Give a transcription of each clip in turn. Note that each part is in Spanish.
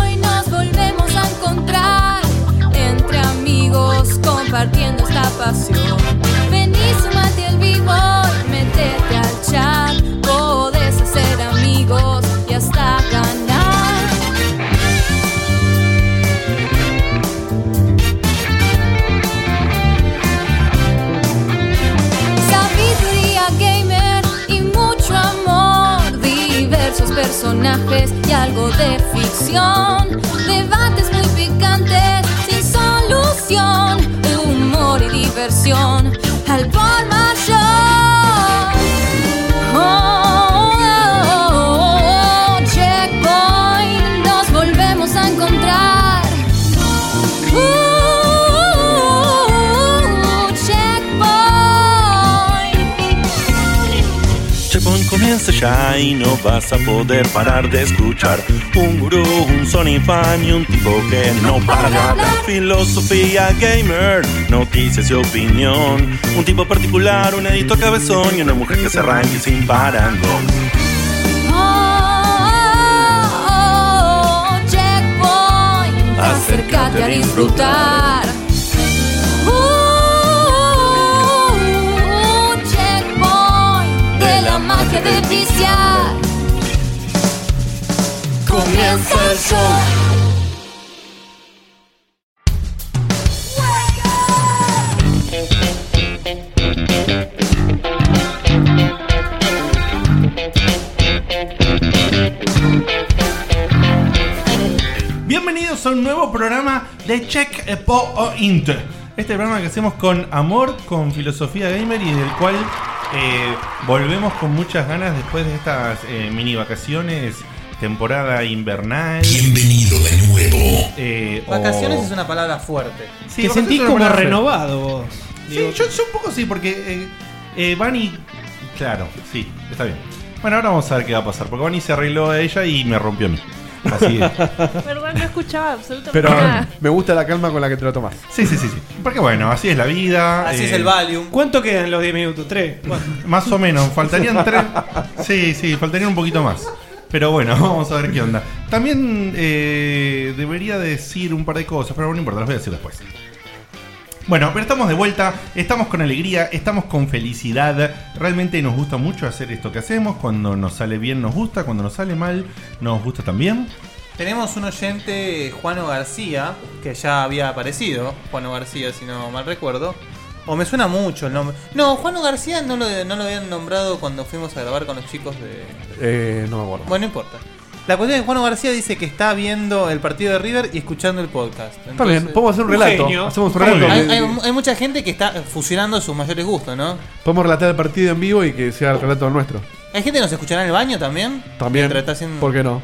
Hoy nos volvemos a encontrar entre amigos compartiendo esta pasión. Vení, sumate al vivo y metete al chat. Podés hacer amigos y hasta ganar. Sabiduría gamer y mucho amor, diversos personajes y algo de ficción, debates muy picantes sin solución, humor y diversión al por mayor. Oh, oh, oh, oh, checkpoint, nos volvemos a encontrar. Uh, checkpoint. Checkpoint comienza ya y no vas a poder parar de escuchar Un gurú, un Sony fan y un tipo que no para de hablar Filosofía gamer, noticias y opinión Un tipo particular, un editor cabezón y una mujer que se arranque sin parangón Oh, oh, oh, oh, checkpoint, acércate a disfrutar. Uh, checkpoint de la magia de viciar. Comienza el show. Bienvenidos a un nuevo programa de Check eh, Po Int. Este programa que hacemos con amor, con filosofía gamer y del cual eh, volvemos con muchas ganas después de estas eh, mini vacaciones, temporada invernal. Bienvenido de nuevo. eh, o- Vacaciones es una palabra fuerte. Sí, Te vacaciones sentís es una como palabra renovado vos. Sí, Digo, yo, yo un poco sí, porque eh, eh, Vani. Claro, sí, está bien. Bueno, ahora vamos a ver qué va a pasar, porque Vani se arregló a ella y me rompió a mí. Así es. Perdón, no escuchaba absolutamente Pero nada. me gusta la calma con la que te lo tomás. Sí, sí, sí, sí. Porque bueno, así es la vida. Así eh, es el Valium. ¿Cuánto quedan los 10 minutos? ¿Tres? Bueno, Más o menos, faltarían tres. Sí, sí, faltarían un poquito más. Pero bueno, vamos a ver qué onda. También eh, debería decir un par de cosas, pero no importa, las voy a decir después. Bueno, pero estamos de vuelta, estamos con alegría, estamos con felicidad. Realmente nos gusta mucho hacer esto que hacemos. Cuando nos sale bien nos gusta, cuando nos sale mal nos gusta también. Tenemos un oyente, Juano García, que ya había aparecido. Juano García, si no mal recuerdo. O me suena mucho el nombre. No, Juano García no lo, no lo habían nombrado cuando fuimos a grabar con los chicos de. Eh, no me acuerdo. Bueno, no importa. La cuestión es que Juano García dice que está viendo el partido de River y escuchando el podcast. Está bien, Entonces, podemos hacer un un relato. genio. Hacemos un Muy relato. hay, bien. hay- hay mucha gente que está fusionando sus mayores gustos, ¿no? Podemos relatar el partido en vivo y que sea el relato nuestro. Hay gente que nos escuchará en el baño también. También. Mientras está haciendo ¿Por qué no?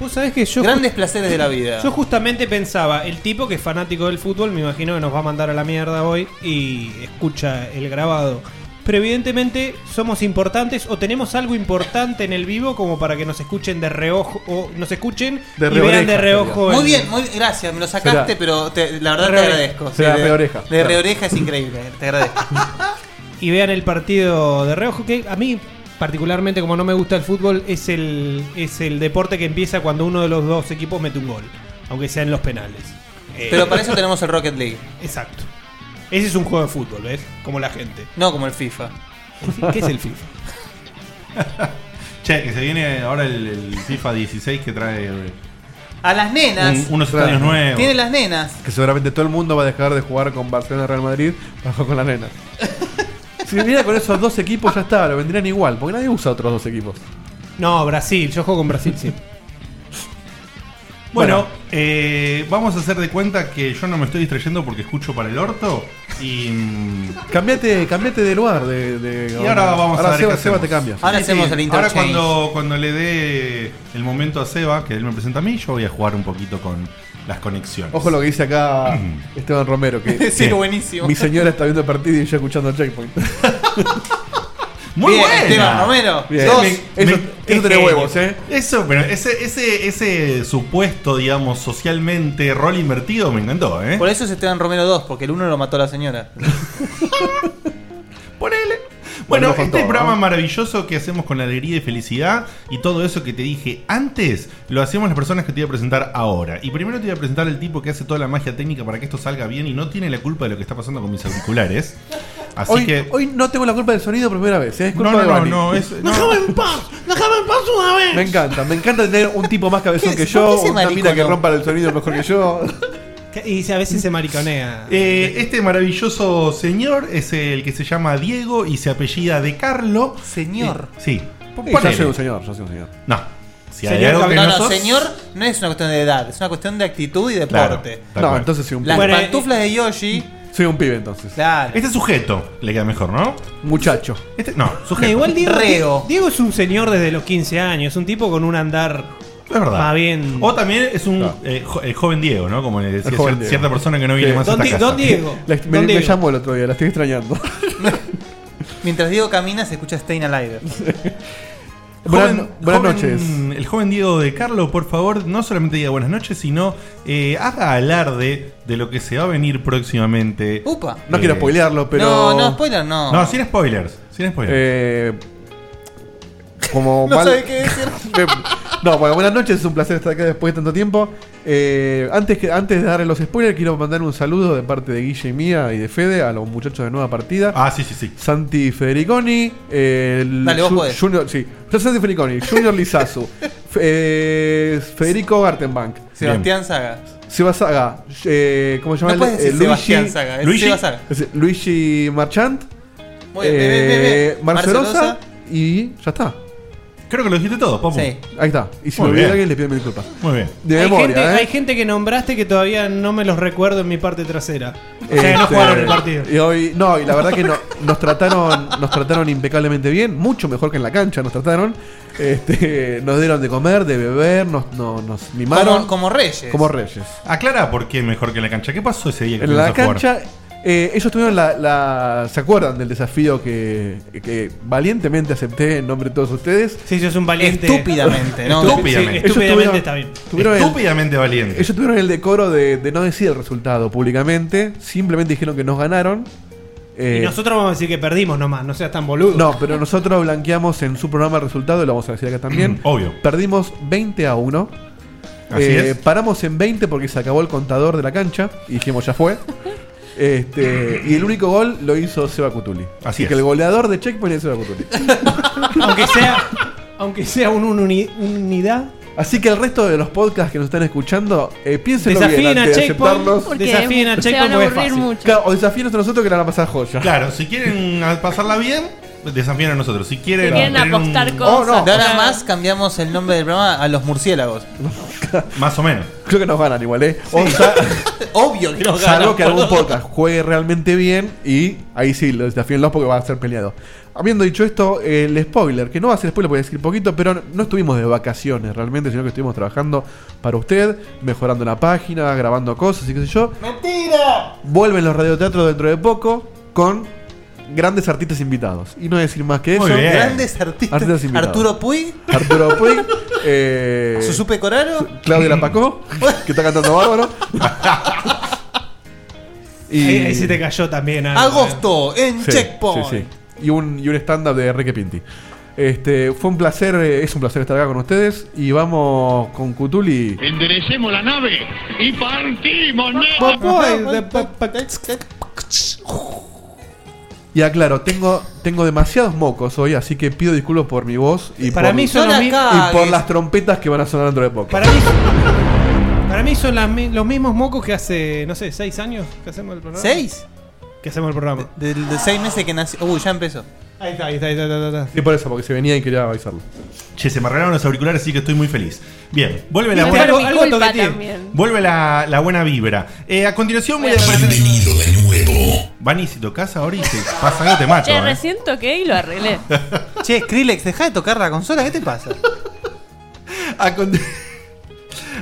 vos sabés que yo, grandes placeres de la vida. ju- yo justamente pensaba, el tipo que es fanático del fútbol, me imagino que nos va a mandar a la mierda hoy y escucha el grabado. Pero evidentemente somos importantes o tenemos algo importante en el vivo como para que nos escuchen de reojo o nos escuchen De y reoreja, vean de reojo. Muy el- bien, muy bien, gracias, me lo sacaste, Será- pero te- la verdad te Reoreja. agradezco. Será de- reoreja. De Claro. reoreja es increíble, te agradezco. y vean el partido de reojo que a mí particularmente como no me gusta el fútbol es el es el deporte que empieza cuando uno de los dos equipos mete un gol, aunque sea en los penales. Eh, Pero para eso tenemos el Rocket League, Exacto. Ese es un juego de fútbol, ¿ves? Como la gente. no como el FIFA. ¿Qué es el FIFA? Che, que se viene ahora el, el FIFA 16 que trae eh, A las nenas, un- unos estadios nuevos. tiene las nenas. Que seguramente todo el mundo va a dejar de jugar con Barcelona Real Madrid para jugar con las nenas. si viniera con esos dos equipos ya está, lo vendrían igual, porque nadie usa otros dos equipos. No, Brasil. Yo juego con Brasil, sí. Bueno, Bueno. eh, vamos a hacer de cuenta que yo no me estoy distrayendo porque escucho para el orto y... mm, Cambiate, cambiate de lugar de, de- Y ahora vamos a ver Seba, qué Seba te hacemos. cambia. Ahora sí, hacemos sí. el Ahora interchange. cuando, cuando le dé el momento a Seba, que él me presenta a mí, yo voy a jugar un poquito con las conexiones. Ojo lo que dice acá Esteban Romero, que Sí, buenísimo. mi señora está viendo el partido y yo escuchando Checkpoint. Muy Bien, buena. Esteban Romero. Bien. Dos. Eso- eso tiene tres es genio. huevos, ¿eh? Eso, pero ese, ese, ese supuesto, digamos, socialmente rol invertido me encantó, ¿eh? Por eso es Esteban Romero 2, porque el uno lo mató a la señora. Bueno, Volvemos con este todo, programa ¿no? maravilloso que hacemos con alegría y felicidad y todo eso que te dije antes, lo hacemos las personas que te voy a presentar ahora. Y primero te voy a presentar el tipo que hace toda la magia técnica para que esto salga bien y no tiene la culpa de lo que está pasando con mis auriculares. Así hoy, que... hoy no tengo la culpa del sonido por primera vez, ¿eh? es culpa No, no, de no, Bani. no, es- no. Déjame en Ah, paz, déjame en paz una vez. Me encanta, me encanta tener un tipo más cabezón que ¿Por yo, qué ese una mina maricón que no? rompa el sonido mejor que yo. Que- Y a veces se mariconea. Eh, este maravilloso señor es el que se llama Diego y se apellida de Carlo. Señor. Sí. Sí, Ponele. ya soy un señor, ya soy un señor. No. Si hay Señor, algo que no, no no, sos- señor no es una cuestión de edad, es una cuestión de actitud y Claro, deporte. tal No, cual. entonces soy un Las pibe. pantuflas de Yoshi. Soy un pibe entonces. Claro. Este sujeto le queda mejor, ¿no? Muchacho. Este, no, sujeto. No, igual Diego, Diego es un señor desde los 15 años, un tipo con un andar. Es verdad. Va bien. O también es un eh, jo- el joven Diego, ¿no? Como le decía El joven cier- Diego. cierta persona que no viene Sí. más a esta casa. La- me, me llamó el otro día, la estoy extrañando. Mientras Diego camina, se escucha Stein Alive. Joven- joven- El joven Diego de Carlos, por favor, no solamente diga buenas noches, sino eh, haga alarde de lo que se va a venir próximamente. Eh, Upa. No quiero spoilearlo, pero- No, no, spoiler no. No, sin spoilers. Sin spoilers. Eh, como No mal- sabe qué decir. Me- No, bueno, buenas noches, es un placer estar acá después de tanto tiempo. Eh, antes, que, antes de darle los spoilers, quiero mandar un saludo de parte de Guille y mía y de Fede a los muchachos de Nueva Partida. Ah, sí, sí, sí. Santi Federiconi, eh, el Dale, vos Ju- podés. Junior, sí. Santi Federiconi, Junior Lizazu, F- eh, Federico Gartenbank. Sebastián Saga. Seba Saga, eh, ¿cómo se llama? No puedes decir Eh, Sebastián Saga, es Luigi, Seba Saga. es Luigi Marchant, Muy bien, bien, bien, bien, eh, bien. Marcelosa Marcelosa. y ya está. Creo que lo dijiste todo, papu. Sí. Ahí está. Y si Muy me olvidé bien. alguien, le pido mil disculpas. Muy bien. De hay, memoria, gente, ¿eh? hay gente que nombraste que todavía no me los recuerdo en mi parte trasera. O sea, que no Este, jugaron el partido. Y hoy, no, y la verdad que no- nos trataron nos trataron impecablemente bien, mucho mejor que en la cancha nos trataron. Este, nos dieron de comer, de beber, nos, no- nos mimaron. Como- como reyes. Como reyes. Aclara por qué mejor que en la cancha. ¿Qué pasó ese día que En la fuimos a jugar? cancha, eh, ellos tuvieron la, la- ¿Se acuerdan del desafío que, que valientemente acepté en nombre de todos ustedes? Sí, eso es un valiente. Estúpidamente, ¿no? Estúpidamente. Ellos Estúpidamente tuvieron- está bien. tuvieron el- Estúpidamente valiente. Ellos tuvieron el decoro de, de no decir el resultado públicamente, simplemente dijeron que nos ganaron. eh, Y nosotros vamos a decir que perdimos nomás, no seas tan boludo. No, pero nosotros blanqueamos en su programa el resultado, y lo vamos a decir acá también. Obvio. Perdimos 20 a 1. Así es. Paramos en 20 porque se acabó el contador de la cancha y dijimos ya fue. Este, y el único gol lo hizo Seba Cutuli. Así es. que el goleador de Checkpoint es Seba Cutuli. Aunque sea, aunque sea un- un uni- unidad. Así que el resto de los podcasts que nos están escuchando, eh, piénsenlo Desafíen bien a antes de Checkpoint, aceptarlos. porque Desafíen a se Checkpoint van a porque es aburrir fácil. mucho. Claro, o desafíen a nosotros que la van a pasar joya. Claro, si quieren a- pasarla bien, desafían a nosotros. Si quieren, tener un- Oh, Oh, De ahora más cambiamos el nombre del programa a los murciélagos. Más o menos. Creo que nos ganan igual, ¿eh? O sea, Obvio que nos ganan. Salvo que algún boludo. podcast juegue realmente bien y ahí sí, lo desafíenlos porque va a ser peleado. Habiendo dicho esto, el spoiler, que no va a ser spoiler, voy a decir poquito, pero no estuvimos de vacaciones realmente, sino que estuvimos trabajando para usted, mejorando la página, grabando cosas y qué sé yo. ¡Mentira! Vuelven los radioteatros dentro de poco con grandes artistas invitados. Y no decir más que eso. Muy bien. Grandes artistas. Arturo Puig. Arturo Puig. eh, ¿Susupe Coraro? Claudia Lapacó, que está cantando bárbaro. Y- Ahí, ahí se te cayó también. algo, eh. Agosto en Sí, Checkpoint. sí, sí. Y un, y un stand-up de Enrique Pinti. Este, fue un placer, eh, es un placer estar acá con ustedes. Y vamos con Cutuli. Enderecemos la nave y partimos, Y aclaro, tengo, tengo demasiados mocos hoy, así que pido disculpas por mi voz y, Para por, mí son No la los mi- cagues. y por las trompetas que van a sonar dentro de poco. Para mí, para mí son las mi- los mismos mocos que hace, no sé, seis años que hacemos el programa. ¿Seis? Que hacemos el programa. Del de seis meses que nació. Uy, ya empezó. Ahí está, ahí está, ahí está. Y por eso, porque se venía y quería avisarlo. Che, se me arreglaron los auriculares, así que estoy muy feliz. Bien, vuelve la Y buena algo- algo toqueteé. Vuelve la, la buena vibra. Eh, a continuación voy a Bienvenido de nuevo. Van y si tocas ahora y te pasa algo, te mato. Che, eh. recién toqué y lo arreglé. Che, Skrillex, deja de tocar la consola, ¿qué te pasa? A, con-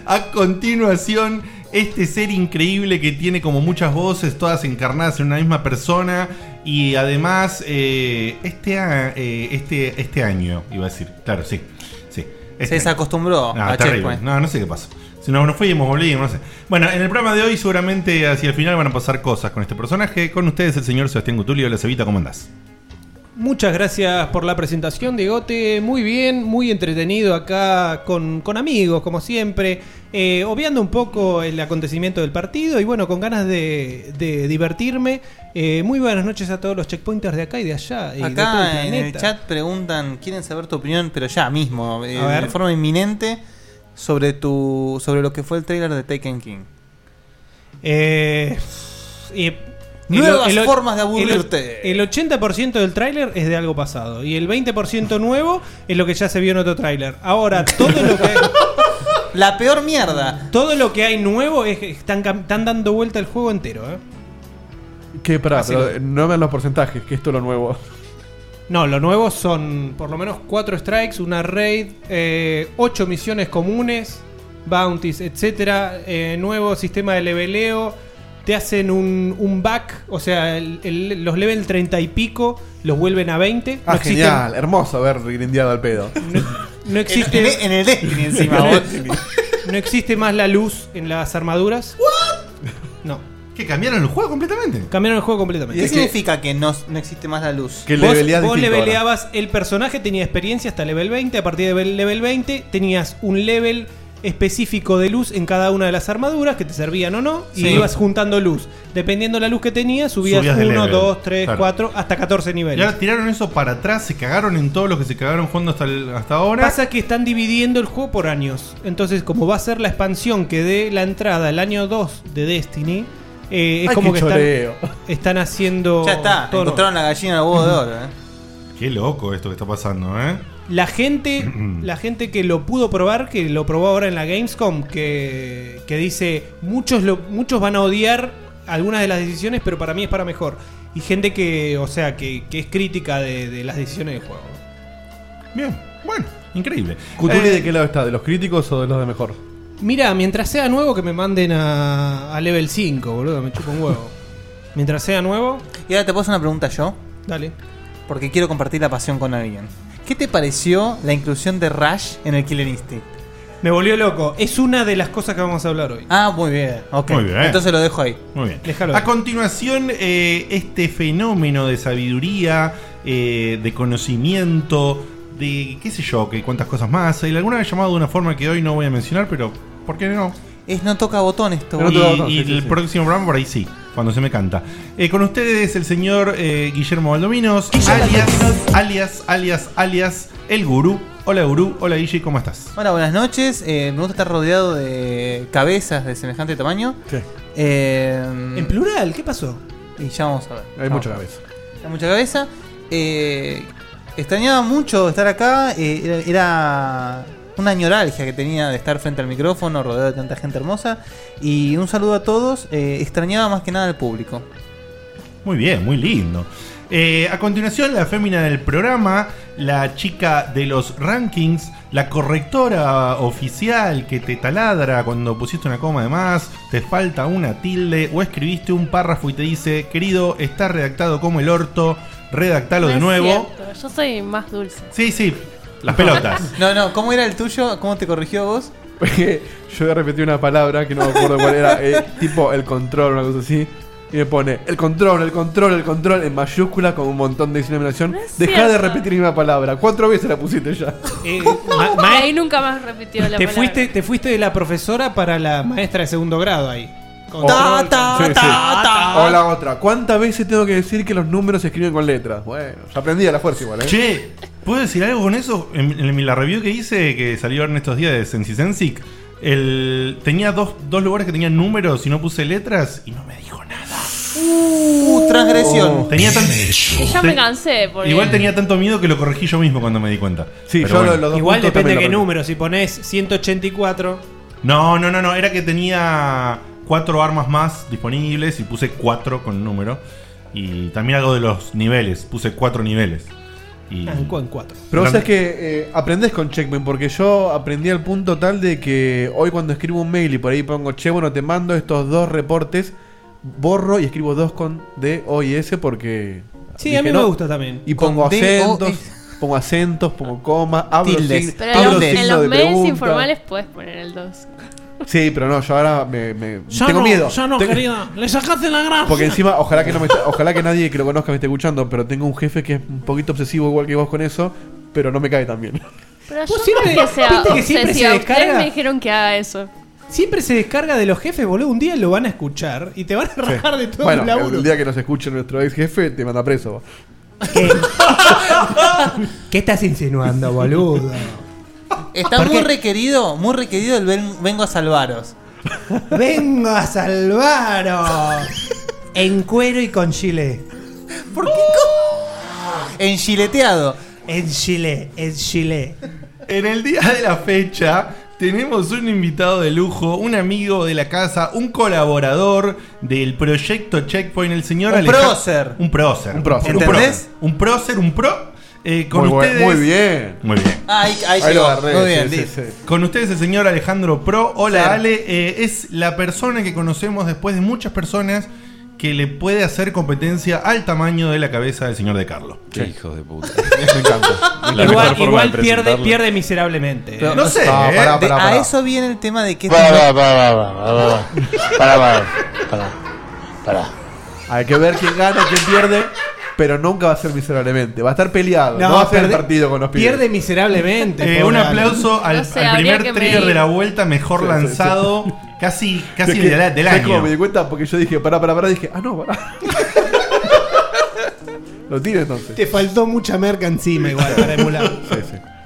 a continuación, este ser increíble que tiene como muchas voces, todas encarnadas en una misma persona, Y además, eh, este, a- eh, este, este año, iba a decir, claro, sí. sí Este Se desacostumbró No, a Ah, terrible. Checkpoint. No, no sé qué pasó. Si no, nos fuimos, volvimos, no sé. Bueno, en el programa de hoy seguramente hacia el final van a pasar cosas con este personaje. Con ustedes el señor Sebastián Gutulio. La Cevita, ¿cómo andás? Muchas gracias por la presentación, Diegote. Muy bien, muy entretenido acá con, con amigos, como siempre. Eh, obviando un poco el acontecimiento del partido y bueno, con ganas de, de divertirme. Eh, muy buenas noches a todos los checkpointers de acá y de allá. y de todo Acá en el planeta. chat preguntan, quieren saber tu opinión, pero ya mismo, eh, A ver. de forma inminente, sobre tu sobre lo que fue el trailer de Taken King. Eh, y- Nuevas o- formas de el o- aburrirte. El, 80% del tráiler es de algo pasado y el 20% nuevo es lo que ya se vio en otro tráiler. Ahora, todo lo que la peor mierda. Todo lo que hay nuevo es que están, cam- están dando vuelta el juego entero, ¿eh? Que pará, Así pero eh, lo- no me dan los porcentajes, que esto es lo nuevo. No, los nuevos son por lo menos 4 strikes, una raid, 8 misiones comunes, bounties, etc. nuevo sistema de leveleo. Te hacen un, un back, o sea, el- el- los level 30 y pico los vuelven a 20. No Ah, existen- genial, hermoso haber grindeado al pedo. No existe. En- en el Destiny encima, No- vos. No existe más la luz en las armaduras. No. ¿Que cambiaron el juego completamente? Cambiaron el juego completamente. ¿Qué significa que no, no existe más la luz? vos, vos leveleabas, el personaje tenía experiencia hasta level 20, a partir del level 20 tenías un level específico de luz en cada una de las armaduras que te servían o no, y Sí. ibas juntando luz. Dependiendo la luz que tenías, subías Subías de 1, level, 2, 3, claro. 4, hasta 14 Y niveles. ahora tiraron eso para atrás, se cagaron en todos los que se cagaron jugando hasta, el- hasta ahora. Pasa que están dividiendo el juego por años. Entonces, como va a ser la expansión que dé la entrada al año 2 de Destiny, eh, es Ay, como qué que están, choreo. están haciendo. Ya está, todo nuevo. encontraron la gallina del huevo de oro. ¿eh? Qué loco esto que está pasando, ¿eh? La gente, la gente que lo pudo probar, que lo probó ahora en la Gamescom, que, que dice, muchos, lo, muchos van a odiar algunas de las decisiones, pero para mí es para mejor. Y gente que, o sea, que, que es crítica de, de las decisiones del juego. Bien, bueno, increíble. ¿Cutuli de qué lado está? ¿De los críticos o de los de mejor? Mira, mientras sea nuevo que me manden a, a level 5, boludo, me chupa un huevo. mientras sea nuevo. Y ahora te puedo hacer una pregunta yo. Dale. Porque quiero compartir la pasión con alguien. ¿Qué te pareció la inclusión de Rush en el Killer Instinct? Me volvió loco. Es una de las cosas que vamos a hablar hoy. Ah, muy bien. Ok. Muy bien. Entonces lo dejo ahí. Muy bien. Déjalo. Ah. A continuación, eh, este fenómeno de sabiduría, eh, de conocimiento, de qué sé yo, que cuántas cosas más. Y alguna vez llamado de una forma que hoy no voy a mencionar, pero ¿por qué no? Es no toca botón esto. y y el próximo programa por ahí sí, cuando se me canta. Eh, con ustedes el señor eh, Guillermo Valdominos, alias, alias, alias, alias, el gurú. Hola gurú, hola Guille, ¿cómo estás? Hola, buenas noches. Eh, me gusta estar rodeado de cabezas de semejante tamaño. ¿En plural? ¿Qué pasó? Y ya vamos a ver. Hay Ya vamos a mucha ver. cabeza. Hay mucha cabeza. Eh, extrañaba mucho estar acá. eh, era, era una añoralgia que tenía de estar frente al micrófono, rodeado de tanta gente hermosa. Y un saludo a todos. Eh, extrañaba más que nada al público. Muy bien, muy lindo. Eh, a continuación, la fémina del programa, la chica de los rankings, la correctora oficial que te taladra cuando pusiste una coma de más, te falta una tilde o escribiste un párrafo y te dice, querido, está redactado como el orto, redactalo de No es nuevo. cierto, Yo soy más dulce. Sí, sí, las pelotas. No, no, ¿cómo era el tuyo? ¿Cómo te corrigió vos? Porque yo voy a repetir una palabra que no me acuerdo cuál era, eh, tipo el control, una cosa así. Y me pone el control, el control, el control en mayúscula con un montón de denominación. Deja de cierto. repetir la misma palabra. Cuatro veces la pusiste ya. Eh, Ma- Y ma- ahí nunca más repitió la te, palabra. fuiste, te fuiste de la profesora para la maestra de segundo grado ahí. Ta, ta, Sí, sí. O la otra. ¿Cuántas veces tengo que decir que los números se escriben con letras? Bueno, ya aprendí a la fuerza igual, ¿eh? Che, ¿puedo decir algo con eso? En, en la review que hice, que salió en estos días de Sensi Sensic, el, tenía dos, dos lugares que tenían números y no puse letras y no me dijo nada. Uh, transgresión. Tenía tan- Y ya me cansé. Porque... Igual tenía tanto miedo que lo corregí yo mismo cuando me di cuenta. Sí, Pero yo bueno. lo- los dos Igual puntos depende de también qué lo número. Si pones 184, No, no, no, no. Era que tenía cuatro armas más disponibles y puse cuatro con número. Y también algo de los niveles. Puse cuatro niveles. Y... ah, en cu- en 4. Pero vos sabés que eh, aprendés con Checkpoint, porque yo aprendí al punto tal de que hoy cuando escribo un mail y por ahí pongo, che, bueno, te mando estos dos reportes, borro y escribo dos con D, O y S porque. Sí, dije a mí no. me gusta también. Y pongo Con D, O, acentos, pongo acentos, pongo comas, abro Tildes. sig- Pero abro en los, en signo los de mails pregunta. informales puedes poner el 2. Sí, pero no, yo ahora me, me- Ya tengo no, miedo. ya no, Tengo- querida. Le sacaste la gracia. Porque encima, ojalá que no me está- ojalá que nadie que lo conozca me esté escuchando, pero tengo un jefe que es un poquito obsesivo igual que vos con eso, pero no me cae tan bien. Pero yo Vos no siempre- es que sea viste que siempre se obsesiva. Ustedes descarga. me dijeron que haga eso. Siempre se descarga de los jefes, boludo. Un día lo van a escuchar y te van a rajar de todo bueno, el laburo. el día que nos escuche nuestro ex jefe, te manda preso. ¿Qué estás insinuando, boludo? Está ¿Por muy qué? requerido, muy requerido el ven- vengo a salvaros. Vengo a salvaros. En cuero y con chile. ¿Por qué? Enchileteado. En chile, en chile. En el día de la fecha tenemos un invitado de lujo, un amigo de la casa, un colaborador del proyecto Checkpoint, el señor Un Alejandro- prócer. Un prócer. Un prócer. Un ¿Entendés? Un prócer, un pro. eh, con Muy buen- ustedes. muy bien. Muy bien. Ahí, ahí llegó. muy bien, listo. Con ustedes el señor Alejandro Pro. Hola Ser. Ale, Eh, es la persona que conocemos después de muchas personas que le puede hacer competencia al tamaño de la cabeza del señor de Carlos. Qué hijos de puta. Me encanta. La mejor igual forma igual de pierde, presentarlo. pierde miserablemente. Pero- No sé. Ah, ¿eh? pará, De- pará, a pará. eso- Eso viene el tema de que Pará, Pará, este- pará, pará, pará, pará, pará, pará. Hay que ver quién gana, quién pierde, pero nunca va a ser miserablemente. Va a estar peleado, no, No, va a ser el perde- partido con los pibes. Pierde miserablemente. Eh, pobre un Ale. aplauso al, No sé, al habría primer que trigger medir. de la vuelta mejor Sí, sí, sí. lanzado, casi, casi Es que- del, del ¿sabes cómo año. me di cuenta? Porque yo dije, pará, pará, pará, dije, ah, no, pará. Lo tiro entonces. Te faltó mucha merca encima igual para emular.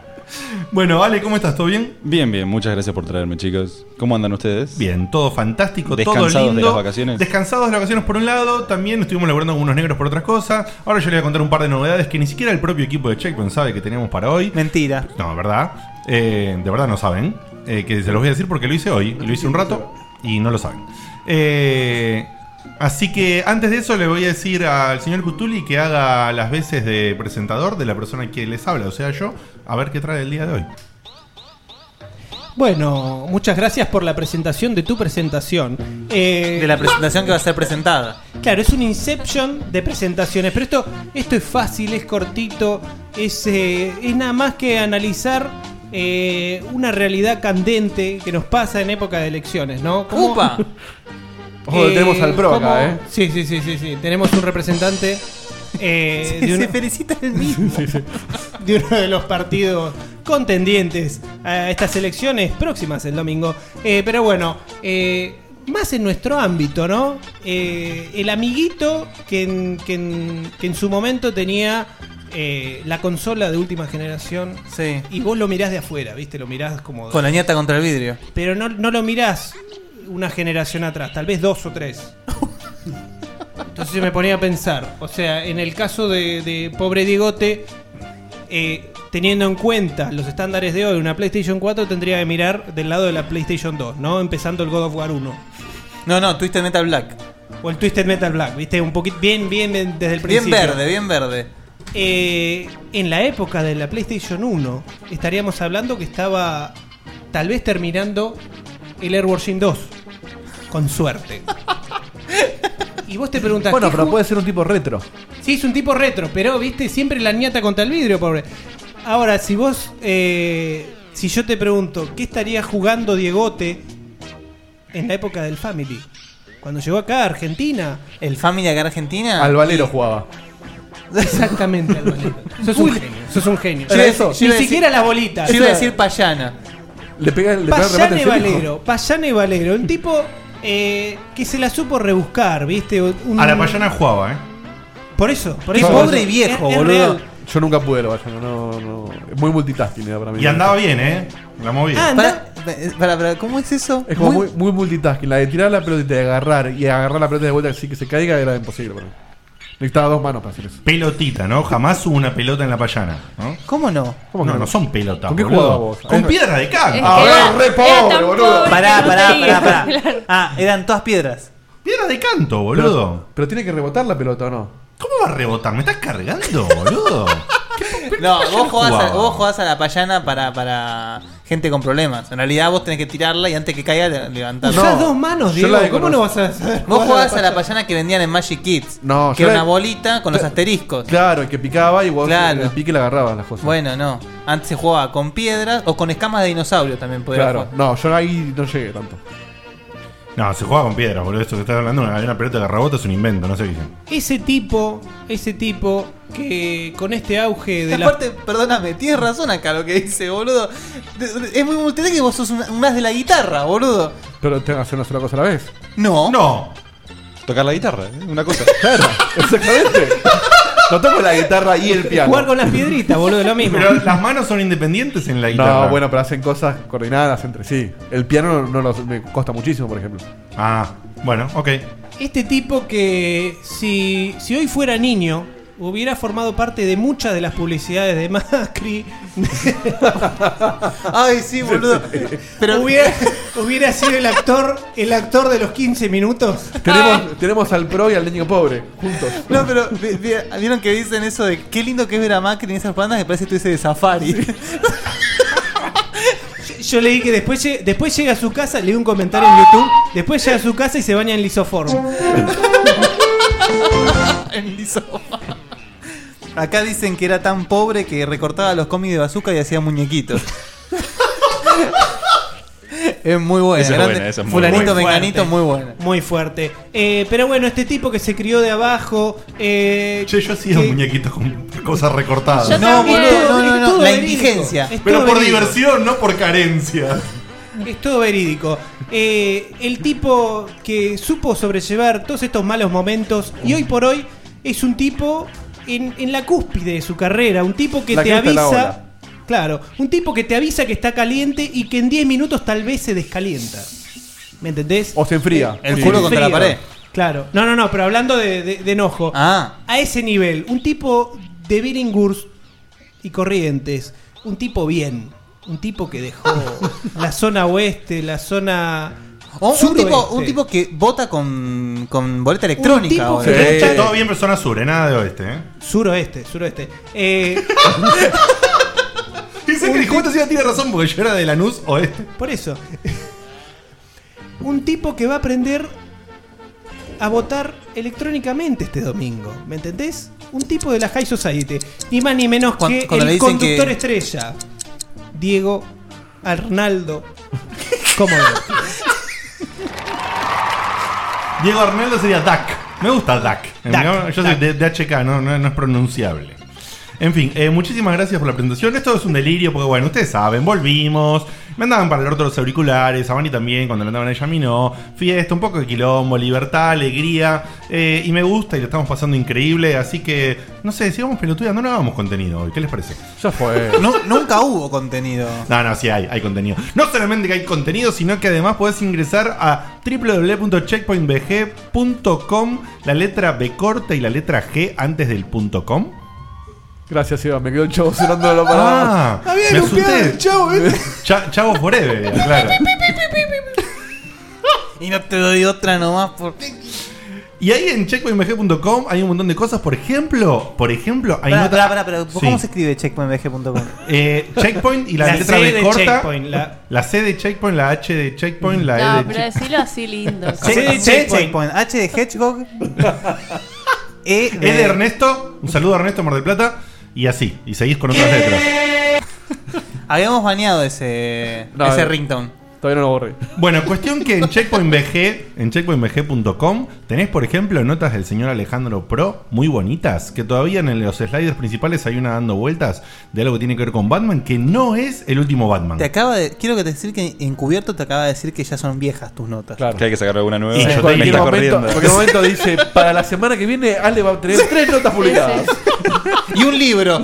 Bueno, Ale, ¿cómo estás? ¿Todo bien? Bien, bien, muchas gracias por traerme, chicos. ¿Cómo andan ustedes? Bien, todo fantástico, Descansados todo lindo. de las vacaciones. Descansados de las vacaciones por un lado, también estuvimos laburando con unos negros por otras cosas. Ahora yo les voy a contar un par de novedades que ni siquiera el propio equipo de Checkpoint sabe que teníamos para hoy. Mentira. No, ¿verdad? Eh, de verdad no saben. Eh, que se los voy a decir porque lo hice hoy, y lo hice un rato y no lo saben. Eh, así que antes de eso le voy a decir al señor Cutuli que haga las veces de presentador de la persona que les habla, o sea yo, a ver qué trae el día de hoy. Bueno, muchas gracias por la presentación de tu presentación. Eh, de la presentación que va a ser presentada. Claro, es un Inception de presentaciones, pero esto, esto es fácil, es cortito, es, eh, es nada más que analizar eh, una realidad candente que nos pasa en época de elecciones, ¿no? Como- ¡Upa! Ojo, tenemos al pro como- acá, ¿eh? Sí, sí, sí, sí, sí. Tenemos un representante eh, Se- de, se uno, felicita el mismo. de uno de los partidos contendientes a estas elecciones próximas el domingo. Eh, pero bueno, eh, más en nuestro ámbito, ¿no? Eh, el amiguito que en, que en- que en su momento tenía eh, la consola de última generación. Sí. Y vos lo mirás de afuera, ¿viste? Lo mirás como... de- Con la ñata contra el vidrio. pero no, no lo mirás una generación atrás, tal vez dos o tres. Entonces me ponía a pensar, o sea, en el caso de, de pobre Digote, eh, teniendo en cuenta los estándares de hoy, una PlayStation 4 tendría que mirar del lado de la PlayStation 2, ¿no? Empezando el God of War 1. No, no, Twisted Metal Black. O el Twisted Metal Black, ¿viste? Un poquito bien, bien, bien desde el Bien principio. verde, bien verde. Eh, en la época de la PlayStation 1, estaríamos hablando que estaba tal vez terminando el Air Wars 2. Con suerte. y vos te preguntás. Bueno, ¿qué pero ju- puede ser un tipo retro. Sí, es un tipo retro, pero viste, siempre la niata contra el vidrio, pobre. Ahora, si vos. eh, si yo te pregunto, ¿qué estaría jugando Diegote en la época del Family? Cuando llegó acá a Argentina. El Family acá en Argentina. Al valero jugaba. Exactamente, al valero. Sos un genio. Sos un genio. Yo iba a decir- yo Ni iba a decir- siquiera las bolitas. Yo iba a decir payana. Le pega, le pega el remate Payane en serio. Valero, Payane Valero, un tipo eh, que se la supo rebuscar, ¿viste? Un- A la payana jugaba, ¿eh? Por eso, por Qué eso. pobre Es- y viejo, es boludo. real. Yo nunca pude lo vaya, no, no. Es muy multitasking era para mí. Y andaba bien, ¿eh? La movía. Para, para, para, eh, ¿Cómo es eso? Es como muy, muy multitasking. La de tirar la pelota y de agarrar y agarrar la pelota de vuelta así que se caiga era imposible para mí. Necesitaba dos manos para hacer eso. Pelotita, ¿no? Jamás hubo una pelota en la payana, ¿no? ¿Cómo no? no, no, son pelotas. ¿Con qué boludo. jugabas vos? Con piedra de cal. Es que Ah, era- re pobre, era tan boludo. pobre Pará, que no pará, tenía. pará, pará. Ah, eran todas piedras. Piedra de canto, boludo. Pero, pero tiene que rebotar la pelota o no. ¿Cómo va a rebotar? ¿Me estás cargando, boludo? No, vos jugás, a, jugaba? vos jugás a la payana para, para gente con problemas. En realidad vos tenés que tirarla y antes que caiga le- levantarla. Usás dos manos, Diego. ¿Cómo no vas a saber Vos jugar jugabas a a la la payana que vendían en Magic Kids. No, que yo era la- una bolita con los asteriscos. Claro, que picaba y vos Claro. el pique le agarrabas las cosas. Bueno, no. Antes se jugaba con piedras o con escamas de dinosaurio también podía claro, jugar. no, yo ahí no llegué tanto. No, se juega con piedras, boludo. Esto que estás hablando, una, una pelota que rebota es un invento, no sé qué dicen. Ese tipo, ese tipo que con este auge de la... Aparte, perdóname, tienes razón acá lo que dice, boludo. De- de- Es muy multitarea que vos sos un, un as de la guitarra, boludo. Pero tengo que hacer una sola cosa a la vez. No. No. Tocar la guitarra, ¿eh? una cosa. Claro, exactamente. No toco la guitarra y el piano. Jugar con las piedritas, boludo, es lo mismo. Pero las manos son independientes en la guitarra. No, bueno, pero hacen cosas coordinadas entre sí. El piano no, no lo- me costa muchísimo, por ejemplo. Ah, bueno, ok. Este tipo que si, si hoy fuera niño hubiera formado parte de muchas de las publicidades de Macri. Ay, sí, boludo. Pero hubiera, hubiera sido el actor, el actor de los 15 minutos. Tenemos, tenemos al pro y al niño pobre, juntos. No, pero vi- vi- vieron que dicen eso de qué lindo que es ver a Macri en esas bandas que parece que estuviese de safari. Yo leí que después, lle- después llega a su casa, leí un comentario en YouTube, después llega a su casa y se baña en lisoform. en liso. Acá dicen que era tan pobre que recortaba los cómics de bazooka y hacía muñequitos. es muy bueno. Esa es grande. buena, esa es muy buena. Fulanito, menganito, muy bueno. Muy fuerte. Eh, pero bueno, este tipo que se crió de abajo. Eh, che, yo he sido muñequito con cosas recortadas. Yo No, también. boludo, no, no, no, la indigencia. Es Pero todo por verídico. diversión, no por carencia. Es todo verídico. Eh, el tipo que supo sobrellevar todos estos malos momentos y hoy por hoy es un tipo en, en la cúspide de su carrera. Un tipo que La te cresta de la avisa. ola. Claro, un tipo que te avisa que está caliente y que en 10 minutos tal vez se descalienta. ¿Me entendés? O se enfría. El Sí. culo contra la pared. Claro. No, no, no, pero hablando de, de- de enojo. Ah. A ese nivel, un tipo de Billinghurst y Corrientes, un tipo bien, un tipo que dejó la zona oeste, la zona. O un, suroeste. tipo, un tipo que vota con, con boleta electrónica. tipo ahora. que vota- Todo bien, pero zona sur, eh, nada de oeste, ¿eh? Suroeste, suroeste. Eh, Dice que el juego tiene razón porque yo era de Lanús oeste. por eso. Un tipo que va a aprender a votar electrónicamente este domingo. ¿Me entendés? Un tipo de la High Society. Ni más ni menos Cuan- que cuando le el dicen conductor que- estrella. Diego Arnaldo. ¿Cómo es? Diego Arnaldo sería DAC. Me gusta DAC. Dak, yo soy Dak. de, de HK, no, no, no es pronunciable. En fin, eh, muchísimas gracias por la presentación. Esto es un delirio porque, bueno, ustedes saben, volvimos. Me andaban para el orto los auriculares, a Vani también, cuando le andaban a ella a mí no. Fiesta, un poco de quilombo, libertad, alegría. eh, y me gusta y lo estamos pasando increíble. Así que, no sé, sigamos pelotudeando, no hagamos contenido hoy. ¿Qué les parece? Ya fue. No, nunca hubo contenido. No, no, sí hay, hay contenido. No solamente que hay contenido, sino que además podés ingresar a www.checkpointbg.com, la letra B corta y la letra G antes del punto .com. Gracias, Iván. Me quedó el chavo sonando de la parada. Ah, me asusté. Cha- Chavo forever, claro. Y no te doy otra nomás por. Y ahí en checkpointbg.com hay un montón de cosas. Por ejemplo, por ejemplo, hay Pará, pará, notas- pará, pará. ¿Cómo Sí. se escribe checkpointbg.com? Eh, checkpoint y la, La letra C B de corta. Checkpoint, La... la- C de checkpoint, la H de checkpoint, la E No, de checkpoint. pero decirlo así lindo. Che- Sí, che- checkpoint. checkpoint. H de Hedgehog. Eh, E Es de Ernesto. Un saludo a Ernesto Mar del Plata. Y así. Y seguís con otras letras. Habíamos baneado ese, No, eh, ese no. ringtone. Todavía no lo borré. Bueno, cuestión que en checkpointbg, en checkpointbg.com tenés, por ejemplo, notas del señor Alejandro Pro muy bonitas, que todavía en los sliders principales hay una dando vueltas de algo que tiene que ver con Batman, que no es el último Batman. Te acaba de. Quiero que te decir que encubierto te acaba de decir que ya son viejas tus notas. Claro. Que hay que sacar alguna nueva. Y yo Me está también. Cualquier Momento- corriendo. porque en un momento dice: Para la semana que viene, Ale va a tener tres notas publicadas. Y un libro.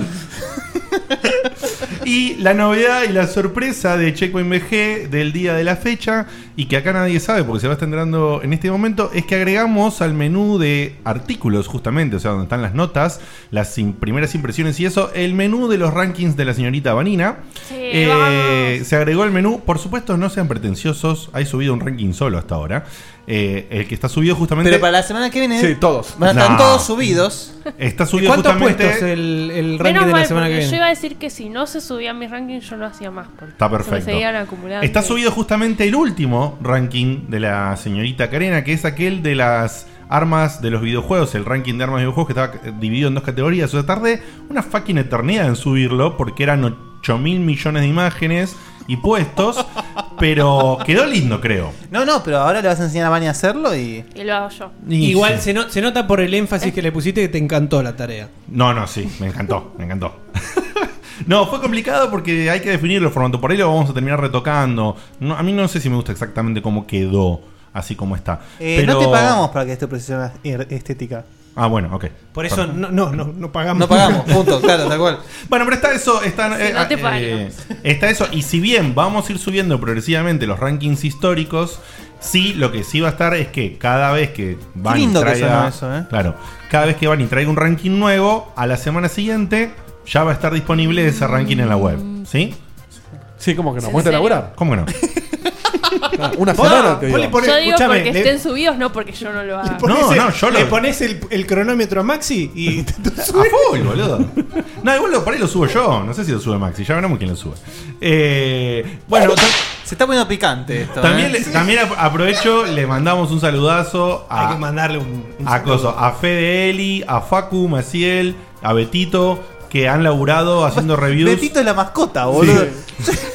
Y la novedad y la sorpresa de Checkpoint BG del día de la fecha, y que acá nadie sabe porque se va entrando en este momento, es que agregamos al menú de artículos, justamente, o sea, donde están las notas, las im- primeras impresiones y eso, el menú de los rankings de la señorita Vanina. Sí, Eh, se agregó el menú, por supuesto, no sean pretenciosos, hay subido un ranking solo hasta ahora. Eh, el que está subido justamente. Pero para la semana que viene. Sí, todos. Van a estar No. todos subidos. Está subido ¿Cuántos justamente. puestos el, el ranking Menos de la mal, semana que porque yo viene? iba a decir que si no se subía mis rankings, yo no hacía más. porque Está Se perfecto. me seguían acumulando. Está subido justamente el último ranking de la señorita Karena, que es aquel de las armas de los videojuegos, el ranking de armas de videojuegos que estaba eh, dividido en dos categorías. O sea, tardé una fucking eternidad en subirlo porque eran 8 mil millones de imágenes y puestos, pero quedó lindo, creo. No, no, pero ahora le vas a enseñar a Vani a hacerlo y. Y lo hago yo. Igual se, no- se nota por el Eh. énfasis que le pusiste que te encantó la tarea. No, no, sí, me encantó, me encantó. No, fue complicado porque hay que definir los formatos. Por ahí lo vamos a terminar retocando. No, a mí no sé si me gusta exactamente cómo quedó, así como está. Eh, No te pagamos para que esto precisión estética. Ah, bueno, ok. Por eso no, no, no, no pagamos. No pagamos, punto, claro, tal cual. Bueno, pero está eso, está, eh, no te eh, pagamos. está eso. Y si bien vamos a ir subiendo progresivamente los rankings históricos, sí, lo que sí va a estar es que cada vez que van lindo y que traiga, suena eso, ¿eh? claro, cada vez que van y traiga un ranking nuevo, a la semana siguiente ya va a estar disponible ese ranking en la web, ¿sí? Sí, como que no. ¿En ¿Vos te serio? laburás? ¿Cómo que no? Una Vos- semana te vos digo. le ponés- yo digo escúchame, porque Ah, le- estén subidos, no porque yo no lo haga. No, no, yo lo- Le pones el, el cronómetro a Maxi y te- te A full, boludo. No, igual lo, por ahí lo subo yo. No sé si lo sube Maxi. Ya veremos quién lo sube. Eh, bueno, se está poniendo picante esto. También, ¿eh? le- también ap- aprovecho, le mandamos un saludazo a. Hay que mandarle un. un a Coso, a Fede Eli, a Facu, Maciel, a Betito, que han laburado haciendo reviews. Betito es la mascota, boludo.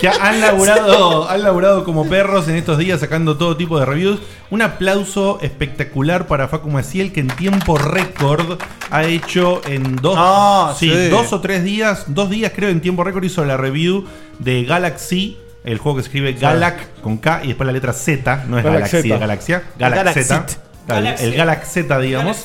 Que han laburado, han laburado como perros en estos días sacando todo tipo de reviews. Un aplauso espectacular para Facu Maciel que en tiempo récord ha hecho en dos, sí, Ah, sí. dos o tres días, dos días creo en tiempo récord hizo la review de Galaxy, el juego que se escribe Galac con K y después la letra Z, no es Galaxy, Galaxeta. es Galaxia, Galaxeta. Galaxit. Está bien, El Galaxeta, digamos.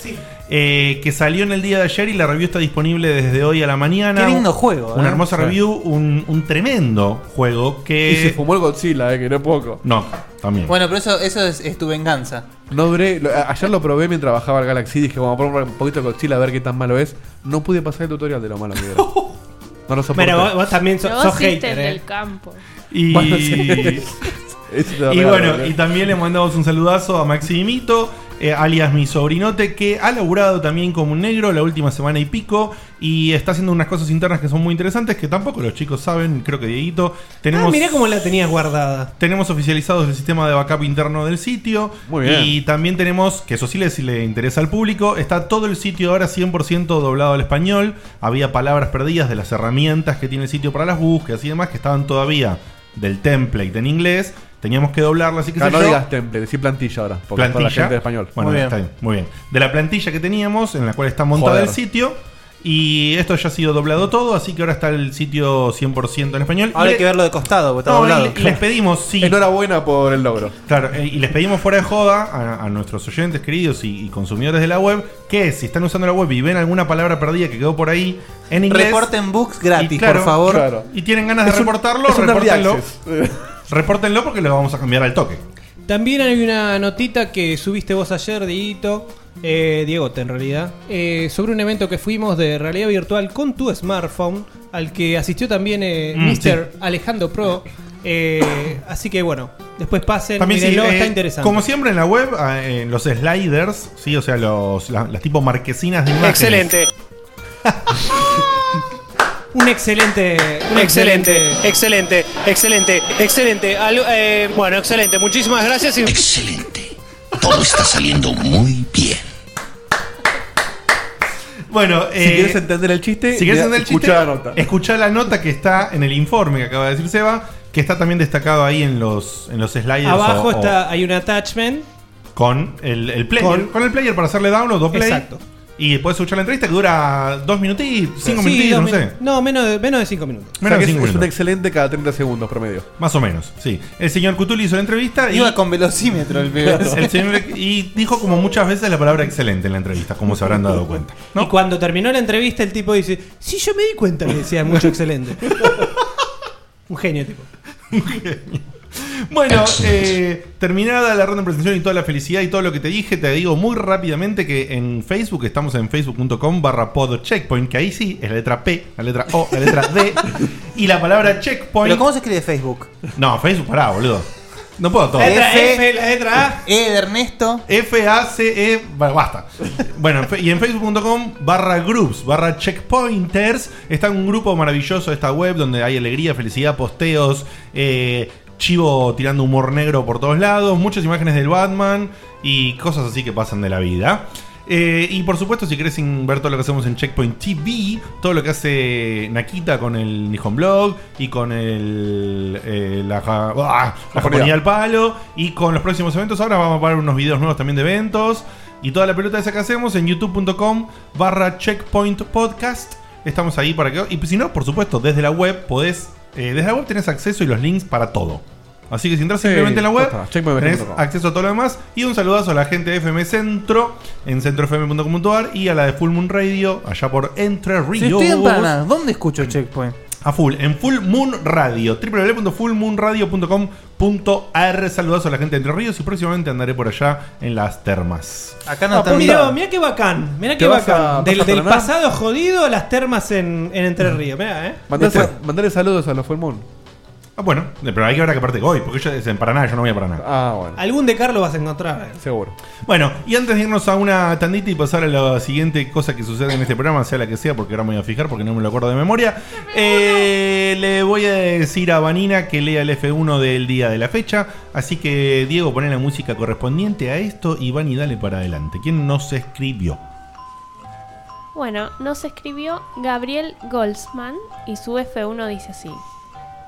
eh, que salió en el día de ayer y la review está disponible desde hoy a la mañana. Qué lindo juego, Una ¿eh? hermosa Sí. review, un, un tremendo juego que. Y se fumó el Godzilla, eh, que no es poco. No, también. Bueno, pero eso, eso es, es tu venganza. No duré- lo- a- ayer lo probé mientras bajaba el Galaxy. Dije, vamos a probar un poquito de Godzilla a ver qué tan malo es. No pude pasar el tutorial de lo malo que era. No lo soporté. Pero vos, vos también so- Pero vos sos hiciste el hater, ¿eh? del campo. Y, Bueno, sí. Eso y es bueno, raro, y también le mandamos un saludazo a Maximito, eh, alias mi sobrinote, que ha laburado también como un negro la última semana y pico. Y está haciendo unas cosas internas que son muy interesantes, que tampoco los chicos saben, creo que Dieguito. Tenemos, Ah, mirá cómo la tenías guardada. Tenemos oficializados el sistema de backup interno del sitio. Muy bien. Y también tenemos, que eso sí le, si le interesa al público, está todo el sitio ahora 100% doblado al español. Había palabras perdidas de las herramientas que tiene el sitio para las búsquedas y demás que estaban todavía del template en inglés. Teníamos que doblarlas, así que Claro, Ah, no digas template, decís plantilla ahora. Porque es para la gente de español. Bueno, Muy bien. está bien, muy bien. De la plantilla que teníamos, en la cual está montado Joder. el sitio. Y esto ya ha sido doblado todo, así que ahora está el sitio 100% en español. Ahora Y hay que verlo de costado, porque está No, doblado. y- y les pedimos, sí. Enhorabuena por el logro. Claro, eh, y les pedimos fuera de joda a, a nuestros oyentes queridos y, y consumidores de la web que si están usando la web y ven alguna palabra perdida que quedó por ahí en inglés. Reporten bugs gratis, Y claro, por favor. claro. Y tienen ganas de Es un- reportarlo, es un early repórtenlo. access. repórtenlo porque lo vamos a cambiar al toque. También hay una notita que subiste vos ayer, Dieguito, eh, Diegote en realidad, eh, sobre un evento que fuimos de realidad virtual con tu smartphone, al que asistió también eh, Mm, Mr. Alejandro Pro. eh, así que bueno, después pasen, También sí, mírenlo, eh, está interesante. Como siempre en la web, eh, en los sliders, sí, o sea, los, la- las tipo marquesinas de imágenes. Excelente. un excelente, un Excelente, excelente, excelente, excelente. Algo- eh, bueno, excelente. Muchísimas gracias. Excelente. Todo está saliendo muy bien. Bueno, eh, Si quieres entender el chiste, si quieres mirá, entender el escuchá chiste, la nota. escuchá la nota que está en el informe que acaba de decir Seba, que está también destacado ahí en los, en los sliders. Abajo o- o está, hay un attachment. Con el, Oh, el player. Con- Con, el player para hacerle download o play. Exacto. Y después escuchar la entrevista que dura dos minutitos, cinco Sí, minutitos, no dos sé. minu- No, menos de, menos de cinco minutos. O sea, que es- cinco es un minutos. excelente cada 30 segundos promedio. Más o menos, sí. El señor Cutuli hizo la entrevista y. Iba con velocímetro el pibe. El señor- y dijo como muchas veces la palabra excelente en la entrevista, como se habrán dado cuenta. Y cuando terminó la entrevista, el tipo dice: Sí, yo me di cuenta, le decía, mucho excelente. Un genio, tipo. Bueno, eh, terminada la ronda de presentación y toda la felicidad y todo lo que te dije, te digo muy rápidamente que en Facebook estamos en facebook.com barra podcheckpoint, que ahí sí es la letra P, la letra O, la letra D y la palabra checkpoint. ¿Pero cómo se escribe Facebook? No, Facebook, pará, boludo. No puedo todo. La letra F- F, la letra A. E de Ernesto. F, A, C, E. Bueno, basta. Bueno, en fe- y en facebook.com barra groups, barra checkpointers. Está un grupo maravilloso de esta web donde hay alegría, felicidad, posteos, eh, chivo tirando humor negro por todos lados, muchas imágenes del Batman y cosas así que pasan de la vida. Eh, y por supuesto, si querés in- ver todo lo que hacemos en Checkpoint TV, todo lo que hace Nakita con el Nihon Blog y con el, eh, la, ja- ¡Ah! la japonía al palo y con los próximos eventos. Ahora vamos a ver unos videos nuevos también de eventos y toda la pelota esa que hacemos en youtube.com barra checkpoint podcast. Estamos ahí para que... Y si no, por supuesto, desde la web podés... eh, desde la web tenés acceso y los links para todo. Así que si entras Sí, simplemente en la web, ya está, checkpointfm.com. tenés acceso a todo lo demás. Y un saludazo a la gente de FM Centro en centrofm.com.ar y a la de Full Moon Radio allá por Entre Ríos. Si estoy en Paraná, ¿dónde escucho Checkpoint? A full, en Full Moon Radio, www.fullmoonradio.com.ar. Saludazo a la gente de Entre Ríos y próximamente andaré por allá en las termas. Acá no Ah, está mirá, mirado. mirá qué bacán, mirá ¿Te qué vas a- bacán. vas a del del Paraná? pasado jodido, las termas en, en Entre Ríos. Mirá, eh. Mandale saludos a los Full Moon. Ah, bueno, pero hay que ver a qué parte voy, porque yo es en Paraná, yo no voy a Paraná. Ah, bueno. Algún de Carlos vas a encontrar. eh. Seguro. Bueno, y antes de irnos a una tandita y pasar a la siguiente cosa que sucede en este programa, sea la que sea, porque ahora me voy a fijar porque no me lo acuerdo de memoria, eh, le voy a decir a Vanina que lea el F1 del día de la fecha. Así que, Diego, poné la música correspondiente a esto y Vani, dale para adelante. ¿Quién nos escribió? Bueno, nos escribió Gabriel Goldsman y su F1 dice así.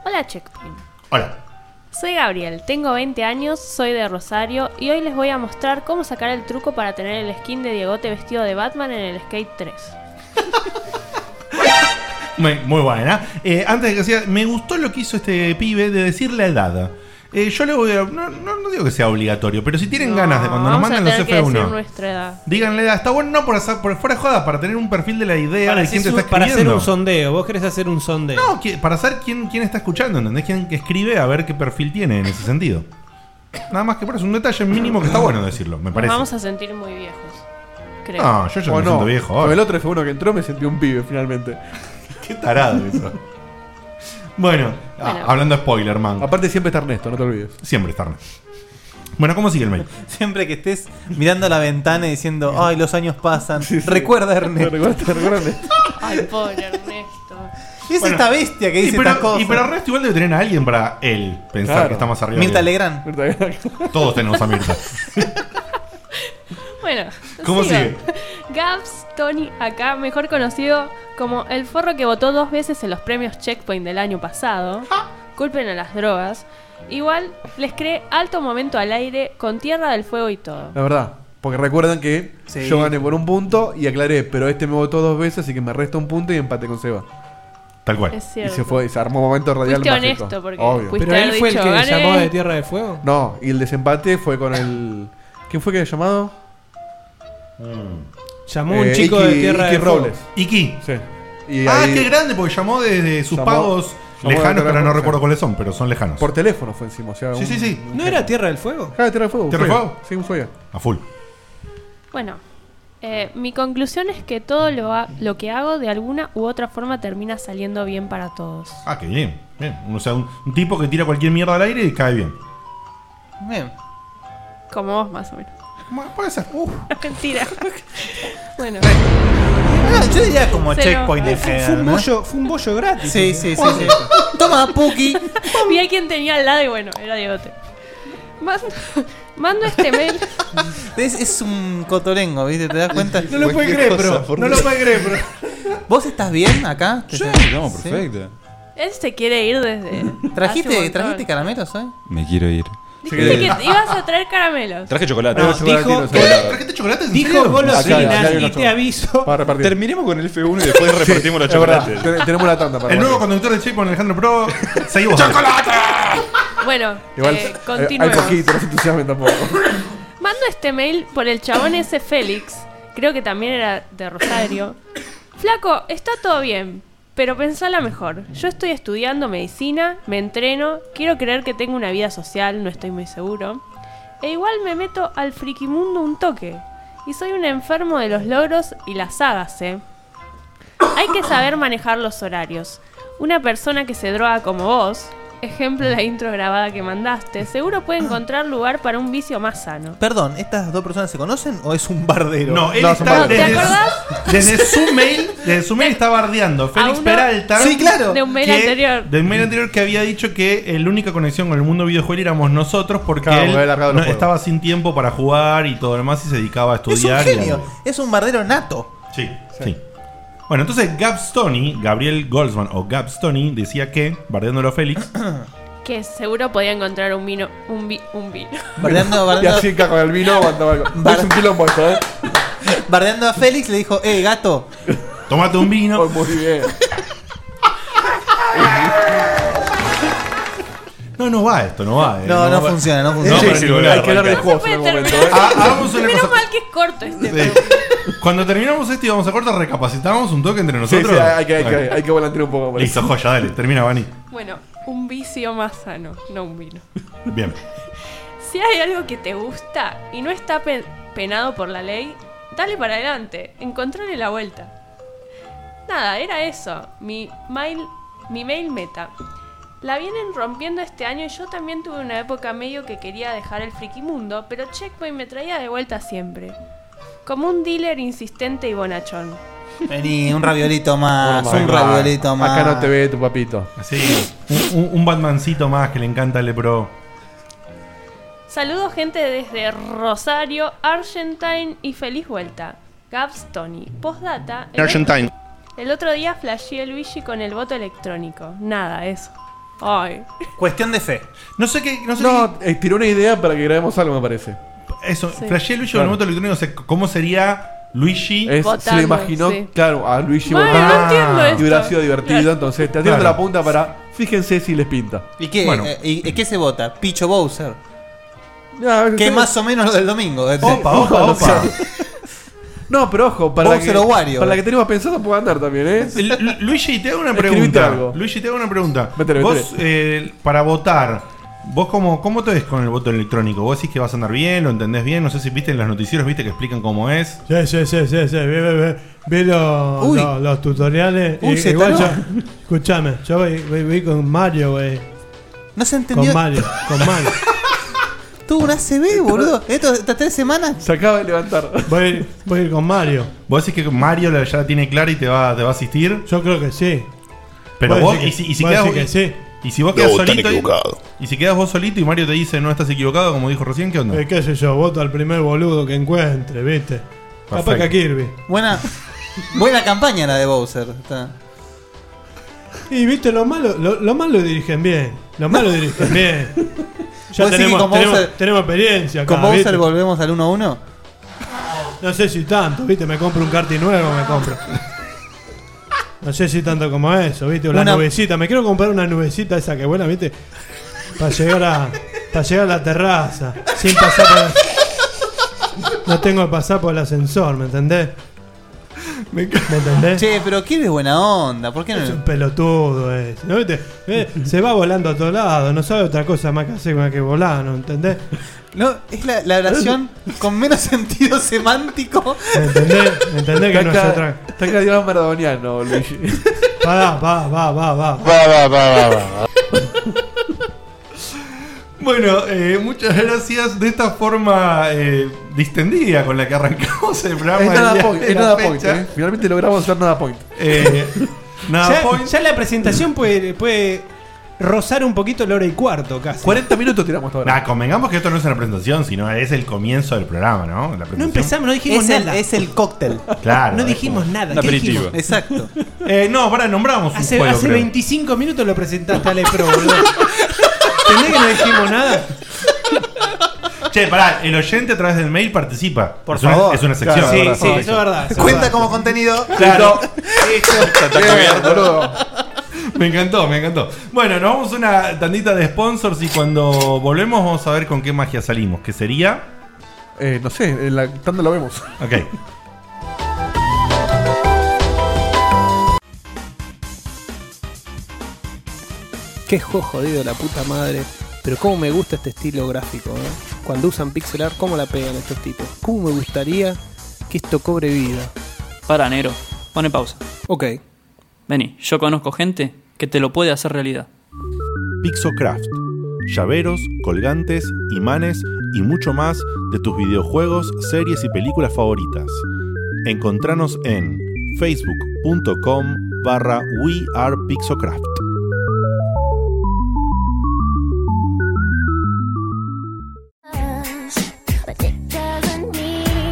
Hola Checkpoint. Hola. Ah, Soy Gabriel, tengo 20 años, soy de Rosario y hoy les voy a mostrar cómo sacar el truco para tener el skin de Diegote vestido de Batman en el Skate 3. Muy, muy buena. Eh, antes de que sea, me gustó lo que hizo este pibe de decir la edad. Eh, yo le voy a. No, no- no digo que sea obligatorio, pero si tienen ganas de cuando nos Vamos a mandan los tener que F1. decir nuestra edad. Díganle, "Ah, está bueno no por, hacer- por fuera de joda, para tener un perfil de la idea Para, de quién hacer te un- está para hacer escribiendo. un sondeo, vos querés hacer un sondeo. No, que- para saber quién, quién está escuchando, ¿entendés? Quién que escribe a ver qué perfil tiene en ese sentido. Nada más que por eso, un detalle mínimo que está bueno decirlo, me Nos parece. vamos a sentir muy viejos. Creo. No, yo ya O me siento viejo ahora. Con el otro F1 que entró me sentí un pibe finalmente. Qué tarado eso. Bueno, ah, Bueno. hablando spoiler, man. Aparte siempre está Ernesto, no te olvides. Siempre está Ernesto. Bueno, ¿cómo sigue el mail? Siempre que estés mirando la ventana y diciendo, ay, los años pasan. Recuerda, Ernesto. Ay, pobre Ernesto. Es esta bestia que Y dice pero, estas cosas. Y pero Ernesto igual debe tener a alguien para él pensar Claro. que está más arriba. Mirta que él. Legrand. Todos tenemos a Mirta. Bueno, ¿Cómo sigo. sigue? Gabs Tony acá, mejor conocido como el forro que votó dos veces en los premios Checkpoint del año pasado. Culpen a las drogas. Igual les cree alto momento al aire con tierra del fuego y todo. La verdad. Porque recuerdan que Sí. yo gané por un punto y aclaré, pero este me votó dos veces, así que me resta un punto y empate con Seba. Tal cual. Es cierto. Y se fue, y se armó momento radial Fuiste mágico. honesto, porque Obvio. fuiste Pero él haber fue el dicho, que "Gané". llamó de Tierra del Fuego. No, y el desempate fue con el. ¿Quién fue que había llamado? Mm. Llamó un chico de Tierra Iki del Fuego. Robles. Iki. Sí. Y ah, ahí- qué grande, porque llamó desde sus Llamó- pagos llamó de lejanos, pero Tierra del no Fuego, recuerdo sí. cuáles son, pero son lejanos. Por teléfono fue encima. o sea, Sí, un- sí, sí. ¿No era Tierra del Fuego? Ah, Tierra del Fuego. ¿Tierra del fue. Fuego? Sí, un fuego. A full. Bueno, eh, mi conclusión es que todo lo, ha- lo que hago de alguna u otra forma termina saliendo bien para todos. Ah, qué bien. bien. O sea, un, un tipo que tira cualquier mierda al aire y cae bien. Como vos, más o menos. Puede ser. Mentira. bueno. Ah, Ah, yo diría como Se Checkpoint lo- de Eh, Fue, Fer, fue un ¿no? bollo, fue un bollo gratis. Sí, sí, sí, sí. Toma, Puki. Vi a quien tenía al lado y bueno, era Diegote. Mando, mando este mail. Es, es un cotorengo, ¿viste? ¿Te das cuenta? No lo puede creer, bro. No lo puede creer, bro. ¿Vos estás bien acá? Sí, no, perfecto. Él se quiere ir desde. hace un ¿Trajiste, montón. ¿Trajiste caramelos hoy? Me quiero ir. Dijiste que ibas a traer caramelos. Traje chocolate. No, dijo- ¿Trajiste chocolates? Dijo Acá, acá golosinas hay y unos te aviso. Para repartir. Terminemos con el F1 y después repartimos los es verdad. chocolates. Ten- tenemos la tanda para El nuevo repartir. conductor de Checkpoint, Alejandro Pro. Seguimos. ¡Chocolate! Bueno, Igual, eh, eh, hay continuemos. poquito, no se entusiasmen tampoco. Mando este mail por el chabón ese Félix, creo que también era de Rosario. Flaco, está todo bien, pero pensala mejor. Yo estoy estudiando medicina, me entreno, quiero creer que tengo una vida social, no estoy muy seguro. E igual me meto al frikimundo un toque. Y soy un enfermo de los logros y las sagas, ¿eh? Hay que saber manejar los horarios. Una persona que se droga como vos, ejemplo la intro grabada que mandaste, seguro puede encontrar lugar para un vicio más sano. Perdón, ¿estas dos personas se conocen o es un bardero? No, él es un está bardero. desde, desde su mail, desde su mail está bardeando. Félix uno- Peralta. Sí, claro. de un mail que- anterior. De un mail anterior que había dicho que la única conexión con el mundo videojuego éramos nosotros porque Claro, porque había él largado los no- juegos. estaba sin tiempo para jugar y todo lo demás y se dedicaba a Es un estudiar. y a- genio, es un bardero nato. Sí, sí. Bueno, entonces Gab Stoney, Gabriel Goldsman o Gab Stoney decía que, bardeándolo a Félix, Que seguro podía encontrar un vino, un, vi- un vino. Bardeando, Y bardeando. así encaja con el vino cuando Es un quilombo esto, ¿eh? Bardeando a Félix le dijo, eh, gato. Tómate un vino. Oh, muy bien. no, no va esto, no va. eh. No, no va- funciona, no No, funciona. para ningún lado arranca. Ah, ¿eh? hagamos una Menos cosa. mal que es corto este. Sí. Cuando terminamos esto y vamos a corte, recapacitamos un toque entre nosotros. sí, hay que- hay que- hay que volantear un poco. Listo, joya, dale, termina, Vani. Bueno, un vicio más sano, no un vino. Bien. Si hay algo que te gusta y no está pe- penado por la ley, dale para adelante, encontrale la vuelta. Nada, era eso, mi mail, mi mail meta. La vienen rompiendo este año y yo también tuve una época medio que quería dejar el frikimundo, pero Checkpoint me traía de vuelta siempre. Como un dealer insistente y bonachón. Vení, un raviolito más, Bueno, un va, va. raviolito más. Acá no te ve tu papito. Sí, un, un- un Batmancito más que le encanta el Lepro. Saludos gente desde Rosario, Argentine y feliz vuelta. Gabs Tony. Postdata. el- El otro día flasheé el Luigi con el voto electrónico. Nada, eso. Ay. Cuestión de fe. No sé qué. No, sé eh, tiró una idea para que grabemos algo, me parece. Eso, Sí. flashé Luigi Claro. con el voto electrónico. o sea, ¿Cómo sería Luigi? Es- se Votando, lo imaginó, sí. claro, a Luigi Vale, votando. no entiendo Y esto. hubiera sido divertido, entonces te haciendo Claro. la punta para. Fíjense si les pinta. ¿Y qué, Bueno. eh, y- y qué se vota? Picho Bowser. No, Que sí. más o menos lo del domingo. eh. Opa, opa, opa. No, pero ojo, para la, que, Bowser o Wario. para la que tenemos pensado puede andar también, ¿eh? Lu- Lu- Luigi, te hago una Escribite pregunta. algo. Luigi, te hago una pregunta. Métele, vos, eh, para votar, ¿vos cómo, cómo te ves con el voto electrónico? ¿Vos decís que vas a andar bien? ¿Lo entendés bien? No sé si viste en los noticieros, viste que explican cómo es. Sí, sí, sí, sí, sí. Vi, vi, vi- vi los, Uy. los- los tutoriales. Uy, y- se igual taró. yo- escuchame, yo vi, vi- vi con Mario, güey. No se entendió. Con Mario, con Mario. Tuvo una CB, boludo. Esto, estas tres semanas. Se acaba de levantar. Voy, a ir- voy a ir con Mario. ¿Vos decís que Mario la- ya la tiene clara y te va, te va a asistir? Yo creo que sí. Pero Voy a vos, decir y que- si, y si voy a quedas, decir que sí. y si vos No, quedas están solito. y- equivocados. Y, si quedas vos solito y Mario te dice no estás equivocado, como dijo recién, ¿qué onda? Eh, ¿Qué sé yo? Voto al primer boludo que encuentre, ¿viste? Capaz Perfecto. que a Kirby. Buena, buena campaña la de Bowser. Está. Y viste, lo malo, lo, lo malo dirigen bien. Lo malo dirigen bien. Ya ¿Vos decís que tenemos, con tenemos, Bowser- tenemos experiencia. Acá, Con Bowser ¿viste? volvemos al 1-1. No sé si tanto, viste, me compro un karting nuevo, me compro. No sé si tanto como eso, viste, o la Una- nubecita, me quiero comprar una nubecita esa que buena, viste, para llegar a para llegar a la terraza, sin pasar por la- No tengo que pasar por el ascensor, ¿me entendés? ¿Me entendés? Che, pero Kirby es buena onda. ¿Por qué Es un no? pelotudo ese, ¿no viste? Eh, se va volando a todos lados, no sabe otra cosa más que hacer más que volar, ¿no entendés? No, es la, la oración con menos sentido semántico. ¿Me entendés? ¿Me entendés que no es Está otra acá- Está acá Dios Maradoniano, Luigi. Va, va, va, va, va. Va, va, va, va, va. Bueno, eh, muchas gracias de esta forma eh, distendida con la que arrancamos el programa. Es del nada día point, de es la nada fecha. point, ¿eh? Finalmente logramos hacer nada point. Eh, ya, ya la presentación puede, puede rozar un poquito la hora y cuarto casi. 40 minutos tiramos ahora. Nah, convengamos que esto no es una presentación, sino es el comienzo del programa, ¿no? La presentación. No empezamos, no dijimos es, el, nada. es el cóctel. Claro. No es dijimos como- nada, Un ¿qué aperitivo. dijimos? Exacto. Eh, no, ahora nombramos un Hace, juego, hace creo. 25 minutos lo presentaste al Epro, boludo. ¿Entendés que no dijimos nada? Che, pará, el oyente a través del mail participa. Por es favor. Una, es una sección. Claro, sí, sí, eso es verdad. eso es Cuenta verdad. como contenido. Claro. Está cubierto. Me encantó, me encantó. Bueno, nos vamos a una tandita de sponsors y cuando volvemos vamos a ver con qué magia salimos. ¿Qué sería? Eh, no sé, en la tanda lo vemos. Ok. Qué juego jodido la puta madre. Pero cómo me gusta este estilo gráfico, ¿eh? Cuando usan pixel art, cómo la pegan estos tipos. Cómo me gustaría que esto cobre vida. Para, negro. Pone pausa. Ok. Vení, yo conozco gente que te lo puede hacer realidad. Pixocraft. Llaveros, colgantes, imanes y mucho más de tus videojuegos, series y películas favoritas. Encontranos en facebook.com barra We Are Pixocraft.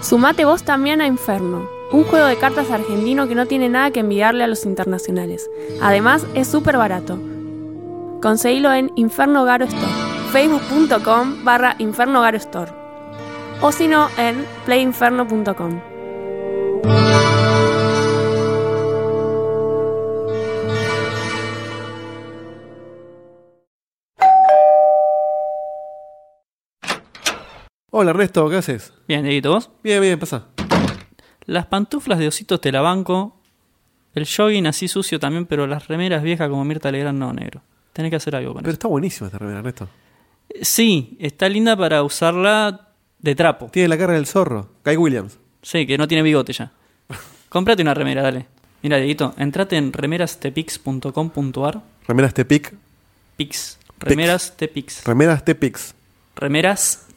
Sumate vos también a Inferno, un juego de cartas argentino que no tiene nada que envidiarle a los internacionales. Además, es súper barato. Conseguilo en Inferno Garo Store, facebook.com barra Inferno Garo Store, o si no, en playinferno.com. Hola, Ernesto, ¿qué haces? Bien, Dieguito, ¿vos? Bien, bien, pasa. Las pantuflas de ositos te la banco. El jogging así sucio también, pero las remeras viejas como Mirta Legrand no, negro. Tenés que hacer algo con Pero está buenísima esta remera, Ernesto. eso. Sí, está linda para usarla de trapo. Tiene la cara del zorro. Kai Williams. Sí, que no tiene bigote ya. Cómprate una remera, dale. Mira, Dieguito, entrate en remerastepix.com.ar. Remeras Tepic. Pix. Remeras Tepix. Remeras Tepix. Remeras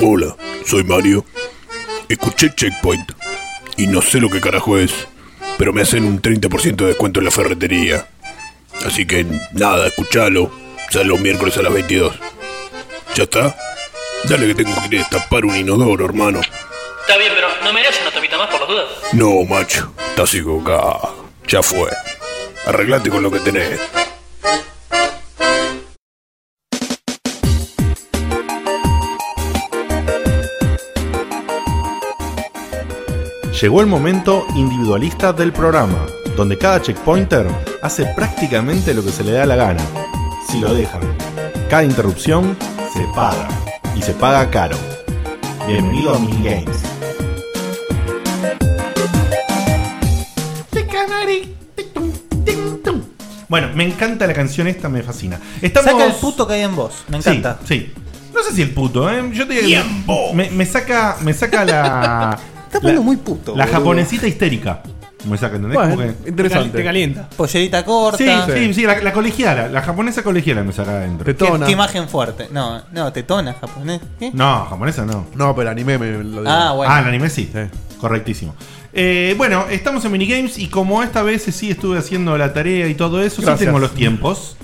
Hola, soy Mario. Escuché Checkpoint y no sé lo que carajo es, pero me hacen un 30% de descuento en la ferretería. Así que nada, escuchalo. Sale los miércoles a las 22. ¿Ya está? Dale que tengo que ir a destapar un inodoro, hermano. Está bien, pero no merece una tapita más por las dudas. No, macho, estás equivocado. Ya fue. Arreglate con lo que tenés. Llegó el momento individualista del programa, donde cada checkpointer hace prácticamente lo que se le da la gana, si lo dejan. Cada interrupción se paga, y se paga caro. Bienvenido a Minigames. Bueno, me encanta la canción esta, me fascina. Saca el puto que hay en vos. Me Sí, encanta. Sí, No sé si el puto, ¿eh? Yo te digo. Me, me saca, me saca la. Está poniendo muy puto, La boludo. japonesita histérica. Me saca, ¿entendés? Bueno, Como que- interesante. Te calienta. Pollerita corta. Sí, sí, sí, la, la colegiala. La japonesa colegiala me saca adentro. ¿Qué, qué imagen fuerte. No, no, tetona japonés. ¿Qué? No, japonesa no. No, pero anime me lo digo. Ah, bueno. el anime sí. Correctísimo. Eh, bueno, estamos en minigames y como esta vez sí estuve haciendo la tarea y todo eso, Gracias. sí tengo los tiempos.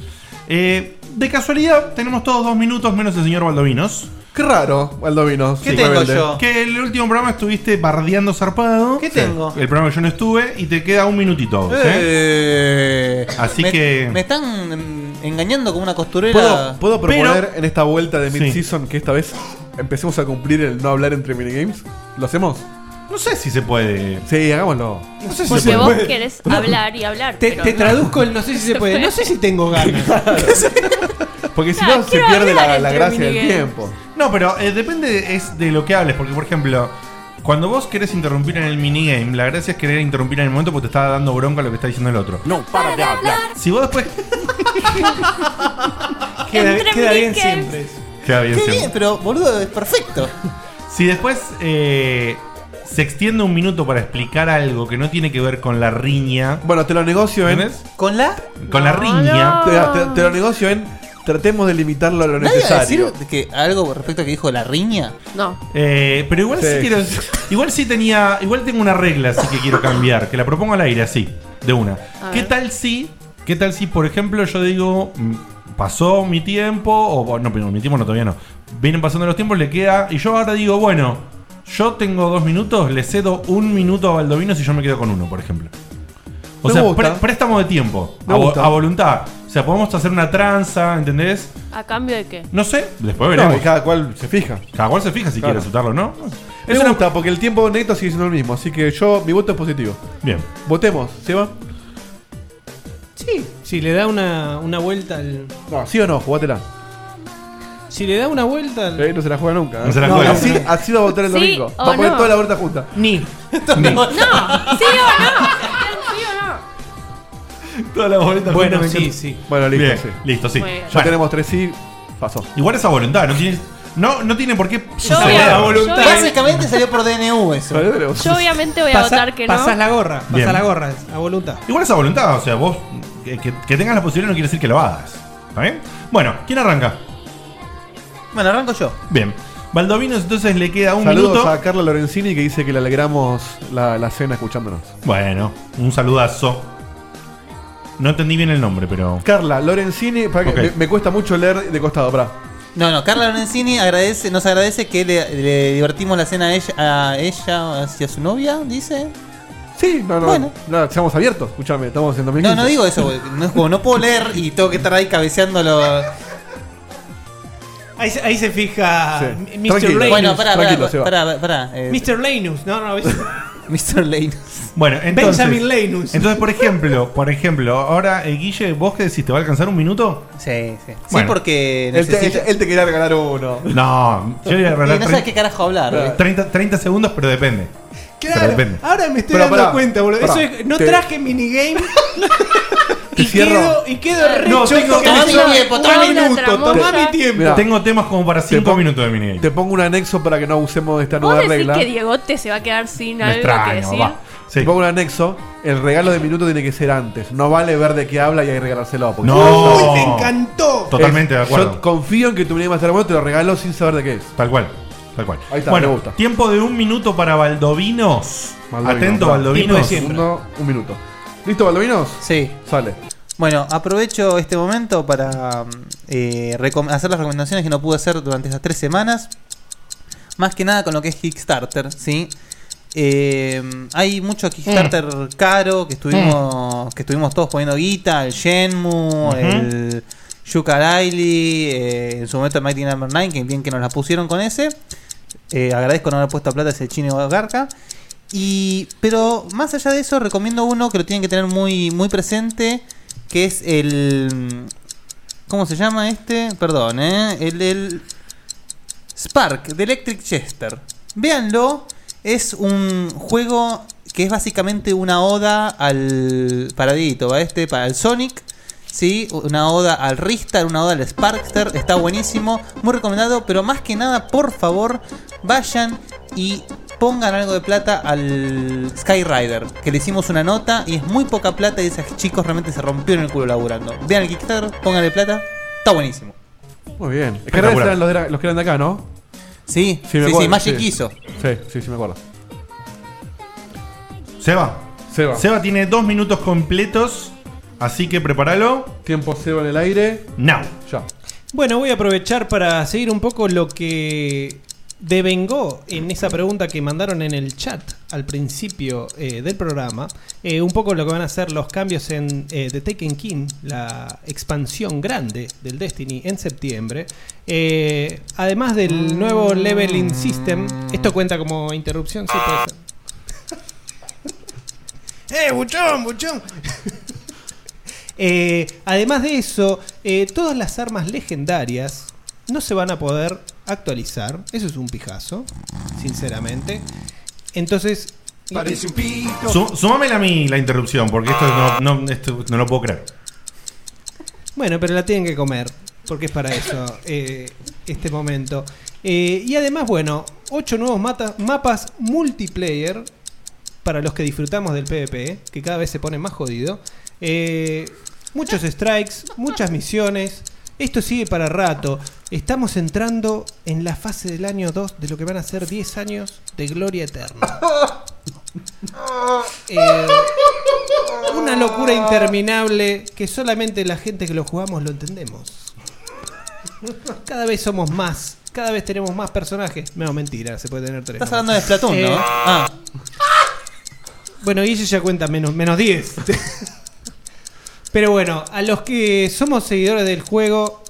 Eh, de casualidad, tenemos todos dos minutos menos el señor Baldovinos. Qué raro, Baldovinos. ¿Qué Sí, tengo rebelde. yo? Que el último programa estuviste bardeando zarpado. ¿Qué tengo? El programa que ¿eh? yo no estuve y te queda un minutito. a vos, ¿eh? Así Me- que. Me están mm, engañando como una costurera. ¿Puedo, puedo proponer en esta vuelta de mid-season que esta vez empecemos a cumplir el no hablar entre minigames? ¿Lo hacemos? No sé si se puede. Sí, hagámoslo. No sé Porque vos querés hablar y hablar. Te, pero te no. traduzco el no sé si se puede. No sé si tengo ganas. Porque si no, se quiero pierde hablar la- la entre gracia del minigames. tiempo. No, pero eh, depende es de lo que hables. Porque, por ejemplo, cuando vos querés interrumpir en el minigame, la gracia es querer interrumpir en el momento porque te está dando bronca lo que está diciendo el otro. No, para de hablar. Si vos después. Queda- Entre queda bien minigames. siempre. Queda bien Qué siempre. bien, pero boludo, es perfecto. Si después eh, se extiende un minuto para explicar algo que no tiene que ver con la riña. Bueno, te lo negocio en. ¿Con la? Con la riña. Te, te- te lo negocio en. Tratemos de limitarlo a lo ¿Nadie va a decir necesario. que algo respecto a que dijo la riña? No. Eh, pero igual sí. Sí. quiero. Igual sí tenía. Igual tengo una regla así que quiero cambiar. Que la propongo al aire así. De una. A ¿Qué ver. tal si? ¿Qué tal si, por ejemplo, yo digo. mm, Pasó mi tiempo. O bueno, no, pero mi tiempo no todavía no. Vienen pasando los tiempos, le queda. Y yo ahora digo, bueno, yo tengo dos minutos, le cedo un minuto a Baldovino si yo me quedo con uno, por ejemplo. O Me sea, gusta. pre- préstamo de tiempo. Me A, vo- gusta. a voluntad. O sea, podemos hacer una tranza, ¿entendés? ¿A cambio de qué? No sé, después No, veremos. y cada cual se fija. Cada cual se fija si Claro. quiere aceptarlo o no. Me gusta, porque el tiempo neto sigue siendo el mismo. Así que yo, mi voto es positivo. Bien. Votemos, Seba. Sí, si le da una, Ah, una vuelta al. No, sí o no, jugátela. Si le da una vuelta al. Eh, no se la juega nunca. ¿eh? No se la juega. Así, así va a votar el Sí domingo. o Va a poner no. toda la vuelta junta. Ni. ¿Sí o no? ¿Sí o no? Toda la boleta Bueno, junta, me sí, encanta. sí. Bueno, listo, Bien, sí. Listo, sí. Muy bien. Ya tenemos tres sí, pasó. Igual esa voluntad, no tiene, no, no tiene por qué voy a- suceder. La voluntad. yo voy a- Básicamente salió por DNU eso. Yo obviamente voy a Pasa- votar que no. Pasás la gorra, pasás Bien. la gorra, a voluntad. Igual esa voluntad, o sea, vos que, que- que tengas la posibilidad no quiere decir que lo hagas. ¿Está bien? Bueno, ¿quién arranca? Bueno, arranco yo. Bien. Baldovinos entonces le queda un Saludos minuto. a Carla Lorenzini que dice que le alegramos la, la cena escuchándonos. Bueno, un saludazo. No entendí bien el nombre, pero. Carla Lorenzini, para que- Ok. me, me cuesta mucho leer de costado, pará. No, no, Carla Lorenzini agradece, nos agradece que le, le divertimos la cena a ella, a ella, hacia su novia, dice. Sí, no, no, Bueno. no, seamos abiertos, escúchame, estamos en 2015. No, no digo eso, güey, no es como no puedo leer y tengo que estar ahí cabeceando los. Ahí, se- ahí se fija Sí. Mr. Lanus. Bueno, pará, pará, pará, pará. eh, Mr. Lanus, no, no, es- Mr. Lanus. Bueno, entonces. Benjamin Lanus. Entonces, por ejemplo, por ejemplo, ahora, eh, Guille, ¿vos qué decís? ¿Te va a alcanzar un minuto? Sí, sí. Bueno. sí, porque. Él te- necesita- Él te quería regalar uno. No, yo le voy a regalar Y no sabes qué carajo ¿eh? hablar, güey. 30, 30 segundos, pero depende. Pero Claro, depende. ahora me estoy Pero dando pará, cuenta, boludo. pará. Eso es- no Te- traje minigame. y, cierro. quedo, y quedo re No, choto tengo- que Tomá me lleva mi tiempo, un tomá mi minuto, minuto, tomá tomá mi tiempo. Mirá. Tengo temas como para 5 minutos de minigame. Te pongo un anexo para que no abusemos de esta ¿Vos nueva decís regla. que Diegote se va a quedar sin Me algo que extraño, decir? va. Te pongo un anexo. El regalo de minuto tiene que ser antes. No vale ver de qué habla y ahí regalárselo. porque- No. Uy, me encantó. Totalmente de acuerdo. Yo confío en que tu minigame va a estar bueno, te lo regalo sin saber de qué es. Tal cual. Tal cual. Ahí está, me bueno, gusta. tiempo de un minuto para Baldovinos. Atento, Baldovino. Baldovinos. Uno, un minuto. ¿Listo, Baldovinos? Sí. Sale. Bueno, aprovecho este momento para mm, eh, recom- hacer las recomendaciones que no pude hacer durante estas tres semanas. Más que nada con lo que es Kickstarter, ¿sí? Eh, hay mucho Kickstarter caro que estuvimos que estuvimos todos poniendo guita, el Shenmue, Ujú. el Yooka-Laylee, eh, en su momento el Mighty Number 9, que bien que nos la pusieron con ese. Eh, agradezco no haber puesto plata a ese chino Garca. Y, pero más allá de eso, recomiendo uno que lo tienen que tener muy, muy presente, que es el... ¿Cómo se llama este? Perdón, ¿eh? El, el Spark de Electric Chester. Véanlo, es un juego que es básicamente una oda al paradito, a este, para el Sonic. Sí, una oda al Ristar, una oda al Sparkster, está buenísimo, muy recomendado, pero más que nada, por favor, vayan y pongan algo de plata al Skyrider, que le hicimos una nota y es muy poca plata y esos chicos realmente se rompieron el culo laburando. Vean el Kickstarter, pónganle plata, está buenísimo. Muy bien. Es que Espectacular. eran los, de la- los que eran de acá, ¿no? Sí, sí, sí, Magic hizo. Sí, sí, sí, me acuerdo. Seba. Seba. Seba tiene dos minutos completos. Así que prepáralo. Tiempo Seba en el aire. Now. Ya. Bueno, voy a aprovechar para seguir un poco lo que devengó en esa pregunta que mandaron en el chat al principio eh, del programa, eh, un poco lo que van a ser los cambios en eh, The Taken King, la expansión grande del Destiny en septiembre. Eh, además del nuevo leveling system, esto cuenta como interrupción, sí, puede ser. ¡Eh, buchón, buchón! Eh, además de eso, eh, todas las armas legendarias no se van a poder actualizar. Eso es un pijazo, sinceramente. Entonces. Parece un pito. Su- Súmamela a mí la interrupción, porque esto no, no, esto no lo puedo creer. Bueno, pero la tienen que comer, porque es para eso eh, este momento. Eh, y además, bueno, ocho nuevos mata- mapas multiplayer para los que disfrutamos del PvP, que cada vez se pone más jodido. Eh, muchos strikes, muchas misiones. Esto sigue para rato. Estamos entrando en la fase del año 2 de lo que van a ser 10 años de gloria eterna. Eh, una locura interminable que solamente la gente que lo jugamos lo entendemos. Cada vez somos más, cada vez tenemos más personajes. No, mentira, se puede tener tres. Estás nomás. hablando de Splatoon, Eh, ¿no? Ah. Bueno, y ella ya cuenta menos, menos 10. Pero bueno, a los que somos seguidores del juego,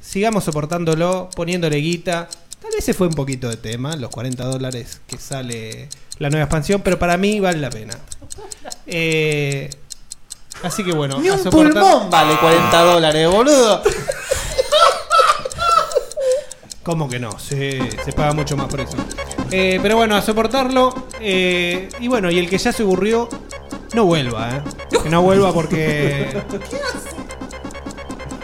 sigamos soportándolo, poniéndole guita. Tal vez se fue un poquito de tema, los 40 dólares que sale la nueva expansión, pero para mí vale la pena. Eh, así que bueno, Ni a un soportar- pulmón vale 40 dólares, boludo. ¿Cómo que no? Se, se paga mucho más por eso. Eh, pero bueno, a soportarlo. eh, y bueno, y el que ya se aburrió, no vuelva, ¿eh? Que no vuelva Eh, porque.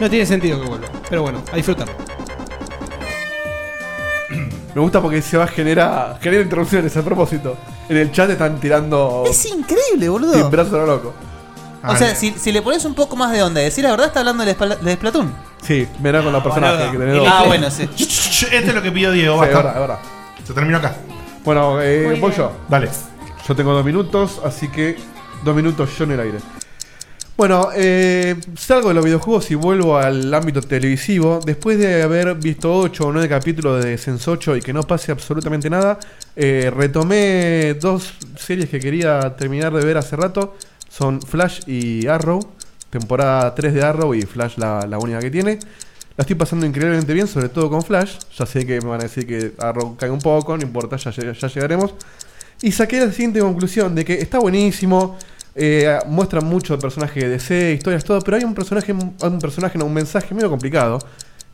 No tiene sentido que vuelva. Pero bueno, a disfrutarlo. Me gusta porque se va a generar genera interrupciones a propósito. En el chat están tirando. Es increíble, boludo. Timbrazo a lo loco. Ah, O Ah, sea, si, si le pones un poco más de onda, decir la verdad, está hablando de, Spla- de Splatoon. Sí, mirá con los personajes que tenés. Ah, bueno, sí. Este es lo que pidió Diego, Sí, basta. ahora, ahora. Se terminó acá. Bueno, eh, Muy voy bien. yo. Dale. Yo tengo dos minutos, así que dos minutos yo en el aire. Bueno, eh, salgo de los videojuegos y vuelvo al ámbito televisivo. Después de haber visto 8 o 9 capítulos de Sense 8 y que no pase absolutamente nada, eh, retomé dos series que quería terminar de ver hace rato. Son Flash y Arrow. Temporada 3 de Arrow y Flash la, la única que tiene. La estoy pasando increíblemente bien, sobre todo con Flash. Ya sé que me van a decir que Arrow cae un poco, no importa, ya, lleg- ya llegaremos. Y saqué la siguiente conclusión de que está buenísimo. eh, muestran mucho el personaje de DC, historias, todo, pero hay un personaje, un personaje, no, un mensaje medio complicado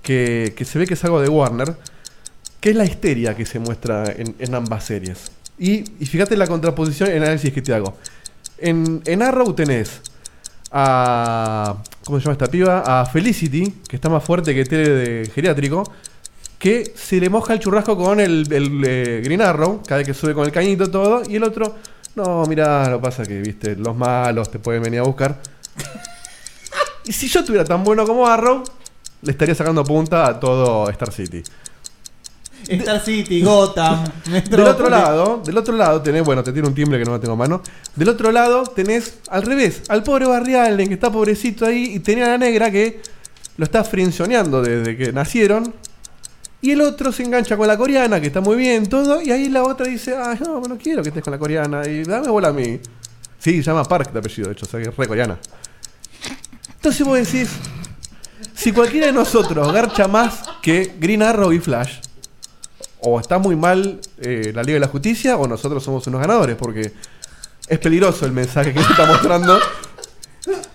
que, que se ve que es algo de Warner, que es la histeria que se muestra en, en ambas series. Y, y fíjate la contraposición en el análisis que te hago. En, en Arrow tenés a. ¿Cómo se llama esta piba? A Felicity, que está más fuerte que Tele de geriátrico, que se le moja el churrasco con el, el, eh, Green Arrow, cada vez que sube con el cañito todo, y el otro, no, mirá, lo pasa que, viste, los malos te pueden venir a buscar. y si yo estuviera tan bueno como Arrow, le estaría sacando punta a todo Star City. Star City, Gotham. Del otro Metrópolis. lado, del otro lado tenés, bueno, te tiene un timbre que no lo tengo a mano. Del otro lado tenés al revés, al pobre Barry Allen que está pobrecito ahí y tenía a la negra que lo está frinzoneando desde que nacieron. Y el otro se engancha con la coreana, que está muy bien, todo. Y ahí la otra dice, ah, no, no quiero que estés con la coreana. Y dame bola a mí. Sí, se llama Park de apellido, de hecho, o sea que es re coreana. Entonces vos decís, si cualquiera de nosotros garcha más que Green Arrow y Flash, o está muy mal eh, la Liga de la Justicia, o nosotros somos unos ganadores, porque es peligroso el mensaje que se está mostrando,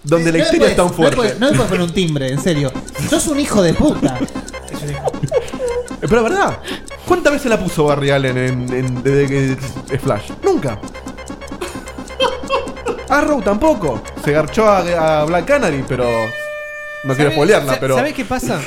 donde la No histeria le es tan puedes- fuerte. No le puedes- no le puedes poner un timbre, en serio. Sos un hijo de puta. Eh, Pero la verdad, ¿cuántas veces la puso Barry Allen en, en- desde que es Flash? Nunca. Arrow tampoco. Se garchó a, a Black Canary, pero. No quiero ¿Sabés- spoilearla, Ah, sa- pero. ¿Sabés qué pasa?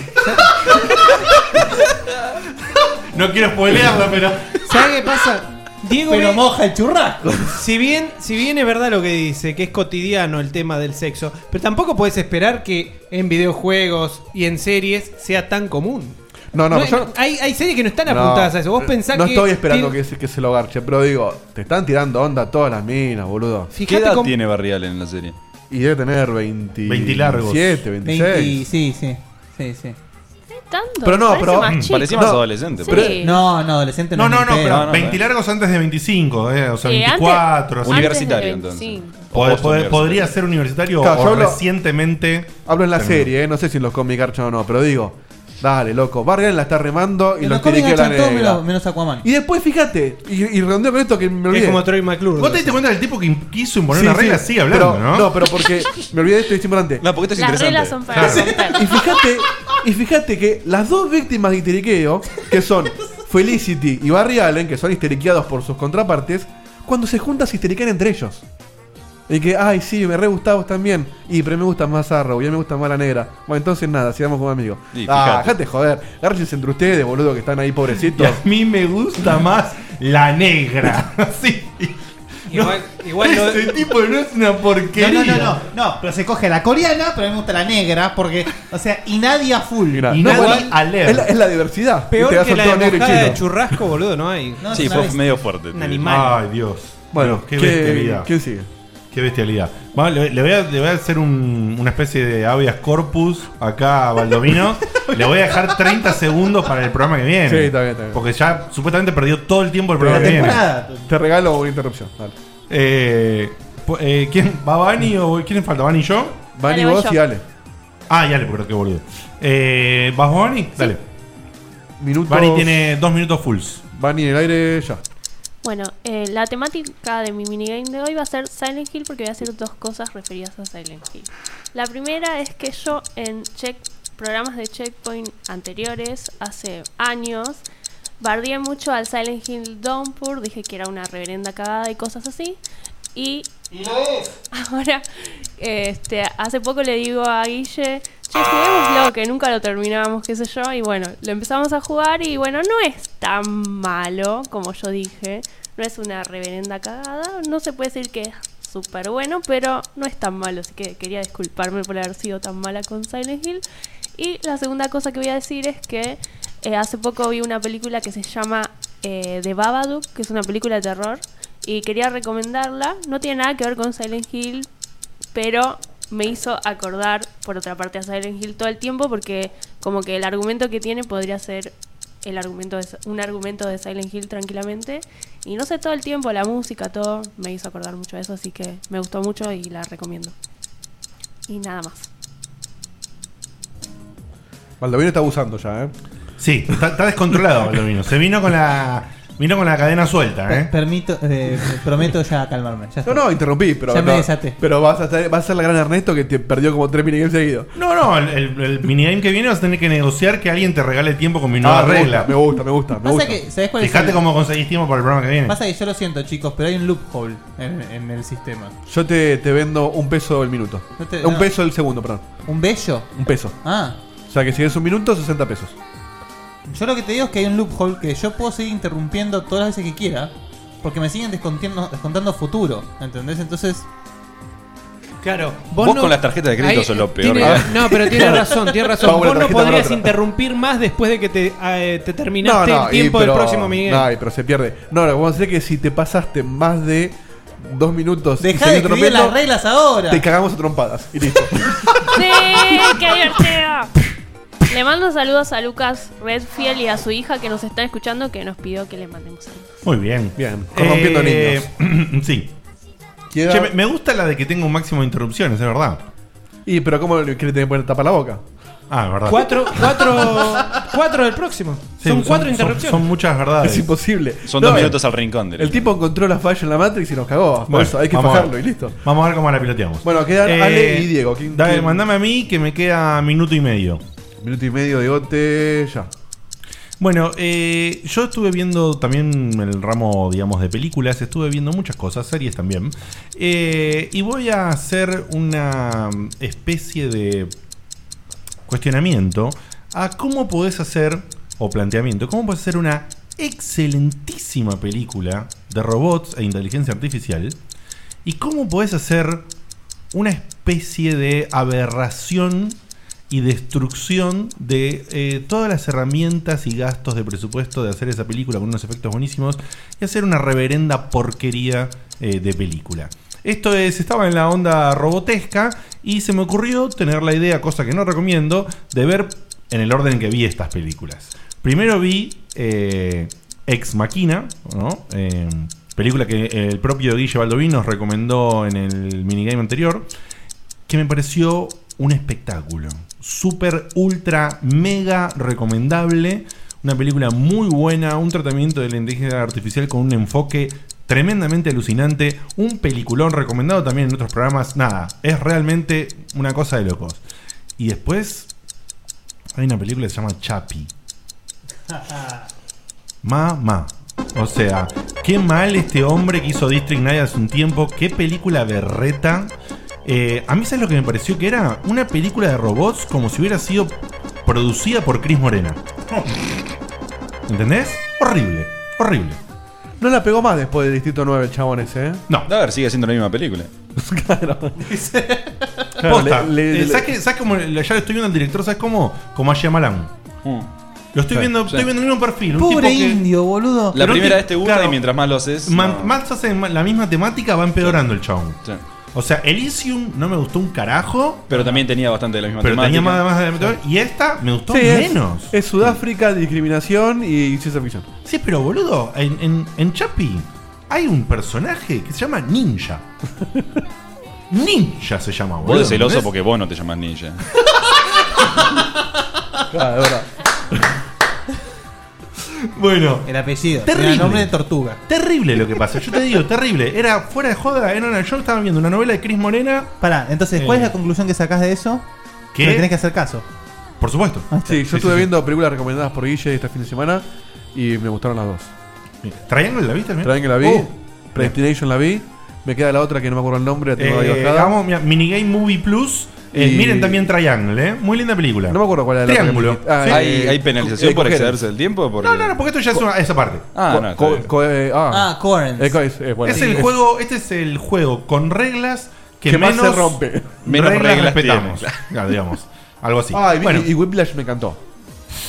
No quiero spoilearla, pero. ¿Sabes qué pasa? Diego Pero moja el churrasco. Si bien, si bien es verdad lo que dice, que es cotidiano el tema del sexo, pero tampoco puedes esperar que en videojuegos y en series sea tan común. No, no, yo- hay, hay series que no están No, eh, apuntadas a eso. Vos pensás no que. estoy esperando tiene- que, se- que se lo garche, pero digo, te están tirando onda todas las minas, boludo. ¿Qué edad tiene Barry Allen en la serie? Y debe tener 20. 20 largos. 27, 26. sí, sí. Sí, sí. tanto. Pero no, parece pero- más chico. Parecía más adolescente. Sí. pero- No, no, adolescente No, no. no, no, ni pedo. pero 20 largos antes de 25, eh, o sea, Sí, antes- 24. así. antes de 25. Pod- Post pod- universitario. podría ser universitario Claro, yo o hablo- recientemente. Hablo en la Terminó. serie, eh, no sé si en los cómics garchan o no, pero digo, dale, loco, Bargain la está remando y En lo los cómics tiene que la garchan todo negra. menos, menos Aquaman. Y después, fíjate, y, y redondeo con esto que me olvidé. como Troy McClure. ¿Vos te diste cuenta del tipo que quiso imponer una regla? Sigue hablando, pero, ¿no? No, pero porque me olvidé de esto y es importante. No, porque esto es Las interesante. reglas son para romper. Y fíjate, y fíjate que las dos víctimas de histeriqueo, que son Felicity y Barry Allen, que son histeriqueados por sus contrapartes, cuando se juntan se histeriquean entre ellos. Y que, ay, sí, me re gustaba vos también. Y pero me gusta más Arrow, ya me gusta más la negra. Bueno, entonces nada, sigamos como amigos. Y ah, fíjate. dejate joder. Gárchense entre ustedes, boludo, que están ahí Y pobrecitos. a mí me gusta más la negra. Igual, igual no- este tipo no es una porquería. No, no, no, no, no, pero se coge la coreana, pero a mí me gusta la negra, porque, o sea, y nadie a full. Y no, igual- es la- es la diversidad. Peor Viste, que hacen la todo negro y emboscada de chino. churrasco, boludo, no hay. No, Sí, fue medio fuerte. Un animal. Ay, Dios. Bueno, Dios, qué, ¿qué- bestialidad. quién sigue? Qué bestialidad. Bueno, le, le voy a, le voy a hacer un- una especie de habeas corpus acá a Baldomino. le voy a dejar 30 segundos para el programa que viene. Sí, está Porque ya supuestamente perdió todo el tiempo el Pero programa que viene. Te regalo una interrupción. Dale. Eh, po- eh, ¿Quién va Bani o quién falta? ¿Bani y yo? Bani, Dale, voy vos yo. y Ale. Ah, y Ale, pero qué boludo. Eh, ¿Vas vos, Bani? Dale. Minutos- Bani tiene dos minutos fulls. Bani en el aire ya. Bueno, eh, la temática de mi minigame de hoy va a ser Silent Hill porque voy a hacer dos cosas referidas a Silent Hill. La primera es que yo en check, programas de Checkpoint anteriores, hace años, bardeé mucho al Silent Hill Downpour, dije que era una reverenda cagada y cosas así. Y ahora, este, hace poco le digo a Guille, che, juguémoslo, que nunca lo terminábamos, qué sé yo, y bueno, lo empezamos a jugar y bueno, no es tan malo como yo dije, no es una reverenda cagada, no se puede decir que es súper bueno, pero no es tan malo, así que quería disculparme por haber sido tan mala con Silent Hill. Y la segunda cosa que voy a decir es que eh, hace poco vi una película que se llama eh, The Babadook, que es una película de terror, y quería recomendarla. No tiene nada que ver con Silent Hill, pero me hizo acordar, por otra parte, a Silent Hill todo el tiempo, porque como que el argumento que tiene podría ser el argumento de- un argumento de Silent Hill tranquilamente. Y no sé, todo el tiempo, la música, todo, me hizo acordar mucho de eso, así que me gustó mucho y la recomiendo. Y nada más. Baldovino está abusando ya, ¿eh? Sí, está, está descontrolado Baldomino. Se vino con la. Vino con la cadena suelta, eh. Permito, eh, prometo ya calmarme. ya está. No, no, interrumpí, pero. Ya me no, desaté. Pero vas a, estar- vas a ser la gran Ernesto que te perdió como tres minigames seguidos. No, no, el, el- el minigame que viene vas a tener que negociar que alguien te regale tiempo con mi Ah, nueva me regla. gusta, me gusta, me Pasa gusta. que, ¿sabés cuál es Fíjate el- cómo conseguís tiempo para el programa que viene. Pasa que yo lo siento, chicos, pero hay un loophole en, en el sistema. Yo te, te vendo un peso el minuto. No te- un no. peso el segundo, perdón. ¿Un bello? Un peso. Ah. O sea que si es un minuto, 60 pesos. Yo lo que te digo es que hay un loophole que yo puedo seguir interrumpiendo todas las veces que quiera, porque me siguen descontiendo- descontando futuro, ¿entendés? Entonces... Claro, Vos con las tarjetas de crédito sos lo peor, ¿eh? tiene- ¿verdad? no, pero tiene razón, tiene razón. Pago una Vos no tarjeta por podrías otra. interrumpir más después de que te, eh, te terminaste el y tiempo pero- del próximo Miguel. No, y pero se pierde. No, lo que vamos a hacer es que si te pasaste más de dos minutos. y Dejá seguís de escribir rompiendo, las reglas ahora. Te cagamos a trompadas. Y listo. ¡Sí! ¡Qué divertido! Le mando saludos a Lucas Redfield y a su hija que nos están escuchando que nos pidió que le mandemos saludos. Muy bien. Bien. Corrompiendo niños. sí. Che, me, me gusta la de que tenga un máximo de interrupciones, es verdad. Y pero ¿cómo le querés tener poner tapa la boca? Ah, es verdad. Cuatro, cuatro, cuatro del próximo. Sí, son son- cuatro son- interrupciones. Son muchas verdades. Es imposible. Son dos No, eh, minutos al rincón. El tipo encontró la falla en la Matrix y nos cagó. Por Bueno, eso hay que vamos a fajarlo y ver. listo. Vamos a ver cómo la piloteamos. Bueno, quedan Ale y Diego. ¿Quién- dale, quién? mandame a mí que me queda minuto y medio. Minuto y medio, Diegote, ya. Bueno, eh, yo estuve viendo también el ramo, digamos, de películas, estuve viendo muchas cosas, series también. Eh, y voy a hacer una especie de cuestionamiento a cómo podés hacer, o planteamiento, cómo podés hacer una excelentísima película de robots e inteligencia artificial y cómo podés hacer una especie de aberración y destrucción de eh, todas las herramientas y gastos de presupuesto de hacer esa película con unos efectos buenísimos y hacer una reverenda porquería eh, de película. Esto es, estaba en la onda robotesca y se me ocurrió tener la idea, cosa que no recomiendo, de ver en el orden en que vi estas películas. Primero vi eh, Ex Machina, ¿no? Eh, película que el propio Guille Baldoví nos recomendó en el minigame anterior, que me pareció un espectáculo. Súper, ultra, mega recomendable. Una película muy buena, un tratamiento de la inteligencia artificial con un enfoque tremendamente alucinante. Un peliculón recomendado también en otros programas. Nada, es realmente una cosa de locos. Y después hay una película que se llama Chapi. Mamá. O sea, qué mal este hombre que hizo District 9 hace un tiempo. Qué película berreta. Eh, a mí, ¿sabes lo que me pareció que era? Una película de robots como si hubiera sido producida por Chris Morena. ¿Entendés? Horrible, horrible. No la pegó más después del Distrito 9 el chabón ese, ¿eh? No. A ver, sigue siendo la misma película. Claro, Posta. le- le- Eh, ¿Sabes qué- sabes cómo? le- Ya lo estoy viendo al director, ¿sabes cómo? Como a Shyamalan. Mm. Lo estoy Sí, viendo, sí. estoy viendo el mismo perfil. un Pobre tipo que- indio, boludo. La Pero primera que- vez te gusta claro. y mientras más lo haces. Man- no. Más hace ma- la misma temática, va empeorando el chabón. Sí. O sea, Elysium no me gustó un carajo, Pero también tenía bastante de la misma pero tenía más, temática. más de Y esta me gustó Sí, es- menos. Es, Sudáfrica, discriminación y ciencia ficción. Sí, pero boludo, en, en, en Chapi hay un personaje que se llama Ninja. Ninja se llama, boludo. Vos es celoso ¿entendés? porque vos no te llamás ninja. Bueno. El apellido. Terrible. El nombre de tortuga. Terrible lo que pasa, yo te digo, terrible. Era fuera de joda, era una, yo estaba viendo una novela de Cris Morena. Pará, entonces, ¿cuál Eh. es la conclusión que sacás de eso? ¿Qué? Que le tenés que hacer caso. Por supuesto. Sí, yo Ah, Sí, estuve sí, sí. viendo películas recomendadas por Guille este fin de semana y me gustaron las dos. ¿Triangle la viste también? Triangle la vi. Oh. Predestination la vi. Me queda la otra que no me acuerdo el nombre, la tengo ahí Eh, bajada. vamos, mira, Minigame Movie Plus. Eh, Y- Miren también Triangle, ¿eh? Muy linda película. No me acuerdo cuál era la Triángulo. otra que- Ah, ¿Hay, eh, hay penalización eh, por coger. excederse del tiempo? Porque- No, no, no, porque esto ya es una, esa parte. Ah, no, está bien. ah, Corinth. Eh, co- es, eh, bueno. es el Es- juego, este es el juego con reglas que, Que más menos se rompe. Menos Menos reglas, reglas respetamos. tiene, Ya, digamos, algo así. Ah, y, bueno, y Whiplash me encantó.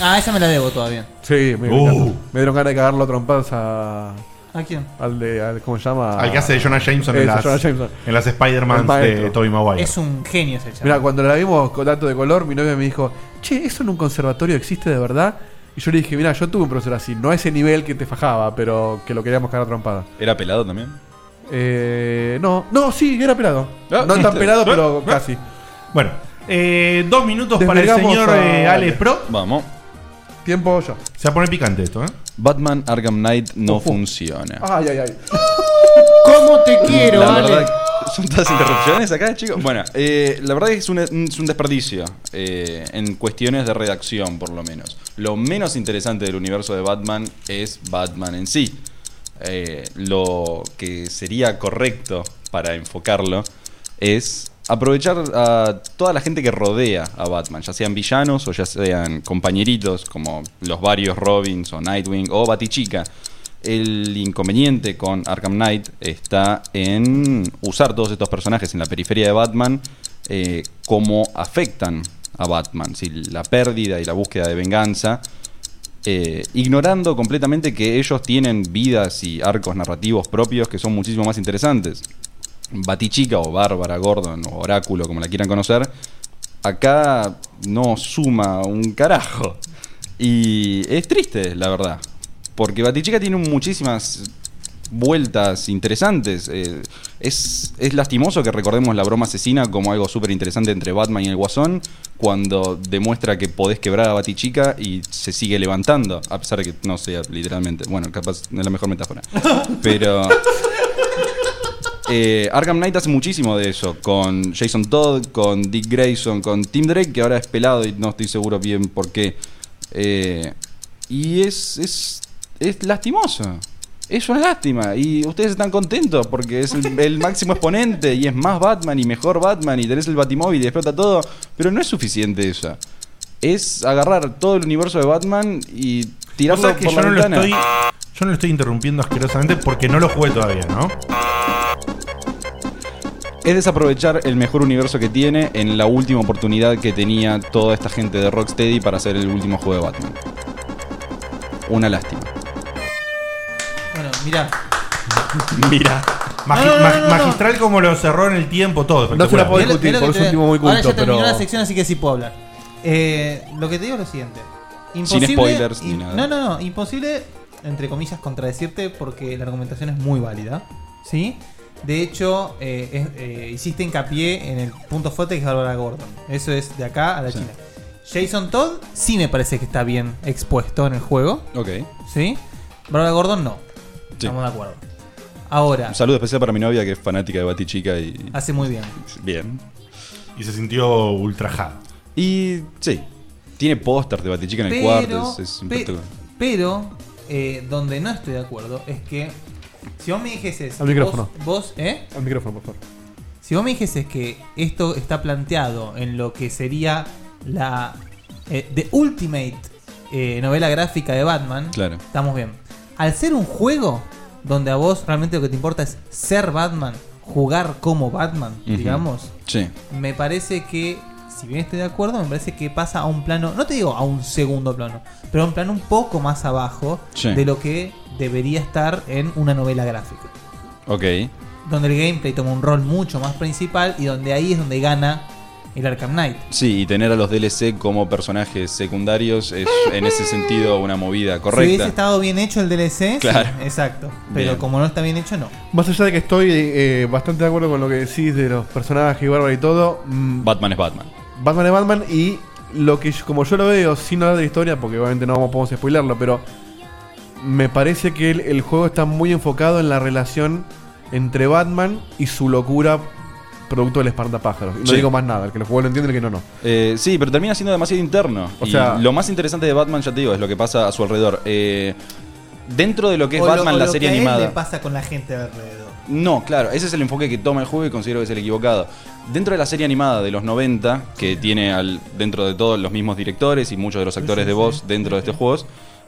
Ah, esa me la debo todavía. Sí, me, Uh. encantó. me dieron ganas de cagarlo a trompadas a. ¿A quién? Al de. al- ¿Cómo se llama? al que hace de Jonah Jameson en Eso, las, Ah. Jonah Jameson. en las Spider-Man El de maestro. Tobey Maguire. Es un genio ese chaval. Mira, cuando la vimos con tanto de color, mi novia me dijo, che, ¿eso en un conservatorio existe de verdad? Y yo le dije, mira, yo tuve un profesor así, no a ese nivel que te fajaba, pero que lo queríamos cagar a trompada. ¿Era pelado también? Eh, no, no, sí, era pelado. Ah, no tan ¿viste? pelado, Ah, pero ah. casi. Bueno, eh, dos minutos para el Desvergamos señor a- eh, Ale Pro. Vamos. Tiempo ya. Se va a poner picante esto, ¿eh? Batman Arkham Knight no funciona. Ay, ay, ay. ¿Cómo te quiero, la Ale? verdad, son todas interrupciones acá, chicos. Bueno, eh, la verdad es que es un, es un desperdicio eh, en cuestiones de redacción, por lo menos. Lo menos interesante del universo de Batman es Batman en sí. Eh, lo que sería correcto para enfocarlo es aprovechar a toda la gente que rodea a Batman, ya sean villanos o ya sean compañeritos como los varios Robins o Nightwing o Batichica. El inconveniente con Arkham Knight está en usar todos estos personajes en la periferia de Batman eh, como afectan a Batman, si la pérdida y la búsqueda de venganza, eh, ignorando completamente que ellos tienen vidas y arcos narrativos propios que son muchísimo más interesantes. Batichica o Bárbara Gordon o Oráculo, como la quieran conocer, acá no suma un carajo. Y es triste, la verdad. Porque Batichica tiene muchísimas vueltas interesantes. Eh, es, es lastimoso que recordemos la broma asesina como algo súper interesante entre Batman y el Guasón, cuando demuestra que podés quebrar a Batichica y se sigue levantando, a pesar de que no sea literalmente. Bueno, capaz no es la mejor metáfora. Pero. Eh, Arkham Knight hace muchísimo de eso, con Jason Todd, con Dick Grayson, con Tim Drake, que ahora es pelado y no estoy seguro bien por qué. Eh, y es, es, es lastimoso. Es una lástima. Y ustedes están contentos porque es el, el máximo exponente y es más Batman y mejor Batman y tenés el Batimóvil y explota todo. Pero no es suficiente eso. Es agarrar todo el universo de Batman y Vos tirarlo sabés que por yo la no, lo ventana. estoy, yo no lo estoy interrumpiendo asquerosamente porque no lo jugué todavía, ¿no? es desaprovechar el mejor universo que tiene en la última oportunidad que tenía toda esta gente de Rocksteady para hacer el último juego de Batman. Una lástima. Bueno, mirá. Mira. Magi- No, no, no, mag- no, no. magistral como lo cerró en el tiempo todo. No se la espectacular. puedo discutir, Mirá lo que porque es un te- tipo muy Ahora culto, ya terminó pero. la sección, así que sí puedo hablar. Eh, lo que te digo es lo siguiente. spoilers ni im- nada. No, no, no. Imposible, entre comillas, contradecirte porque la argumentación es muy válida. ¿Sí? De hecho, eh, es- eh, hiciste hincapié en el punto fuerte que es Barbara Gordon. Eso es de acá a la China. Jason Todd sí me parece que está bien expuesto en el juego. Ok. ¿Sí? Barbara Gordon no. Estamos de acuerdo. Ahora. Un saludo especial para mi novia que es fanática de Batichica y. Hace muy bien. Bien. Y se sintió ultrajado. Y. sí. Tiene póster de Batichica en el cuarto. Es, es un pe- espectáculo. pero, eh, donde no estoy de acuerdo es que si vos me dijeses. Al micrófono. Vos, vos, ¿eh? Al micrófono, por favor. Si vos me dijeses que esto está planteado en lo que sería la. eh, the Ultimate eh, novela gráfica de Batman. Claro. Estamos bien. Al ser un juego donde a vos realmente lo que te importa es ser Batman, jugar como Batman, Ujú. digamos. Sí. Me parece que, si bien estoy de acuerdo, me parece que pasa a un plano, no te digo a un segundo plano, pero a un plano un poco más abajo Sí. de lo que debería estar en una novela gráfica. Ok. Donde el gameplay toma un rol mucho más principal y donde ahí es donde gana el Arkham Knight. Sí, y tener a los DLC como personajes secundarios es en ese sentido una movida Si hubiese correcta. estado bien hecho el DLC, sí, Claro. exacto. Pero Bien. como no está bien hecho, no. Más allá de que estoy eh, bastante de acuerdo con lo que decís de los personajes, Bárbara y todo. mm, Batman es Batman. Batman es Batman y lo que yo- como yo lo veo, sin hablar de la historia, porque obviamente no vamos- podemos spoilerlo, pero me parece que el, el juego está muy enfocado en la relación entre Batman y su locura producto del espantapájaros. Y no Sí. digo más nada, el que lo jugó lo entiende, el que no, no. Eh, sí, pero termina siendo demasiado interno. O Y sea- lo más interesante de Batman, ya te digo, es lo que pasa a su alrededor. Eh, dentro de lo que es O lo- Batman, o la lo serie que a él animada. le pasa con la gente de alrededor. No, claro, ese es el enfoque que toma el juego y considero que es el equivocado. Dentro de la serie animada de los 90, que tiene al, dentro de todos los mismos directores y muchos de los actores de voz dentro de estos juegos,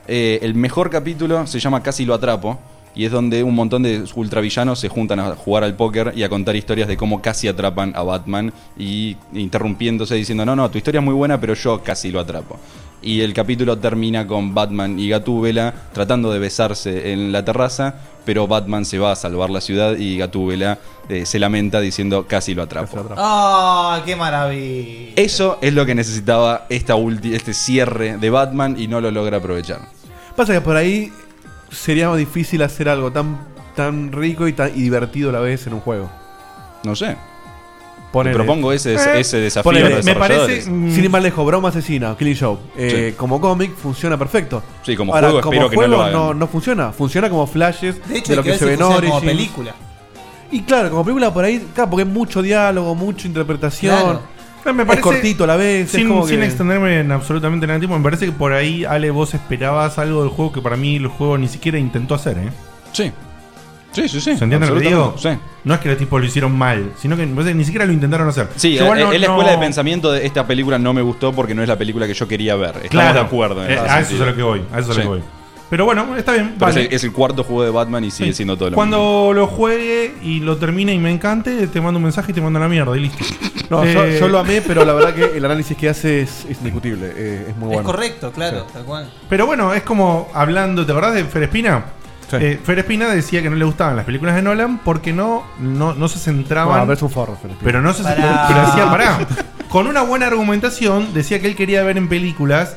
eh, el mejor capítulo se llama Casi lo atrapo. Y es donde un montón de ultravillanos se juntan a jugar al póker y a contar historias de cómo casi atrapan a Batman y interrumpiéndose diciendo, no, no, tu historia es muy buena, pero yo casi lo atrapo. Y el capítulo termina con Batman y Gatúbela tratando de besarse en la terraza, pero Batman se va a salvar la ciudad y Gatúbela eh, se lamenta diciendo casi lo atrapo. ¡Ah, qué maravilla! Eso es lo que necesitaba esta ulti- este cierre de Batman y no lo logra aprovechar. Pasa que por ahí sería difícil hacer algo tan, tan rico y, tan, y divertido a la vez en un juego. No sé. Ponele. Te propongo ese, ese desafío. Ponele, a los me parece, mm, desarrolladores. sin ir más lejos, Broma Asesina, Killing Show. Eh, Sí. Como cómic funciona perfecto. Sí, como juego espero que no lo hagan. no, no funciona. Funciona como flashes de, De hecho, hay lo que ver se si ve en funciona como Origins. película. Y claro, como película por ahí, claro, porque hay mucho diálogo, mucha interpretación. Claro. Me parece- es cortito a la vez. Sin, es como sin que... extenderme en absolutamente nada de tiempo, me parece que por ahí, Ale, vos esperabas algo del juego que para mí el juego ni siquiera intentó hacer, ¿eh? Sí. Sí, sí, sí. ¿Se entiende lo que digo? Absolutamente, No es que los tipos lo hicieron mal, sino que me parece que ni siquiera lo intentaron hacer. Sí, Yo igual eh, no- es la escuela no- de pensamiento de esta película no me gustó porque no es la película que yo quería ver. Estamos Claro. de acuerdo. en Eh, ese a eso sentido. es a lo que voy, a eso es a lo Sí. que voy. Pero bueno, está bien. Pero vale. es, el, es el cuarto juego de Batman y sigue Sí. siendo todo lo mismo. Cuando lo juegue y lo termine y me encante, te mando un mensaje y te mando a la mierda y listo. No, yo, Eh, yo lo amé, pero la verdad que el análisis que hace es, es indiscutible. eh, es muy bueno. Correcto, claro, tal cual. Pero bueno, es como hablando, ¿te acordás de Ferespina? Eh, Ferespina decía que no le gustaban las películas de Nolan porque no, no, no se centraban. No, pero es un forro, Fer Espina. Pero no se Pará. pero decía, pará. Con una buena argumentación, decía que él quería ver en películas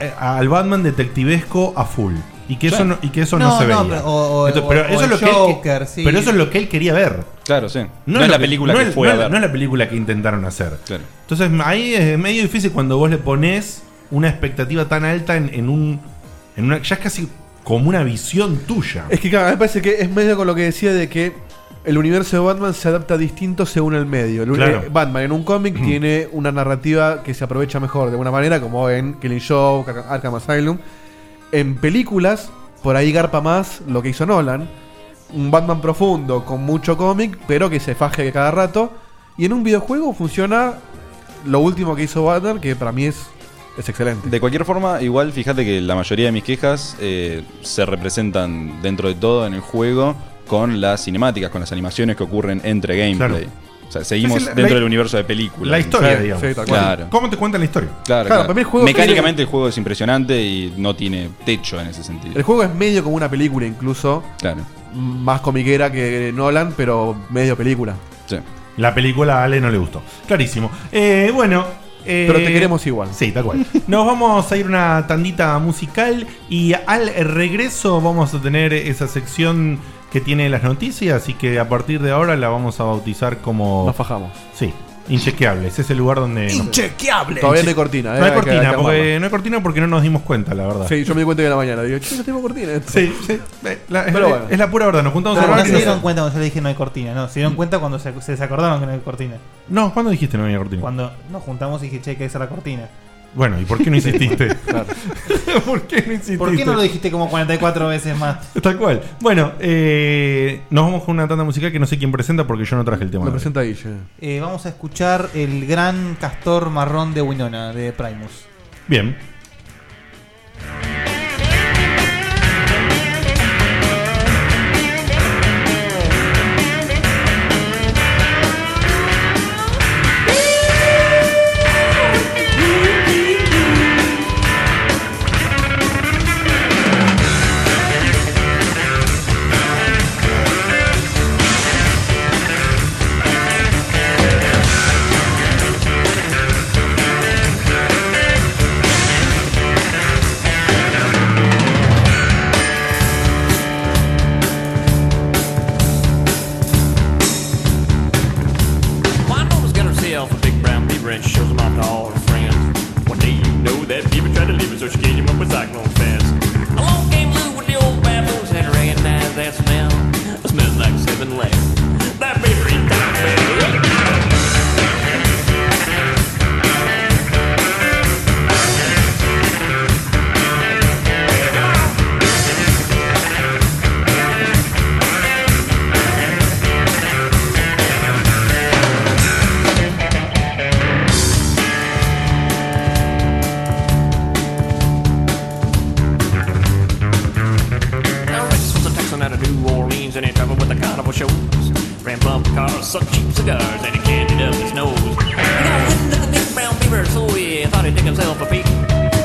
eh, al Batman detectivesco a full. Y que eso Sí. no, y que eso no, No, se no, veía. pero- o- o- Entonces, pero o- eso o es lo el que él- Joker, sí. Pero eso es lo que él quería ver. Claro, sí. No, lo es la que- película no que es- fue no a es- ver. No es la película que intentaron hacer. Claro. Entonces ahí es medio difícil cuando vos le pones una expectativa tan alta en, en un. En una, ya es casi como una visión tuya. Es que claro, a mí me parece que es medio con lo que decía de que el universo de Batman se adapta distinto según el medio. El uni- Claro. eh, Batman en un cómic tiene una narrativa que se aprovecha mejor de alguna manera, como en Killing Show, Arca- Arkham Asylum. En películas, por ahí garpa más lo que hizo Nolan. Un Batman profundo, con mucho cómic, pero que se faje cada rato. Y en un videojuego funciona lo último que hizo Batman, que para mí es, es excelente. De cualquier forma, igual fíjate que la mayoría de mis quejas eh, se representan dentro de todo en el juego con las cinemáticas, con las animaciones que ocurren entre gameplay. O sea, seguimos Es decir, la- dentro la- del universo de películas. La historia, Sí, digamos. sí, tal cual. claro. ¿Cómo te cuentan la historia? Claro, Claro, claro. para mí el juego- Mecánicamente el juego es impresionante y no tiene techo en ese sentido. El juego es medio como una película incluso. Claro. Más comiquera que Nolan, pero medio película. Sí. La película a Ale no le gustó. Clarísimo. Eh, bueno, Pero te queremos igual. Sí, tal cual. Nos vamos a ir una tandita musical y al regreso vamos a tener esa sección que tiene las noticias y que a partir de ahora la vamos a bautizar como... Nos fajamos. Sí, inchequeables. Es el lugar donde... Inchequeable. Todavía no hay cortina, eh, No hay hay que- hay cortina, que porque, armarla. no hay cortina porque no nos dimos cuenta, la verdad. Sí, yo me di cuenta que la mañana. Digo, che, no tengo cortina. Sí, sí. La- es, Pero bueno. es la pura verdad. Nos Mm. juntamos Ah, a no grabar se y- dieron cuenta cuando yo le dije no hay cortina, no. Se dieron cuenta cuando se, se desacordaron que no hay cortina. No, ¿cuándo dijiste no había cortina? Cuando nos juntamos y dije, che, hay que hacer la cortina. Bueno, ¿y por qué no insististe? ¿Por qué no insististe? ¿Por qué no lo dijiste como 44 veces más? Tal cual. Bueno, eh, nos vamos con una tanda musical que no sé quién presenta porque yo no traje el tema. Lo presenta Guille. Eh, vamos a escuchar el gran castor marrón de Winona, de Primus. Bien. Wine always got herself a big brown beaver and she shows them off to all her friends. One day you know that beaver tried to leave her, so she gave him up a cyclone fence. Along came Lou with the old baboons and recognized that smell. It smells like seven lamps. That beaver he died Now Rex was a Texan out of New Orleans and he traveled with the carnival shows. Ran bump cars, sucked cheap cigars, and he candied up his nose. He got wind of the big brown beaver, so he thought he'd dig himself a peek.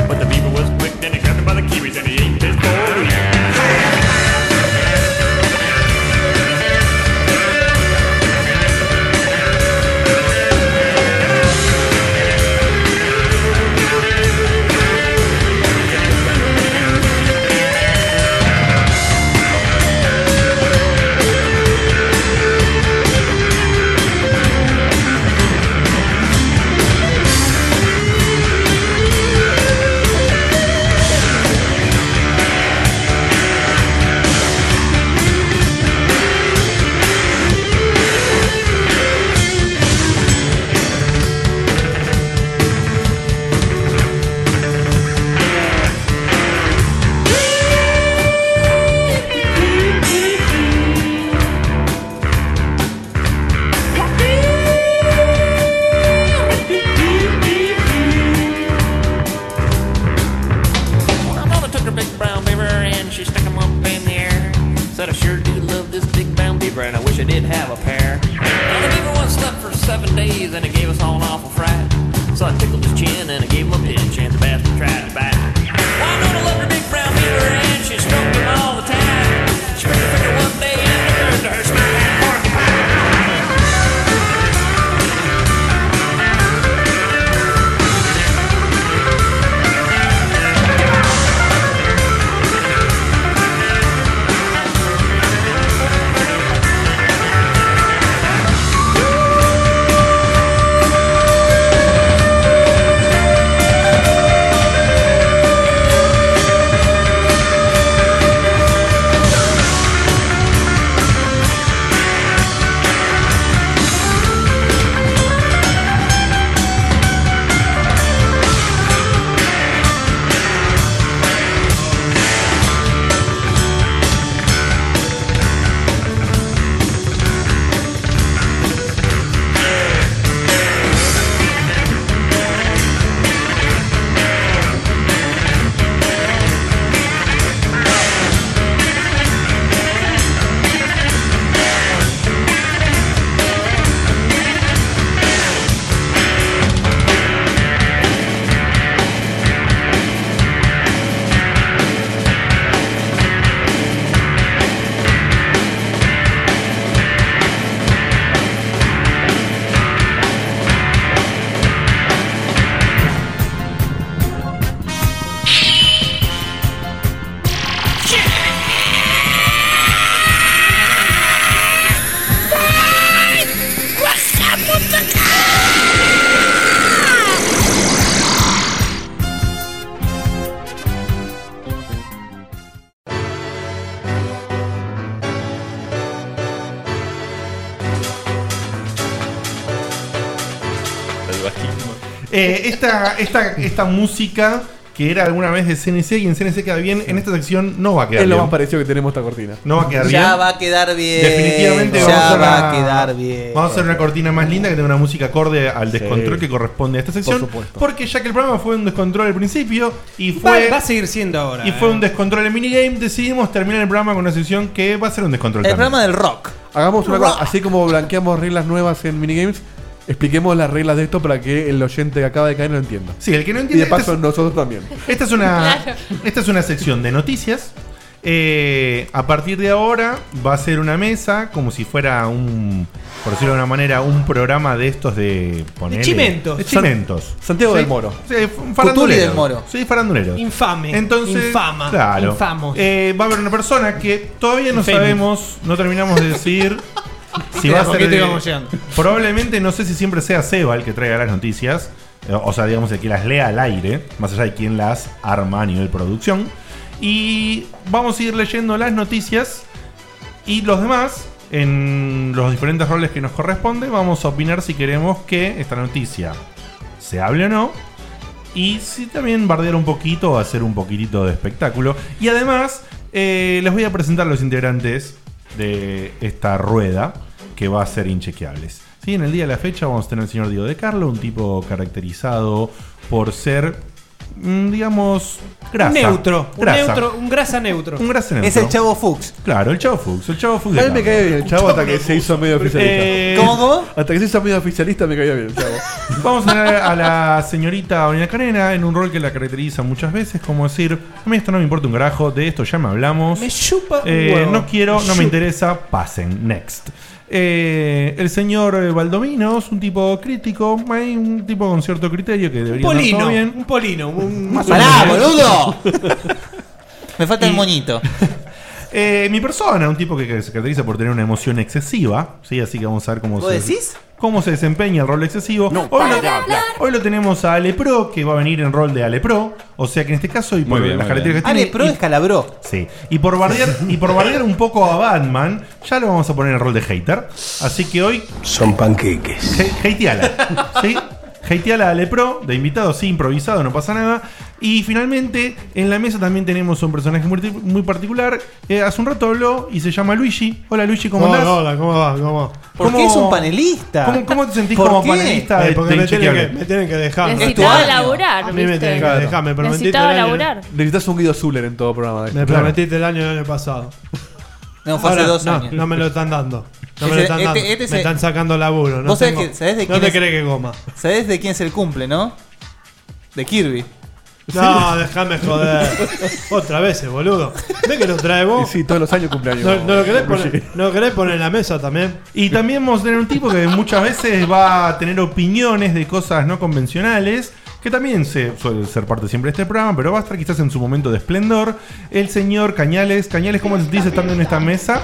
But the beaver was quick, then he grabbed him by the kiwis and he ate his for a week. My mama took her big brown beaver and she stuck him up in the air. Said I sure do love this big brown beaver and I wish I did have a pair. Now the beaver was stuck for seven days and it gave us all an awful fright. So I tickled his chin and I gave him a pinch and the bastard tried to bite. Well, I know I love her big brown beaver and she stroked him all the time. She picked a finger one day and it turned to her smile. Eh, esta, esta, esta música que era alguna vez de CNC y en CNC queda bien, en esta sección no va a quedar Es lo bien. más parecido que tenemos esta cortina. No va a quedar bien. Ya va a quedar bien. Definitivamente Ya vamos a, va una- a quedar bien. Vamos a hacer una cortina más linda que tenga una música acorde al descontrol que corresponde a esta sección. supuesto. Porque ya que el programa fue un descontrol al principio y fue. Va- va a seguir siendo ahora, Y eh. fue un descontrol en minigame, decidimos terminar el programa con una sección que va a ser un descontrol. también. Hagamos una cosa, así como blanqueamos reglas nuevas en minigames, expliquemos las reglas de esto para que el oyente que acaba de caer no entienda. Sí, el que no entiende, Y de paso este es- nosotros también. Esta es una, esta es una sección de noticias. Eh, a partir de ahora va a ser una mesa, como si fuera un, por decirlo de una manera, un programa de estos de ponele- chimentos. de chimentos. San- Santiago Sí, del Moro. Sí, faranduleros. del Moro. Sí, faranduleros. Infame. Entonces, infama. claro. Infamos. Eh, va a haber una persona que todavía no Infame. sabemos, no terminamos de decir si va a ¿Con ser. qué te de- vamos llegando? probablemente no sé si siempre sea Seba el que traiga las noticias, eh, o sea, digamos el que las lea al aire, más allá de quién las arma a nivel producción. Y vamos a ir leyendo las noticias y los demás. En los diferentes roles que nos corresponde, vamos a opinar si queremos que esta noticia se hable o no. Y si también bardear un poquito o hacer un poquitito de espectáculo. Y además, eh, les voy a presentar los integrantes de esta rueda que va a ser inchequeables. ¿Sí? En el día de la fecha vamos a tener al señor Diego de Carlo, un tipo caracterizado por ser, mm, digamos, grasa. neutro, un Grasa. neutro, un grasa neutro. Un grasa neutro. Es el Chavo Fuchs. Claro, el Chavo Fuchs. El Chavo Fuchs. de A mí me Carlo. cae bien el chavo hasta que se hizo medio oficialista. Eh, ¿Cómo, cómo? Hasta que se hizo medio oficialista me caía bien el chavo. Vamos a tener a la señorita Orina Carena en un rol que la caracteriza muchas veces, como decir, a mí esto no me importa un carajo, de esto ya me hablamos. Me chupa un Eh, huevo. No quiero, no Chup- me interesa, pasen, next. Eh, el señor eh, Valdominos, un tipo crítico, hay un tipo con cierto criterio que debería andar todo polino, bien. un polino, un Más o ¡Pará, menos. boludo! Me falta el Y- moñito. Eh, mi persona, un tipo que se caracteriza por tener una emoción excesiva, ¿sí? así que vamos a ver cómo ¿Vos se, decís? cómo se desempeña el rol excesivo. hoy, para lo, de hablar. hoy lo tenemos a Alepro, que va a venir en rol de Alepro, o sea que en este caso, y por bien, muy las bien. características que tiene, Alepro y- es Calabró. Sí, y por, bardear, y por bardear un poco a Batman, ya lo vamos a poner en rol de hater, así que hoy... Son panqueques. He- Hateala, ¿sí? Hateala a Lepro, de invitado, sí, improvisado, no pasa nada. Y finalmente, en la mesa también tenemos un personaje muy, muy particular. Eh, hace un rato habló y se llama Luigi. Hola Luigi, ¿cómo andás? Hola, hola, ¿cómo va? ¿Cómo va? ¿Por qué ¿Cómo- es un panelista? cómo- cómo te sentís ¿Por como qué? panelista de- Eh, porque de me, tienen que, Inchequeable? me tienen que dejar. Necesitaba laburar, A mí me ¿viste? tienen que Claro. dejar, me prometiste. Necesitaba el año- laburar. Necesitas un Guido Zuller en todo programa. de Me esto. prometiste el año, el año pasado. No, fue hace Ahora, dos no, años. No me lo están dando. No me lo Ese- están este- dando. este es me el- están sacando laburo. No ¿Vos sabés tengo- que- sabés de no quién te es- crees que goma. ¿Sabés de quién es el cumple, no? De Kirby. No, déjame joder. Otra vez, eh, boludo. ¿Ves que lo trae vos? Sí, todos los años cumpleaños. No, no lo querés poner, no lo querés poner en la mesa también. Y también vamos a tener un tipo que muchas veces va a tener opiniones de cosas no convencionales, que también se, suele ser parte siempre de este programa, pero va a estar quizás en su momento de esplendor. El señor Cañales. Cañales, ¿cómo te sentís estando en esta mesa?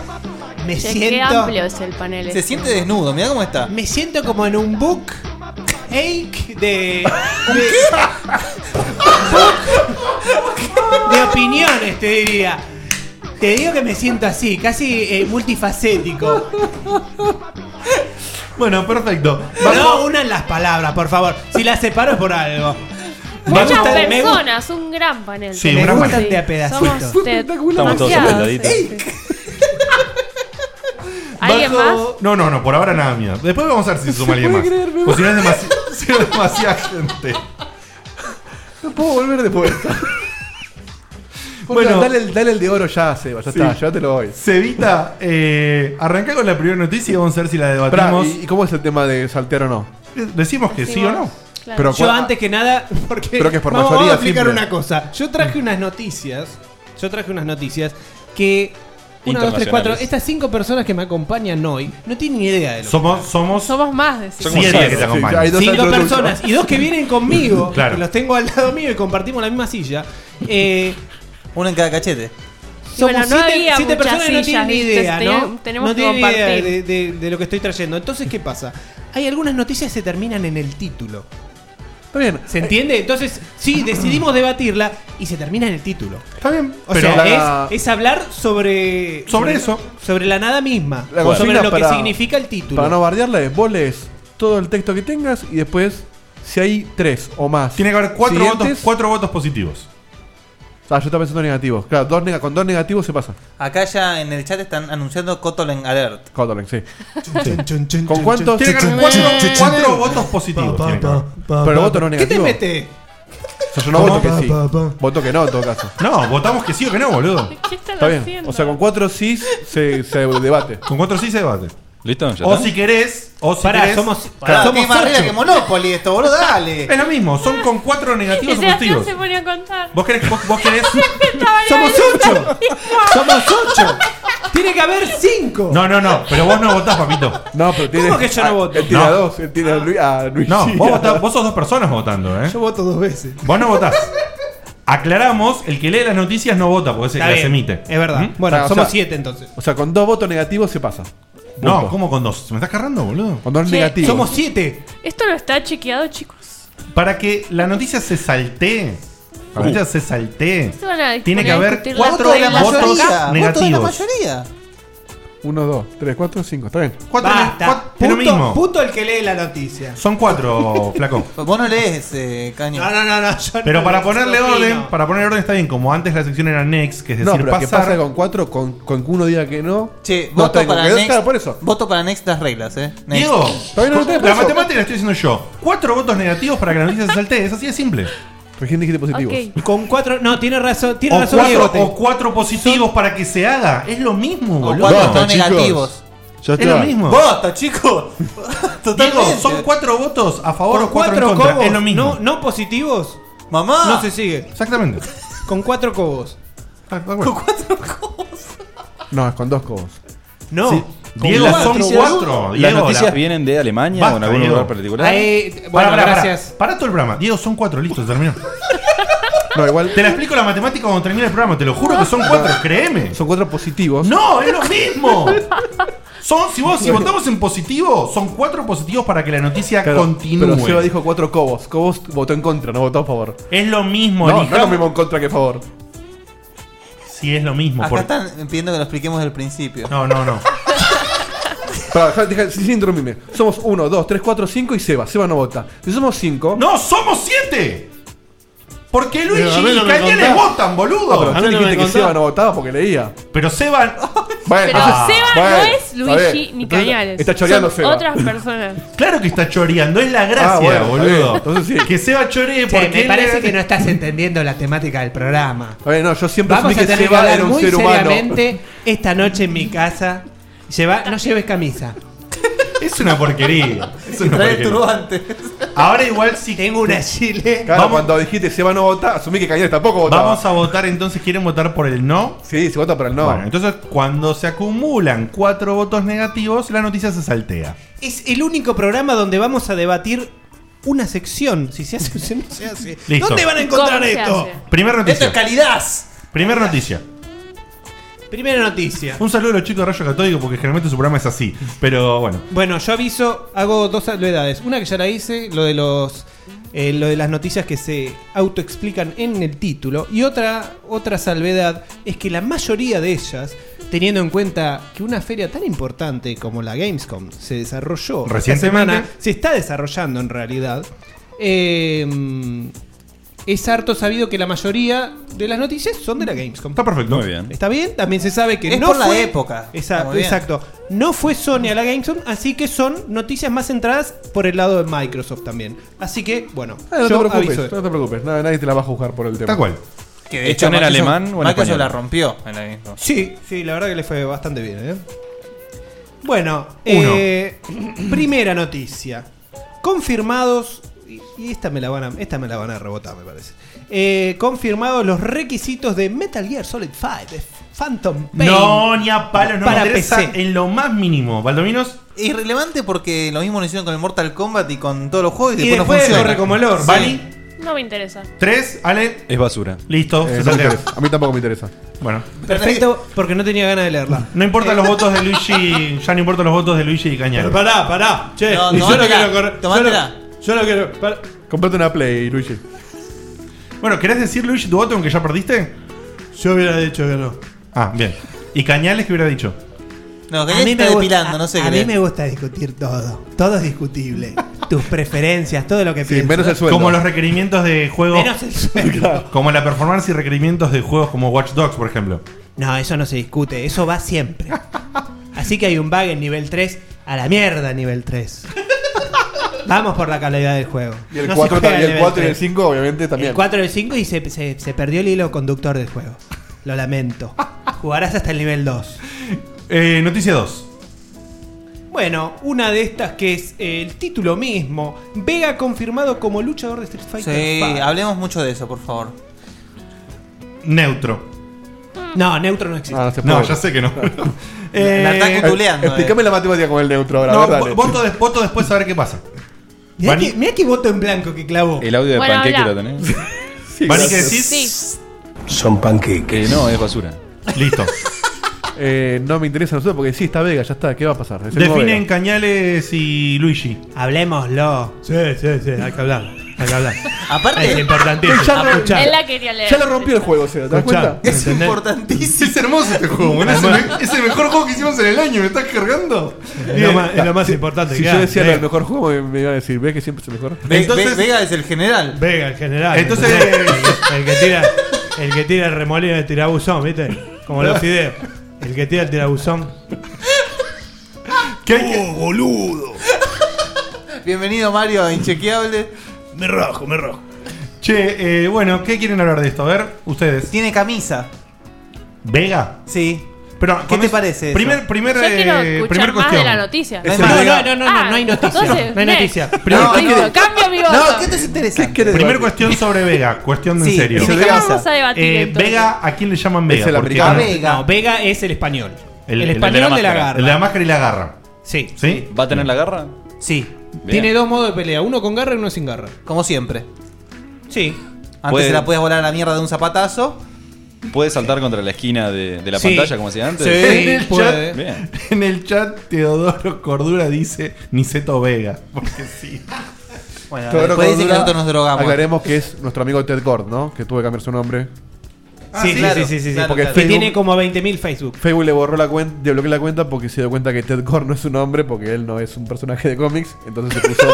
Me Che, Qué siento- amplio es el panel. este. desnudo, mira cómo está. Me siento como en un book ache de. de book de opiniones, te diría. Te digo que me siento así, casi eh, multifacético. Bueno, perfecto. No unan las palabras, por favor. Si las separo es por algo. Muchas Me gusta- me gusta- personas, un gran panel. Sí, un tenemos. gran panel. de a pedacitos. Somos Fue de- espectacular. Estamos todos demasiadas. apretaditos. ¿Alguien más? Bajo- No, no, no, por ahora nada mío. Después vamos a ver si se suma Se alguien más. puede creer, me O si no es demasi- si no es demasiada gente. No puedo volver después. Bueno. bueno, dale, el- dale el de oro ya, Seba. Ya está, Sí. ya te lo doy. Cevita, eh, arrancá con la primera noticia y vamos a ver si la Pará, debatimos. ¿y, y cómo es el tema de saltear o no? Decimos que sí o no. Claro. Pero yo cua- antes que nada, porque Creo que es por vamos, mayoría vamos a explicar simple. una cosa. Yo traje unas noticias, yo traje unas noticias que una, dos, tres, cuatro. Internacionales. Estas cinco personas que me acompañan hoy no tienen ni idea de lo Somos, somos Somos más, decís. siete que te acompañan. cinco personas y dos que vienen conmigo, Claro. que los tengo al lado mío y compartimos la misma silla. Eh, Uno en cada cachete. Somos bueno, no siete, había siete muchas personas que no sillas, tienen ni ¿viste? idea, Tenía- ¿no? tenemos no que tienen ni idea compartir. de, de- de lo que estoy trayendo. Entonces, ¿qué pasa? Hay algunas noticias que se terminan en el título. Está bien. ¿Se entiende? Entonces, sí, decidimos debatirla y se termina en el título. Está bien. O Pero sea, la- es, es hablar sobre, Sobre eso. Sobre la nada misma. La sobre consigna lo que para- significa el título. Para no bardearla es, vos lees todo el texto que tengas y después Si hay tres o más. Tiene que haber cuatro siguientes- votos, cuatro votos positivos. Ah, yo estaba pensando en negativos. Claro, dos nega- con dos negativos se pasa. Acá ya en el chat están anunciando Kotolen Alert. Kotolen, sí. ¿Con cuántos? Tiene que haber cuatro- cuatro votos positivos. Pa, tiene que pa, haber. pa, Pero pa, voto pa. no ¿Qué te negativo. mete? O sea, yo no voto que Pa, sí. pa, Voto que no, en todo caso. No, votamos que sí o que no, boludo. ¿Qué están Está bien. haciendo? O sea, con cuatro sí se, se debate. Con cuatro sí se debate. ¿Listo? ¿Ya O está? si querés, o si Pará, querés- somos- Pará, pará, tiene más ocho. regla que Monopoly esto, boludo, dale. Es lo mismo, son con cuatro negativos o positivos. se ponía a contar. Vos querés, vos, vos querés. ¡Somos ocho! ¡Somos ocho! Tiene que haber cinco. No, no, no, pero vos no votás, papito. No, pero tiene. ¿Cómo que yo no voto? Ah, Él tiene a No. dos, él tiene a Luis. A Luis No, vos, votás- vos sos dos personas votando, ¿eh? Yo voto dos veces. Vos no votás. Aclaramos, el que lee las noticias no vota porque se Está las bien, emite. ¿Mm? es verdad. Bueno, somos siete, entonces. O sea, con dos votos negativos se pasa. No, ¿cómo con dos? ¿Me estás cargando, boludo? Con dos Che, negativos. somos siete. Esto no está chequeado, chicos. Para que la noticia se saltee. La Uh. noticia se saltee. Esto van a Tiene poner que a haber discutir cuatro toda la votos mayoría. Voto de la negativos. mayoría. Uno, dos, tres, cuatro, cinco. Está bien. Cuatro, Basta. cuatro- es lo Punto- mismo. punto el que lee la noticia. Son cuatro, Oh, flaco. Pues Vos no lees, eh, Caño. No, no, no, no. yo Pero no para lo ponerle opino. orden, para poner orden está bien, como antes la sección era next, que es No, decir, pero ¿qué pasar. pasa con cuatro? Con, con que uno diga que no. Che, no voto, tengo para que dos, Next, claro, por eso. voto para Next las reglas, eh. Next. Diego, Todavía no lo tenés, por la eso. matemática la estoy haciendo yo. Cuatro votos negativos para que la noticia se saltee, es así de simple. Recién dijiste positivos. Con cuatro. No, tiene razón. Tiene O razón cuatro, Diegote. o cuatro positivos para que se haga. Es lo mismo, boludo. Basta, chicos. Ya Es lo está. mismo. Basta, chicos. Diego, son cuatro votos a favor Con o cuatro, en cuatro contra. cobos Es lo mismo. No, no positivos. Mamá. No se sigue. Exactamente. Ah, Con cuatro cobos. Con cuatro No, es con dos cobos. No. Sí. Diego, Con son cuatro. cuatro. Las Diego, noticias la- vienen de Alemania o en Basta, algún Diego. lugar particular. Pará, pará, pará. Pará todo el programa. Diego, son cuatro, listo, terminó. No, igual. Te la explico la matemática cuando termine el programa, te lo juro que son cuatro, créeme. Son cuatro positivos. No, es lo mismo. Son, si vos, si votamos en positivo, son cuatro positivos para que la noticia Claro, continúe. Pero Seba dijo cuatro cobos. Cobos votó en contra, no votó a favor. Es lo mismo, No, no elija- es lo mismo en contra que a favor. Sí, es lo mismo. Acá por- están pidiendo que lo expliquemos del principio. No, no, no. Pará, deja- deja- sin sin interrumpirme. Somos uno, dos, tres, cuatro, cinco y Seba. Seba no vota. Si somos cinco. ¡No, somos siete! Porque Luigi Pero a mí no y me Cañales contás. votan, No, boludo. Ah, pero tú dijiste que Seba no votaba porque leía. Pero Seba. Bueno, Pero entonces- Seba Ah, no bueno, es está bien. Luigi ni Entonces, Cañales. Está choreando Son Seba. Otras personas. Claro que está choreando, es la gracia, Ah, bueno, está bien. boludo. Entonces sí. Que Seba Che, choree porque. me él parece le- que no estás entendiendo la temática del programa. A ver, no, yo siempre Vamos a asumí que tener que Seba hablar era un muy ser humano. seriamente esta noche en mi casa. Lleva, no lleves camisa. Es una porquería. Es una porquería. Ahora igual sí. Tengo una chile. Claro, cuando dijiste Seba no vota, asumí que Cañales tampoco votaba. Vamos a votar entonces, ¿quieren votar por el no? Sí, se vota por el no. Bueno, entonces cuando se acumulan cuatro votos negativos, la noticia se saltea. Es el único programa donde vamos a debatir una sección. Si se hace o si no se hace. Listo. ¿Dónde van a encontrar ¿Cómo se esto? hace? Primera noticia. Esto es calidad. Primera noticia. Primera noticia. Un saludo a los chicos de Rayo Católico porque generalmente su programa es así. Pero bueno. Bueno, yo aviso, hago dos salvedades. Una que ya la hice, lo de los eh, lo de las noticias que se autoexplican en el título. Y otra, otra salvedad es que la mayoría de ellas, teniendo en cuenta que una feria tan importante como la Gamescom se desarrolló esta Recientemente. semana, se está desarrollando en realidad. eh, es harto sabido que la mayoría de las noticias son de la Gamescom. Está perfecto. Muy bien. Está bien, también se sabe que Es no por la fue- época. Esa- Está muy bien. exacto. No fue Sony a la GameStop, así que son noticias más centradas por el lado de Microsoft también. Así que, bueno, Ah, no, yo te preocupes, aviso. no te preocupes, nada- nadie te la va a juzgar por el tema. Tal cual. Que de hecho, ¿Esto no era Microsoft- alemán o en Microsoft español? la rompió en la Sí, sí, la verdad que le fue bastante bien, ¿eh? Bueno, Uno. eh, primera noticia. Confirmados. y- Y esta me la van a, esta me la van a rebotar, me parece. Eh, confirmados los requisitos de Metal Gear Solid 5, de Phantom Pain. No, ni a palos, no para me interesa PC. en lo más mínimo. ¿Valdominos? Irrelevante porque lo mismo lo hicieron con el Mortal Kombat y con todos los juegos y, Y después, después no funciona. corre como el orto. Sí. Bali, No me interesa. tres, Ale. Es basura. Listo, Eh, se no me saltea. interesa. A mí tampoco me interesa. Bueno. Perfecto, porque no tenía ganas de leerla. No importan los votos de Luigi, ya no importan los votos de Luigi y Cañal. Pero pará, pará. Che, No, y yo no tomátela, quiero correr. Yo no, tomátela. yo no quiero. pará. Comprate una Play, Luigi. Bueno, ¿querés decir Luigi tu voto aunque ya perdiste? Yo hubiera dicho que no. Ah, bien. ¿Y Cañales qué hubiera dicho? No, que está gusta- depilando, no sé a qué. mí le- me gusta discutir todo. Todo es discutible. tus preferencias, todo lo que piensas. Como los requerimientos de juegos. Menos el sueldo. Como la performance y requerimientos de juegos como Watch Dogs, por ejemplo. No, eso no se discute, eso va siempre. Así que hay un bug en nivel 3, a la mierda nivel 3. Vamos por la calidad del juego. Y el No se 4 juega ta- y el nivel 4 y el 3. 5 obviamente también. El 4 y el 5 y se, se- se perdió el hilo conductor del juego. Lo lamento. Jugarás hasta el nivel 2. Eh, noticia 2. Bueno, una de estas que es eh, el título mismo. Vega confirmado como luchador de Street Fighter. Sí, V. hablemos mucho de eso, por favor. Neutro. No, neutro no existe. Ah, se No, puede. ya sé que no. Eh, La está cutuleando, Explícame la matemática con el neutro ahora. No, a ver, vo- dale. voto, des- voto después a ver qué pasa. Mirá, que, mirá que voto en blanco que clavó. El audio de Bueno, panqueque habla. lo tenés. Sí, Vani, gracias. ¿qué decís? Sí. Son panqueques. Eh, no, es basura. Listo. eh, no me interesa nosotros porque sí, está Vega, ya está. ¿Qué va a pasar? Es el nuevo Definen Cañales y Luigi. Hablemoslo. Sí, sí, sí, hay que hablar. Hay que hablar. Aparte, es importantísimo. Vega. Ya, lo- Escuchá. Él la quería leer. ya lo rompió el juego, ¿se das cuenta? Es importantísimo. Es hermoso este juego, boludo. Es, el me- es el mejor juego que hicimos en el año. ¿Me estás cargando? Es lo más- es lo más importante Si que yo hay. decía Vega. el mejor juego, me, me iba a decir, ¿ves que siempre es el mejor? Ve- Ve- Vega es el general. Vega, el general. Entonces- ¿entendés? el, el que tira, el que tira el remolino de tirabuzón, ¿viste? Como los fideos. El que tira el tirabuzón. ¿Qué hay que- boludo! Bienvenido, Mario, a Inchequeable. Me rajo, me rajo. Che, eh, bueno, ¿qué quieren hablar de esto? A ver, ustedes. Tiene camisa. ¿Vega? Sí. Pero, ¿Qué te parece eso? Primer, primer, Yo eh, quiero escuchar primer más cuestión. de la noticia. Es No, el- no, no, no, Ah, no hay noticia. entonces, no hay next. noticia. Primero- No, digo, cambio mi voto. No, ¿qué te interesa? Primer cuestión sobre Vega, cuestión de Sí, en serio. ¿de qué ¿Qué vamos a debatir Eh, entonces? Vega, ¿a quién le llaman Vega? Es el Porque- Ah, americano. No, Vega es el español. El, el español de la, máscara. garra. El de la máscara y la garra. Sí. ¿Sí? ¿Va a tener la garra? Sí. Tiene dos modos de pelea, uno con garra y uno sin garra. Como siempre. Sí. Antes Puede- se la podías volar a la mierda de un zapatazo. ¿Puede saltar contra la esquina de, de la Sí. pantalla como hacía antes? En el puede. chat- Bien. En el chat, Teodoro Cordura dice Niceto Vega. Porque sí. Bueno, Teodoro después dicen que Cordura, nosotros nos drogamos. Aclaremos que es nuestro amigo Ted Gord, ¿no? Que tuve que cambiar su nombre. Ah, Ah, sí, sí, claro, sí, sí, sí, sí, claro, Porque claro. que tiene como 20.000 Facebook. Facebook le borró la cuenta, le bloqueó la cuenta porque se dio cuenta que Ted Gord no es su nombre, porque él no es un personaje de cómics, entonces se puso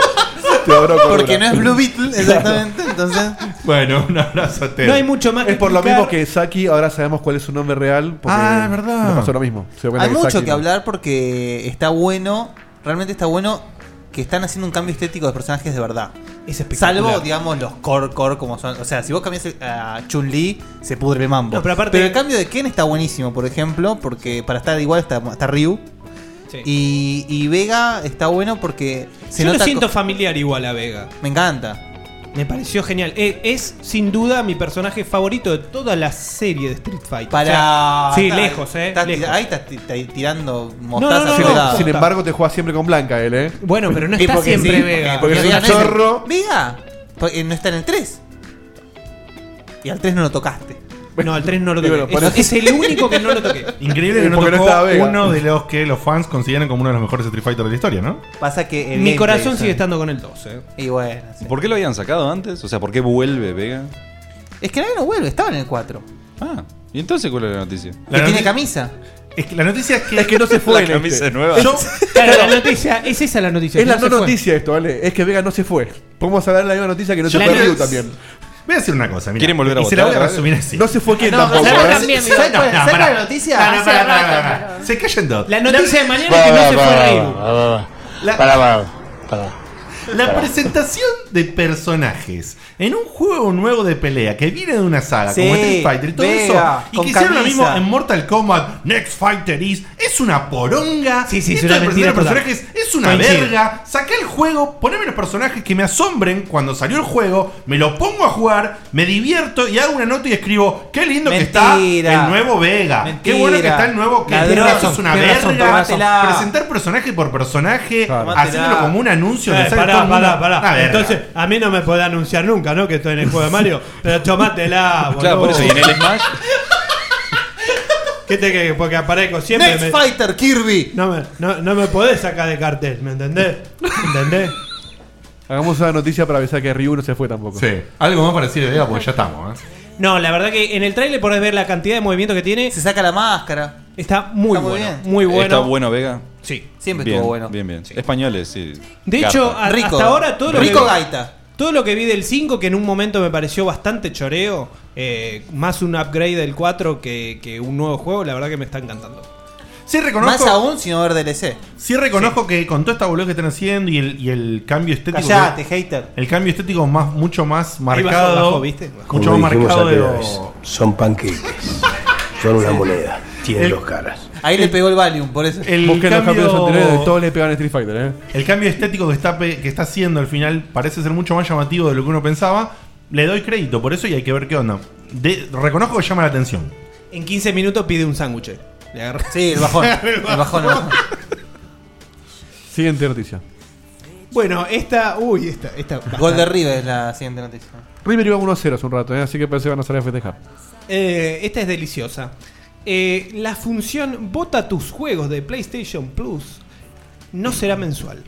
Teodoro Cordura. Porque no es Blue Beetle, exactamente. Entonces. Bueno, un abrazo a Ted. No hay mucho más Es que por lo explicar. mismo que Saki, ahora sabemos cuál es su nombre real. Porque Ah, es verdad. le pasó lo mismo. Se dio cuenta Hay mucho Saki que no. hablar porque está bueno, realmente está bueno que están haciendo un cambio estético de personajes de verdad. Es espectacular. Salvo, digamos, los core core como son. O sea, si vos cambias a Chun-Li, se pudre el mambo. No, pero aparte- el cambio de Ken está buenísimo, por ejemplo, porque para estar igual está, está Ryu. Sí. Y, y Vega está bueno porque se Yo lo nota. siento co- familiar igual a Vega. Me encanta. Me pareció genial. E- Es, sin duda mi personaje favorito de toda la serie de Street Fighter. Para. O sea, sí, está- lejos, eh. está- lejos. Ahí estás ti- está tirando no, mostaza no, Sin, pegada. sin embargo, te juega siempre con Blanca él, ¿eh? Bueno, pero no Y está porque siempre sí, Vega. porque- es un Vega no es el- chorro. Vega. porque no está en el 3. Y al 3 no lo tocaste. No, al 3 no lo Y bueno, toqué. por Es, es el único que no lo toqué. Increíble que no Porque no tocó estaba Vega. uno de los que los fans consideran como uno de los mejores Street Fighter de la historia, ¿no? Pasa que el Mi gameplay, corazón eh. o sea. sigue estando con el 2, eh. Y bueno. sí. ¿Por qué lo habían sacado antes? O sea, ¿por qué vuelve Vega? Es que nadie no vuelve, estaba en el 4. Ah, ¿y entonces cuál es la noticia? Que tiene camisa. Es que la noticia es que. Es que no se fue. La en este. camisa es nueva. Yo- Claro, la noticia, es esa la noticia. Es que la no no se fue. noticia esto, ¿vale? Es que Vega no se fue. Podemos hablar de la misma noticia que no se Yo fue quiero- Ryu también. Voy a decir una cosa, mira. ¿Quieren volver a y se la voy votar? a resumir así. No se fue quién tampoco, no, ¿eh? no, También, mira. ¿Sabes cuál- No, ¿sabes cuál es pará. la noticia? No, no, Hace pará, rato, pará, pará. pero- Se callan todos. La noticia de mañana es Para, que no se para, fue para, Ryu. para, La- para, para, para. La presentación de personajes en un juego nuevo de pelea que viene de una saga Sí, como Street Fighter y todo Vega, eso, y con que hicieron lo camisa. mismo en Mortal Kombat, Next Fighter is, es una poronga. Sí, sí, es Esto una de mentira presentar total. personajes es una Coincido. verga. Saqué el juego, poneme los personajes que me asombren cuando salió el juego, me lo pongo a jugar, me divierto y hago una nota y escribo, qué lindo que Mentira. está el nuevo Vega. Qué Mentira. bueno que está el nuevo que Ladrón. es una Tenés razón, verga. tenés razón. Presentar personaje por personaje, Tomátela. haciéndolo como un anuncio Eh, donde sale todo pará, el mundo. pará, Una pará. verga. Entonces, a mí no me podés anunciar nunca, ¿no? Que estoy en el juego de Mario. Pero tomátela, Ah, boludo. Claro, por eso, y en el Smash, ¿Qué te que Porque aparezco siempre. Next me- Fighter Kirby. no, me, no, no me podés sacar de cartel, ¿me entendés? ¿Entendés? Hagamos una noticia para avisar que Ryu no se fue tampoco. Sí, algo más para decir de Vega porque ya estamos. ¿eh? No, la verdad que en el trailer podés ver la cantidad de movimiento que tiene. Se saca la máscara. Está muy Está muy bueno. bien. Muy bueno. ¿Está bueno Vega? Sí. Siempre Bien, estuvo bueno. Bien, bien. Españoles, sí. De hecho, Garpa. a- hasta ahora todo lo Rico que vi- Gaita. Todo lo que vi del 5, que en un momento me pareció bastante choreo, eh, más un upgrade del 4 que, que un nuevo juego, la verdad que me está encantando. Sí, reconozco. Más aún si no ver DLC. Sí reconozco que con toda esta boludez que están haciendo y el, y el cambio estético. Callate, que- hater. El cambio estético más, mucho más bajó, marcado. bajó, ¿viste? Mucho más marcado de aquella lo- vez, son panqueques. Son una moneda. Tienen El- dos caras. Ahí le pegó el Valium, por eso. El Busquen los cambio- campeones anteriores, todos le pegan a Street Fighter, ¿eh? El cambio estético que está, pe- que está haciendo al final parece ser mucho más llamativo de lo que uno pensaba. Le doy crédito por eso y hay que ver qué onda. De- reconozco que llama la atención. En 15 minutos pide un sándwich. Sí, el bajón. El bajón. Siguiente noticia. Bueno, esta. Uy, esta. esta Gol de bastante- River es la siguiente noticia. River iba 1-0 hace un rato, ¿eh? así que pensé que van a salir a festejar. Eh, esta es deliciosa. Eh, la función Vota tus juegos de PlayStation Plus no será mensual.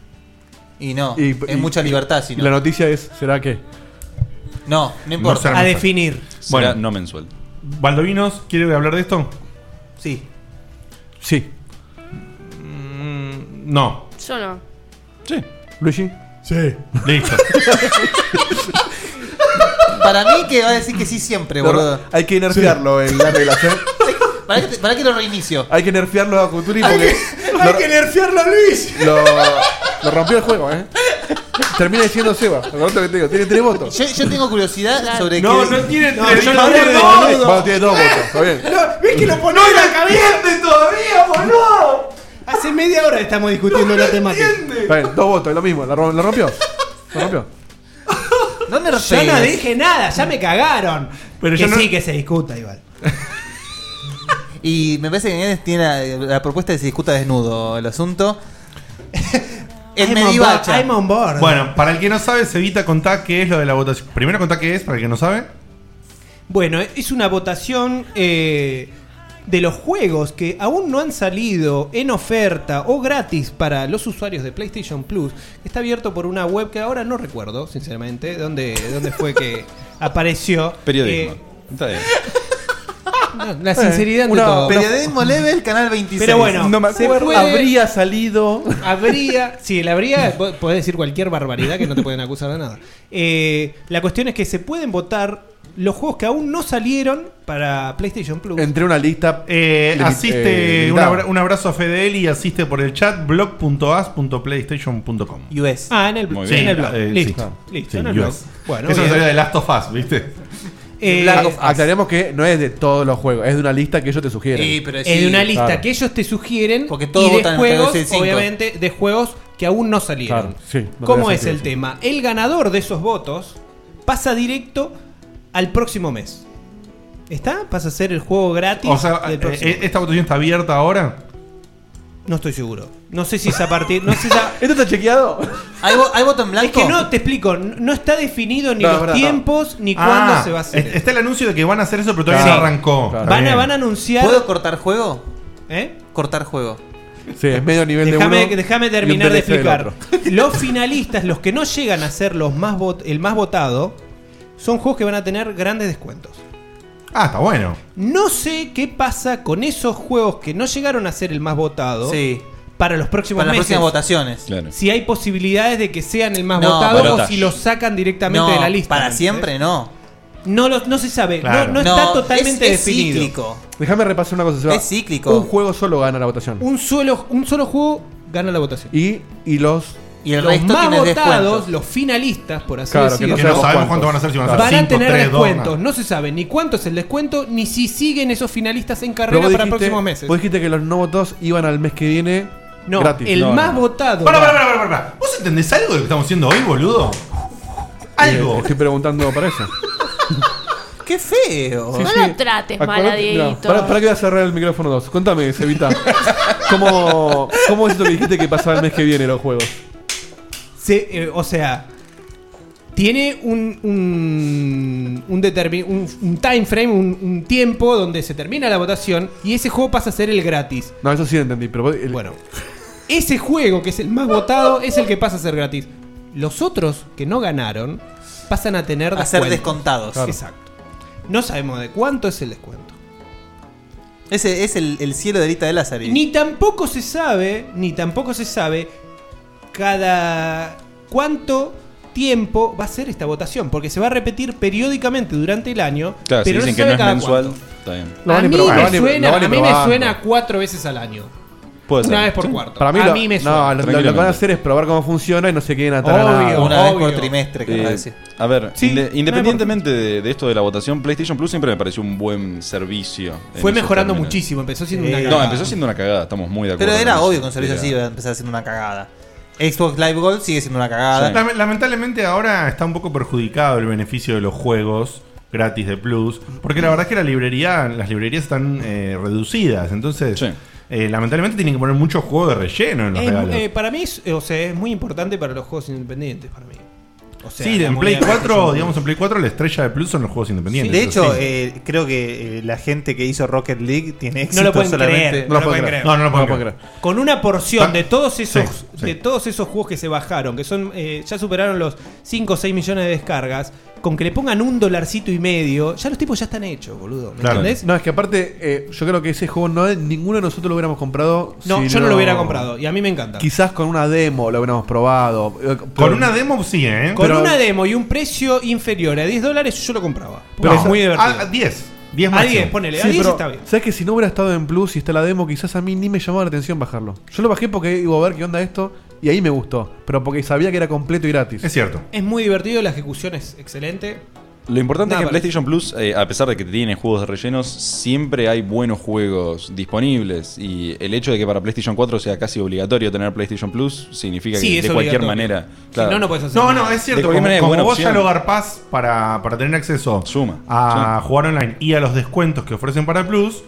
Y no, Y- es y- mucha libertad, si Y la no. noticia es, ¿será qué? No, no importa. A definir. Bueno, no mensual. Baldovinos, ¿quiere hablar de esto? Sí. Sí. Mm, no. Yo no. Luigi. Sí. Listo. Para mí que va a decir que sí siempre, boludo. Hay que nerfearlo en la relación. ¿Para que, para que lo reinicio? Hay que nerfearlo a Couturi porque Hay que nerfearlo a Luis. lo, lo rompió el juego, ¿eh? Termina diciendo Seba, lo otro que te digo, tiene tres votos. Yo, yo tengo curiosidad sobre No, qué- no tiene No, tres, yo no no tiene tengo, dos. boludo. Bueno, tiene dos votos, está bien. ¿Ves que lo ponés en la cabeza todavía, boludo? Hace media hora estamos discutiendo la temática. Está bien, dos votos, es lo mismo, lo, rom- lo rompió. Lo rompió. No Yo no dije nada, ya me cagaron. Pero que yo no- sí, que se discuta igual. Y me parece que Nieves tiene la, la propuesta de que se discuta desnudo el asunto. el I'm on board, medivacha. I'm on board. Bueno, para el que no sabe, Cevita contá qué es lo de la votación. Primero contá qué es, para el que no sabe. Bueno, es una votación eh, de los juegos que aún no han salido en oferta o gratis para los usuarios de PlayStation Plus. Está abierto por una web que ahora no recuerdo, sinceramente, dónde, dónde fue que apareció. Periodismo. Eh, Está bien. la sinceridad de Eh, Una- todo. Periodismo Level, Canal 26. Pero bueno, No me se acuerdo. puede- Habría salido. Habría, sí, la habría, po- podés decir cualquier barbaridad que no te pueden acusar de nada. Eh, la cuestión es que se pueden votar los juegos que aún no salieron para PlayStation Plus. Entré a una lista. Eh, limi- asiste, eh, un, abra- limitada. un abrazo a Fedeli y asiste por el chat blog.as.playstation.com. US. Ah, en el, blog. Sí, en el blog. eh, listo, sí. listo, Sí, en el blog. US. Bueno, Eso bien. salió de Last of Us, ¿viste? Eh, Ah, Aclaremos que no es de todos los juegos, es de una lista que ellos te sugieren. Sí, pero es de una lista Claro. que ellos te sugieren Porque todos y de votan en juegos, PlayStation cinco. obviamente, de juegos que aún no salieron. Claro, sí, no ¿Cómo tenía es sentido el eso. tema? El ganador de esos votos pasa directo al próximo mes. ¿Está? Pasa a ser el juego gratis O sea, del eh, próximo eh, ¿esta votación está abierta ahora? No estoy seguro. No sé si es a partir. No sé si a- ¿Esto está chequeado? ¿Hay, vo- hay voto en blanco? es que no, te explico. n- No está definido ni No, es los verdad, no. tiempos ni Ah, cuándo se va a hacer. es- Está el anuncio de que van a hacer eso, pero todavía Claro. no arrancó. Claro. van, a, Bien. van a anunciar. ¿Puedo cortar juego? ¿Eh? Cortar juego. Sí, es medio nivel de Déjame uno. déjame y un terminar de DLC del explicar. otro. Los finalistas, los que no llegan a ser los más vot- el más votado, son juegos que van a tener grandes descuentos. Ah, está bueno. No sé qué pasa con esos juegos que no llegaron a ser el más votado Sí. para los próximos Para las meses. próximas votaciones. Si hay posibilidades de que sean el más No, votado o Balotage. si los sacan directamente No, de la lista. para ¿eh? siempre no. No, lo- no se sabe. Claro. No, no está No, totalmente es, es definido. cíclico. Déjame repasar una cosa. Seba. Es cíclico. Un juego solo gana la votación. Un solo, un solo juego gana la votación. Y, y los. Y el los resto más tiene votados, descuentos. los finalistas, por así Claro, que decirlo, no Que no sabemos sabemos cuántos. cuánto van a hacer, si van a van hacer a 5, tener 3, 2. descuentos. No se sabe ni cuánto es el descuento, ni si siguen esos finalistas en Pero carrera vos para dijiste- próximos meses. Vos dijiste que los no votados iban al mes que viene No, gratis. el No, más no. votado. Pará, va- pará, pará, pará, pará. ¿Vos entendés algo de lo que estamos haciendo hoy, boludo? Eh, Algo. Estoy preguntando para eso. Qué feo. Sí, no sí. lo trates mal a Acordate- mirá, Dieguito. Pará, pará que voy a cerrar el micrófono 2. Contame, Cevita. ¿Cómo, ¿Cómo es esto que dijiste que pasaba el mes que viene los juegos? Se- eh, o sea, tiene un un, un, determi- un- un time frame, un, un tiempo donde se termina la votación y ese juego pasa a ser el gratis. No, eso sí lo entendí. Pero vos- el- Bueno, ese juego que es el más votado es el que pasa a ser gratis. Los otros que no ganaron pasan a tener A ser descuento. descontados. Exacto. No sabemos de cuánto es el descuento. Ese es el, el cielo de Rita de Lázaro. Ni tampoco se sabe, ni tampoco se sabe cada cuánto tiempo va a ser esta votación, porque se va a repetir periódicamente durante el año, Claro, si pero dicen que se no sabe es cada mensual, cuánto. está bien. Lo van a mí, improbando. Lo me van- lo suena, van a mí me improbando. suena cuatro veces al año. Puede Una ser. vez por Sí. cuarto. Para mí, a lo, mí me no, suena. lo- lo, que van a hacer es probar cómo funciona y no se quieren atar a nada. Una vez por trimestre, querrá Eh, decir. a ver, Sí, inde- una independientemente de, de esto de la votación, PlayStation Plus siempre me pareció un buen servicio. en Fue esos mejorando términos. muchísimo, empezó siendo una Eh, No, cagada. empezó siendo una cagada, estamos muy de acuerdo. Pero era con eso. obvio que un servicio Era- así iba a empezar siendo una cagada. Xbox Live Gold sigue siendo una Ah, cagada. Lame- Lamentablemente ahora está un poco perjudicado el beneficio de los juegos gratis de Plus, porque la verdad es que la librería, las librerías están eh, reducidas, entonces eh, lamentablemente tienen que poner mucho juego de relleno en los Es- regalos. eh, para mí es, eh, o sea, es muy importante para los juegos independientes, para mí. O sea, sí, la en Play moneda 4, PlayStation- digamos en Play 4 la estrella de Plus son los juegos independientes. de eso hecho, sí. eh, creo que eh, la gente que hizo Rocket League tiene éxito No lo pueden solamente. creer, no lo pueden creer. No, no lo pueden creer. Con una porción de todos esos Sí, sí. de todos esos juegos que se bajaron, que son eh, ya superaron los 5 o 6 millones de descargas, con que le pongan un dolarcito y medio, ya los tipos ya están hechos, boludo. ¿Me entendés? No, es que aparte, eh, yo creo que ese juego no es- ninguno de nosotros lo hubiéramos comprado. No, si yo no lo hubiera comprado, y a mí me encanta. Quizás con una demo lo hubiéramos probado. Eh, Con una demo sí, ¿eh? Con una demo y un precio inferior a 10 dólares, yo lo compraba. Pero- Pero es muy divertido. a- a 10. A 10, ponele. a 10 está bien. ¿Sabes que si no hubiera estado en Plus y está la demo, quizás a mí ni me llamaba la atención bajarlo? Yo lo bajé porque iba a ver qué onda esto y ahí me gustó. Pero porque sabía que era completo y gratis. Es cierto. Es muy divertido, la ejecución es excelente. Lo importante Nada, es que para- en PlayStation Plus, eh, a pesar de que tiene juegos de rellenos, siempre hay buenos juegos disponibles. Y el hecho de que para PlayStation 4 sea casi obligatorio tener PlayStation Plus significa Sí, que es de cualquier obligatorio. manera. claro. no, No, es cierto. De cualquier Como, manera es como buena vos opción. ya lo garpás para, para tener acceso a jugar online y a los descuentos que ofrecen para Plus,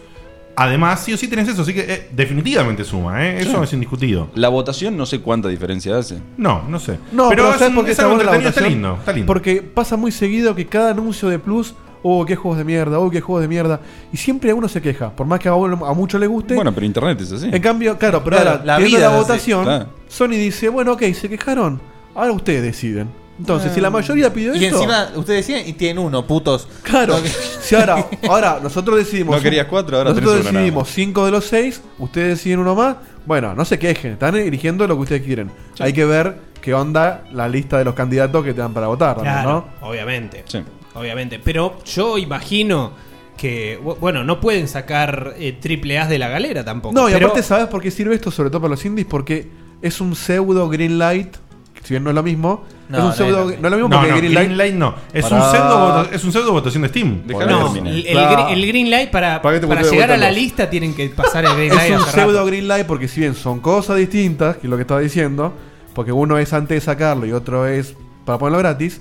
además sí o sí tenés eso. Así que eh, definitivamente suma, ¿eh? Eso Sí. es indiscutido. La votación no sé cuánta diferencia hace. No, no sé. No, pero, es ¿sabes un- por qué es está algo buena la entretenido, está votación? lindo. Está lindo. Porque pasa muy seguido que cada anuncio de Plus, oh, qué juegos de mierda, oh, qué juegos de mierda. Y siempre uno se queja, por más que a, uno, a muchos le guste. Bueno, pero internet es así. En cambio, claro, pero Claro, ahora, la la, vida la es así. votación, Claro. Sony dice, bueno, ok, se quejaron, ahora ustedes deciden. Entonces, Ah. Eh, si la mayoría pidió Y esto... encima, ustedes decían, y tienen uno, putos. Claro, si ahora, ahora nosotros decidimos... No querías cuatro, ahora Nosotros tenés uno nada decidimos cinco de los seis, ustedes deciden uno más. Bueno, no se quejen, están eligiendo lo que ustedes quieren. Hay que ver qué onda la lista de los candidatos que te dan para votar, también, Claro, ¿no? obviamente. Sí. Obviamente. Pero yo imagino que, bu- bueno, no pueden sacar eh, triple A de la galera tampoco. No, y pero- aparte, ¿sabes por qué sirve esto? Sobre todo para los indies, porque es un pseudo green light. que Si bien no es lo mismo, No, es un no pseudo. es lo mismo. no es lo mismo No, porque no, green, green light no. Es un pseudo voto- es un pseudo votación de Steam. Dejalo No, que termine. el, el Claro. gri- el green light para, ¿Para qué te para puse de llegar vuelta a la vos? lista tienen que pasar el green light. Es un hace rato. pseudo green light porque, si bien son cosas distintas, que es lo que estaba diciendo, porque uno es antes de sacarlo y otro es para ponerlo gratis.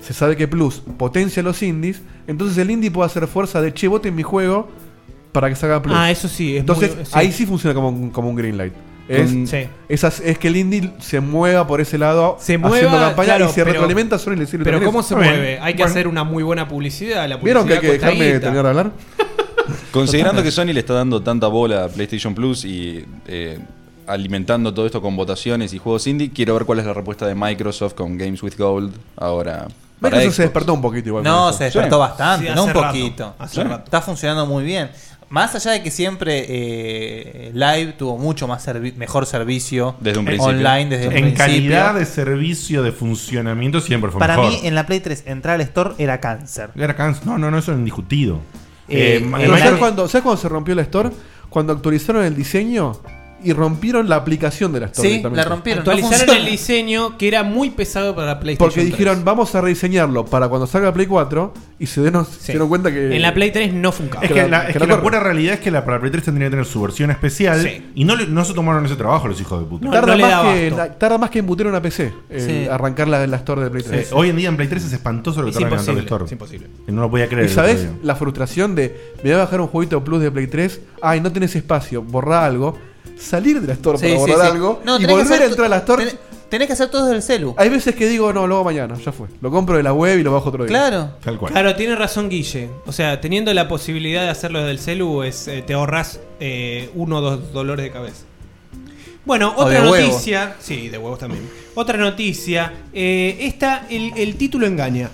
Se sabe que Plus potencia los indies, entonces el indie puede hacer fuerza de che, voten mi juego para que salga Plus. Ah, eso sí, es entonces muy- sí. ahí sí funciona como un, como un green light. Es, Con- Sí. esas- es que el indie se mueva por ese lado, Se mueva, haciendo campaña claro, y se pero- retroalimenta solo y le sirve Pero también ¿cómo eso. se Está bien. mueve? Hay que Bueno. hacer una muy buena publicidad. La ¿Vieron que hay publicidad que cuesta dejarme guita. terminar de hablar? Considerando que Sony le está dando tanta bola a PlayStation Plus y eh, alimentando todo esto con votaciones y juegos indie, quiero ver cuál es la respuesta de Microsoft con Games with Gold ahora. para Microsoft se Xbox. despertó un poquito igual. No, con eso. se despertó Sí. bastante, Sí, no hace un rato, poquito. hace Sí. rato. Está funcionando muy bien. Más allá de que siempre eh, Live tuvo mucho más servi- mejor servicio Desde un principio. Eh, online desde un en principio. calidad de servicio de funcionamiento siempre fue Para mejor. mí, en la Play 3, entrar al store era cáncer. Era cans- No, no, no, eso es indiscutido. Eh, Eh, eh, Ma- Pero ¿sabes, Microsoft- cuándo, ¿Sabes cuándo se rompió la Store? Cuando actualizaron el diseño y rompieron la aplicación de la Store. directamente. Actualizaron el diseño que era muy pesado para PlayStation. Porque dijeron, vamos a rediseñarlo para cuando salga Play 4 y se dieron, se dieron cuenta que... En la Play 3 no funcaba. Es que, la, es que la pura realidad es que la para Play 3 tendría que tener su versión especial Sí. y no, le- no se tomaron ese trabajo los hijos de puta. tarda, más que, la- tarda más que embutir una PC eh, Sí. arrancar la, la Store de Play Sí, 3. sí. Hoy en día en Play 3 es espantoso lo que Es tarda en imposible, arrancar el es store. imposible. No lo podía creer. ¿Y el sabes otro día. la frustración de me voy a bajar un jueguito Plus de Play 3? Ay, no tenés espacio, borra algo. Salir de la Store Sí, para sí, borrar sí. algo No, y tenés que volver a hacer- entrar a la Store. Tenés que hacer todo desde el celu. Hay veces que digo, no, luego mañana, ya fue. Lo compro de la web y lo bajo otro día. Claro. Tal cual. Claro, tiene razón Guille. O sea, teniendo la posibilidad de hacerlo desde el celu, es, eh, te ahorras eh, uno o dos dolores de cabeza. Bueno, O otra de huevo. noticia. Sí, de huevos también. Otra noticia. eh, esta, el, el título engaña.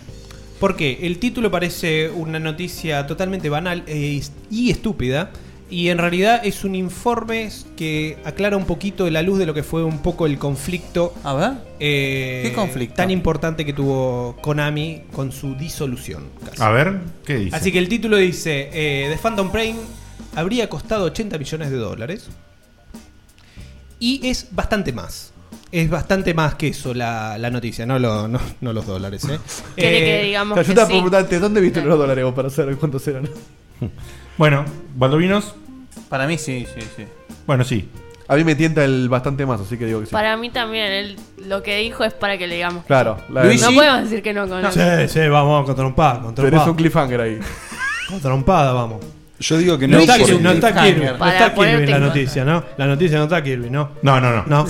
¿Por qué? El título parece una noticia totalmente banal eh, e y estúpida. Y en realidad es un informe que aclara un poquito de la luz de lo que fue un poco el conflicto. A ver. ¿Qué conflicto? Tan importante que tuvo Konami con su disolución. casi. A ver, ¿qué dice? Así que el título dice: eh, The Phantom Pain habría costado 80 millones de dólares. Y es bastante más. Es bastante más que eso la, la noticia, no, lo- no, no los dólares. ¿eh? Quiere Eh, que digamos Yo que estaba sí. preguntante, ¿dónde viste los dólares vos para hacer cuántos eran? Bueno, ¿Baldovinos? Para mí sí, sí, sí. Bueno, sí. A mí me tienta el bastante más, así que digo que sí. Para mí también, él lo que dijo es para que le digamos. que Claro, sí. la- No Luigi. podemos decir que no con él. Sí, sí, vamos con trompada, con Tenés trompada. un cliffhanger ahí. Con trompada, vamos. Yo digo que no, no, está porque- Kirby, no está Cliffhanger. Kirby, no Para está Kirby ponerte la en noticia, ¿no? La noticia no está Kirby, ¿no? No, no, no. No.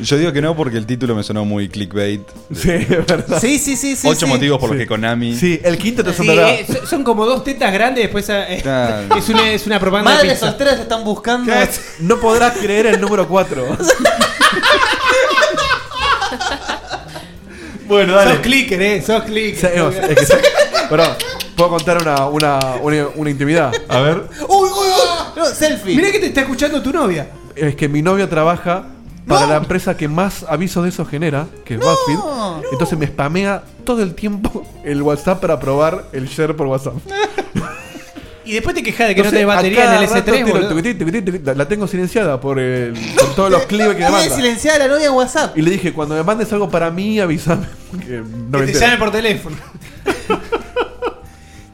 Yo digo que no porque el título me sonó muy clickbait. Sí, verdad. Sí, sí, sí, sí, Ocho sí. motivos por los Sí. que Konami. Sí, el quinto te Sí, eh, son- son como dos tetas grandes, después eh, Claro. es, una, es una propaganda de Madres pizza. solteras están buscando. No podrás creer el número 4. bueno, dale. Sos clicker, eh, sos clicker. Sabemos, es que sa- Perdón, ¿puedo contar una, una, una, una intimidad? A ver. ¡Uy, uy, uy! No, selfie. Mirá que te está escuchando tu novia. Es que mi novia trabaja para la empresa que más avisos de eso genera, que es BuzzFeed. Entonces me spamea todo el tiempo el WhatsApp para probar el share por WhatsApp. Y después te quejas de que no Entonces, tenés a batería cada en el rato S3, tiro el boludo. tuquití, tuquití, tuquití. La tengo silenciada por, el, por todos los clips que me Tiene manda. silenciada la novia en WhatsApp. Y le dije, cuando me mandes algo para mí, avísame. Que no me que te entero. llame por teléfono.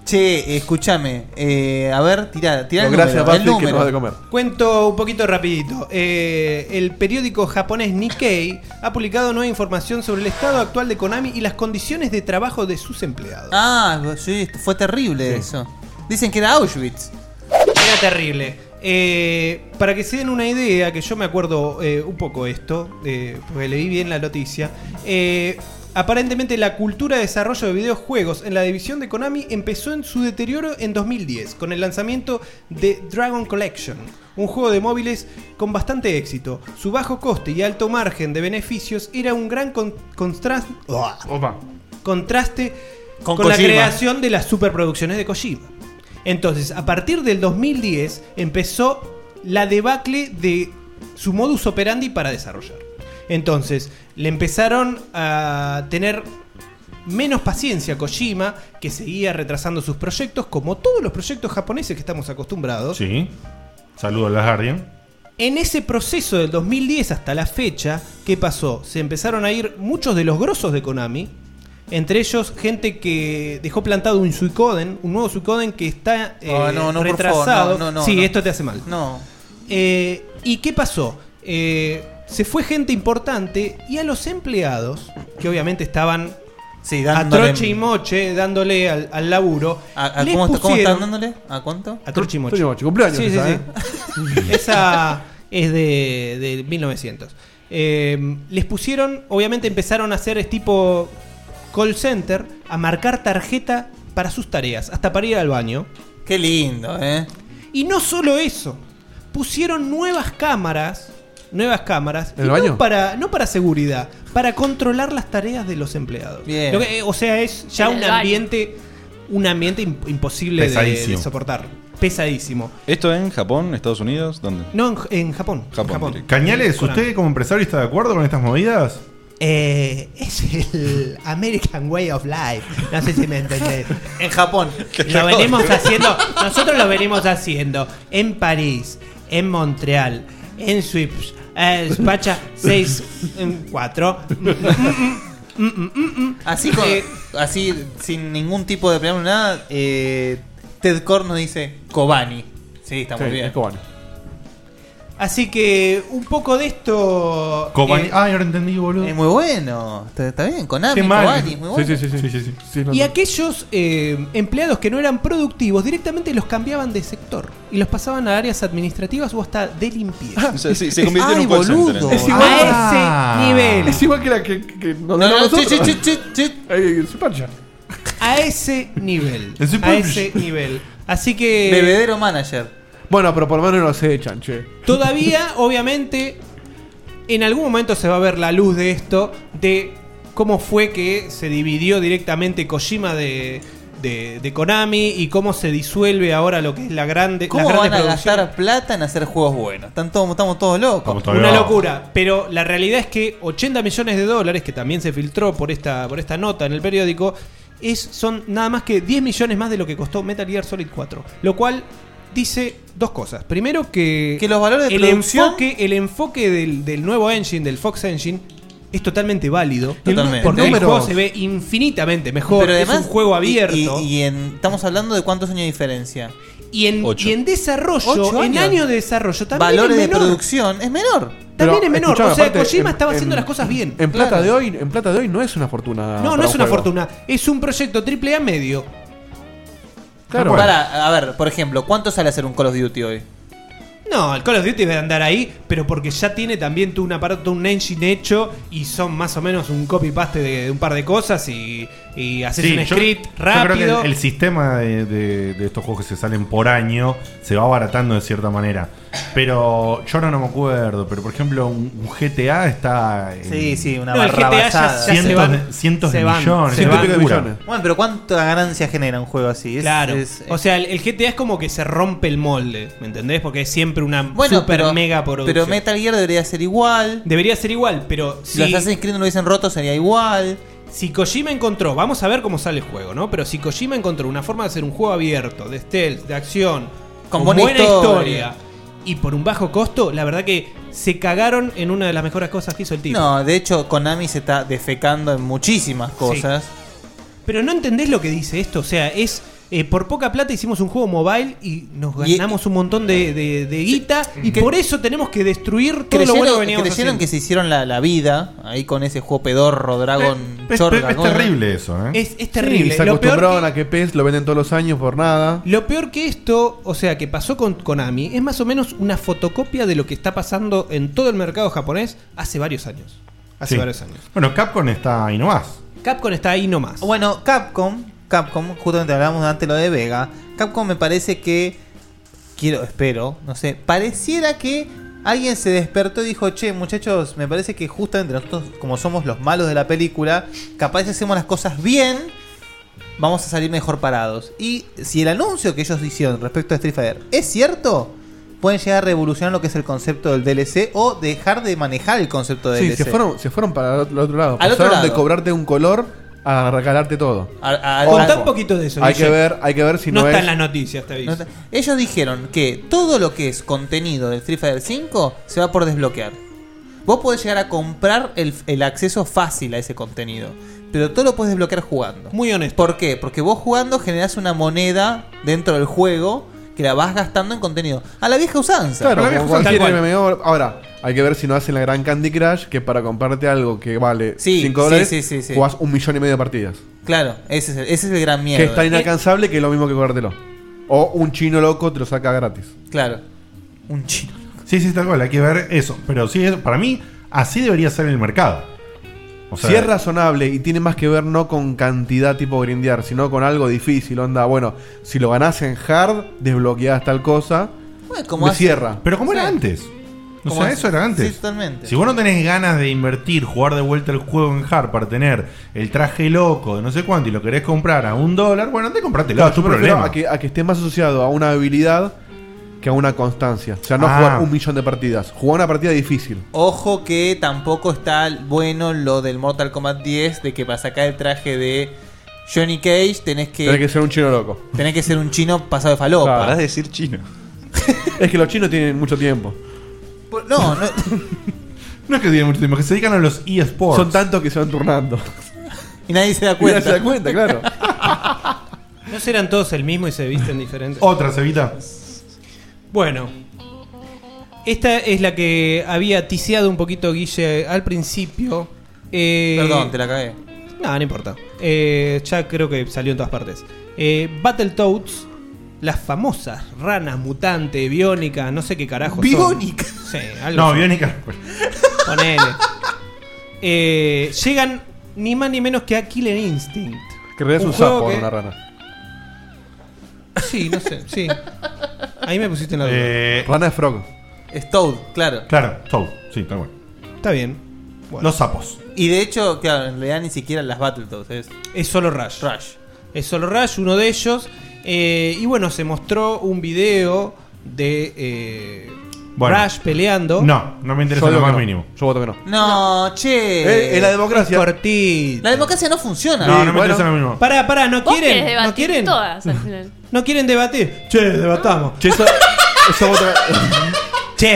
Che, escúchame. eh, a ver, tirá, tirá No, el gracias, número. el Basti, que número. nos da de comer. Cuento un poquito rapidito. Eh, el periódico japonés Nikkei ha publicado nueva información sobre el estado actual de Konami y las condiciones de trabajo de sus empleados. Ah, sí, fue terrible eso. Dicen que era Auschwitz. Era terrible. Eh, para que se den una idea, que yo me acuerdo eh, un poco esto, eh, porque leí bien la noticia. eh, aparentemente, la cultura de desarrollo de videojuegos en la división de Konami empezó en su deterioro en 2010, con el lanzamiento de Dragon Collection, un juego de móviles con bastante éxito. Su bajo coste y alto margen de beneficios era un gran con- contras- contraste Con con, la Kojima. creación de las superproducciones de Kojima. Entonces, a partir del 2010 empezó la debacle de su modus operandi para desarrollar. Entonces, le empezaron a tener menos paciencia a Kojima, que seguía retrasando sus proyectos, como todos los proyectos japoneses que estamos acostumbrados. Sí. Saludos a la Guardian. En ese proceso del 2010 hasta la fecha, ¿qué pasó? Se empezaron a ir muchos de los grosos de Konami, entre ellos gente que dejó plantado un Suicoden, un nuevo Suicoden que está eh, Ah, no, no, por favor, retrasado. no, no, no, sí, no. esto te hace mal. No. Eh, ¿Y qué pasó? Eh, se fue gente importante y a los empleados, que obviamente estaban a dándole- troche y moche, dándole al, al laburo, ¿A, a les cómo, está- cómo están pusieron- dándole? ¿A cuánto? a Troche y Moche. Troche y Moche, cumpleaños Sí, esa, ¿eh? sí, sí. Esa es de, de 1900. Eh, les pusieron, obviamente empezaron a hacer es tipo call center, a marcar tarjeta para sus tareas, hasta para ir al baño. Qué lindo, ¿eh? Y no solo eso, pusieron nuevas cámaras, nuevas cámaras, ¿En el y baño? No, para, no para seguridad, para controlar las tareas de los empleados. Bien. Lo que- eh, o sea, es ya En el un baño. ambiente, un ambiente imp- imposible de- de, Pesadísimo. soportar. Pesadísimo. ¿Esto en Japón, Estados Unidos? ¿Dónde? No, en, en Japón. en Japón, Japón. directo. Cañales, Konami. ¿usted como empresario está de acuerdo con estas movidas? Eh, es el American Way of Life. No sé si me entendés. En Japón. Lo venimos haciendo, nosotros lo venimos haciendo en París, en Montreal, en Swips, eh, Spacha 6, 4. mm, Así, con- Eh, así sin ningún tipo de preámbulo, nada. eh, Ted Core nos dice Kobani. Sí, está muy Sí, bien. es Kobani. Así que un poco de esto. Kobani- eh, ah, ahora entendí, boludo. Es muy bueno. Está, está bien. Konami, Qué mal. Kobani, muy bueno. Sí, sí, sí. sí. no, Y no. aquellos eh, empleados que no eran productivos directamente los cambiaban de sector y los pasaban a áreas administrativas o hasta de limpieza. O sea, sí, Ah, se convirtió en un call center, entonces. Es igual a ese nivel. Es igual que la que, que No, nos no, dieron nosotros. chit, chit, Ahí, su pancha. A ese nivel. Es un A punch. ese nivel. Así que. Bebedero manager. Bueno, pero por lo menos no se echan, che. Todavía, obviamente, en algún momento se va a ver la luz de esto, de cómo fue que se dividió directamente Kojima de, de- de Konami y cómo se disuelve ahora lo que es la grande, ¿Cómo las van grandes a producciones. gastar plata en hacer juegos buenos? Están todos, estamos todos locos. Una locura. Pero la realidad es que 80 millones de dólares, que también se filtró por esta, por esta nota en el periódico, es, son nada más que 10 millones más de lo que costó Metal Gear Solid 4. Lo cual dice dos cosas. Primero que, Que los valores de el producción- enfoque, el enfoque del, del nuevo engine, del Fox Engine, es totalmente válido. Totalmente. Porque el Números. juego se ve infinitamente mejor. es un juego abierto. Y, y- y en- estamos hablando de cuántos años de diferencia. Y en, y en desarrollo, Ocho en años. años de desarrollo, también Valores es de menor. producción es menor. También Pero, es menor. escuchame, o sea, aparte, Kojima en- estaba haciendo en- las cosas bien. En plata de hoy, en plata de hoy no es una fortuna. No, para no es un una juego. fortuna. Es un proyecto triple A medio. Claro. a ver, por ejemplo, ¿cuánto sale hacer un Call of Duty hoy? No, el Call of Duty debe andar ahí, pero porque ya tiene también tú un aparato, un engine hecho y son más o menos un copy-paste de, de un par de cosas y, y haces Sí, un yo- script yo creo rápido. que el, el sistema de, de- de estos juegos que se salen por año se va abaratando de cierta manera. Pero yo ahora no me acuerdo, pero por ejemplo, un, un GTA está. en Sí, sí, una No, el GTA ya- barrabasada. ya se cientos van- de, Eh, cientos de se van, millones. se una van. locura. Bueno, pero ¿cuánta ganancia genera un juego así? Es- Claro. es- o sea, el, el GTA es como que se rompe el molde, ¿me entendés? Porque es siempre una super pero- mega producción. Pero Metal Gear debería ser igual. Debería ser igual, pero Si los Assassin's Creed no lo hubiesen roto, sería igual. Si Kojima encontró, vamos a ver cómo sale el juego, ¿no? Pero si Kojima encontró una forma de hacer un juego abierto, de stealth, de acción, Con buena historia. y por un bajo costo, la verdad que se cagaron en una de las mejores cosas que hizo el tipo. No, de hecho, Konami se está defecando en muchísimas cosas. Pero no entendés lo que dice esto, o sea, es eh, por poca plata hicimos un juego mobile y nos Y- ganamos un montón de, de- de guita y por eso tenemos que destruir todo lo Creyeron, bueno que veníamos creyeron haciendo. que se hicieron la, la vida ahí con ese juego pedorro, Dragon Eh, Es, Short, es- es Dragon- terrible eso, ¿eh? Es, es Sí, terrible. se lo peor acostumbraron a que PES lo venden todos los años por nada. Lo peor que esto, o sea, que pasó con Konami, es más o menos una fotocopia de lo que está pasando en todo el mercado japonés hace varios años. Hace Sí. varios años. Bueno, Capcom está ahí nomás. Capcom está ahí nomás. Bueno, Capcom, Capcom, justamente hablamos antes lo de Vega. Capcom me parece que quiero, espero, no sé, pareciera que alguien se despertó y dijo, "Che, muchachos, me parece que justamente nosotros como somos los malos de la película, capaz si hacemos las cosas bien, vamos a salir mejor parados." Y si el anuncio que ellos hicieron respecto a Street Fighter es cierto, pueden llegar a revolucionar lo que es el concepto del DLC o dejar de manejar el concepto del Sí, DLC. se fueron, se fueron para el otro- el otro lado. Al otro Pasaron de lado. cobrarte un color a regalarte todo. A- a- Contá a- un poquito de eso. Hay Guille. que ver, hay que ver si no, está es. en las noticias, te aviso. No está- Ellos dijeron que todo lo que es contenido del Street Fighter 5 se va por desbloquear. Vos podés llegar a comprar el, el acceso fácil a ese contenido, pero todo lo podés desbloquear jugando. Muy honesto. ¿Por qué? Porque vos jugando generás una moneda dentro del juego que la vas gastando en contenido. A la vieja usanza. Claro, como cualquier MMO. Ahora, hay que ver si no hacen la gran Candy Crush, que para comprarte algo que vale 5 Sí, sí, dólares, sí, sí, sí. jugás un millón y medio de partidas. Claro, ese es el, ese es el gran miedo. Que está inalcanzable, que es lo mismo que cobrártelo. O un chino loco te lo saca gratis. Claro. Un chino. Sí, sí, tal cual, hay que ver eso. Pero sí, eso- para mí, así debería ser el mercado. O sea, si es razonable y tiene más que ver no con cantidad tipo grindear, sino con algo difícil, onda, bueno, si lo ganás en hard, desbloqueás tal cosa, Bueno, me cierra. Pero como era antes. O Como sea, hace- eso era antes. sí, totalmente. Si vos no tenés ganas de invertir, jugar de vuelta el juego en hard para tener el traje loco de no sé cuánto y lo querés comprar a un dólar, bueno, andá y comprátelo, Claro, es tu yo prefiero problema. A que, a que esté más asociado a una habilidad que a una constancia. O sea, no Ah. jugar un millón de partidas, jugar una partida difícil. Ojo que tampoco está bueno lo del Mortal Kombat 10 de que para sacar el traje de Johnny Cage tenés que Tenés que ser un chino loco. tenés que ser un chino pasado de falopa. Claro. Pará de decir chino. Es que los chinos tienen mucho tiempo. No, no. No es que tienen mucho tiempo, que se dedican a los eSports. Son tantos que se van turnando. Y nadie se da cuenta. se da cuenta, claro. ¿No serán todos el mismo y se visten diferentes? Otra cevita. Bueno. Esta es la que había tiseado un poquito Guille al principio. Eh, Perdón, te la cagué. No, no importa. Eh, ya creo que salió en todas partes. Eh, Battletoads, las famosas ranas mutante, biónica, no sé qué carajo. son. Biónica. Sí, algo No, así. biónica. pues. Ponele. Eh, llegan ni más ni menos que a Killer Instinct. Que en realidad es un, juego sapo, que- no una rana. Sí, no sé, sí. Ahí me pusiste en la duda. Rana es frog. Es Toad, claro. Eh, Claro, todo. Sí, tal cual. Está bien. Los sapos. Y de hecho, claro, en realidad ni siquiera las Battletoads es. Es solo Rush. Rush. es Solo Rush, uno de ellos. Eh, y bueno, se mostró un video de eh, Bueno. Rush peleando. No, no me interesa Yo lo voto más que no. mínimo. Yo voto que no. No, che. Eh, eh, la democracia. Cortito. La democracia no funciona. No, no me interesa lo mismo. Pará, pará, no Vos quieren. querés debatir no quieren. todas al final. No quieren debatir. Che, debatamos. Che,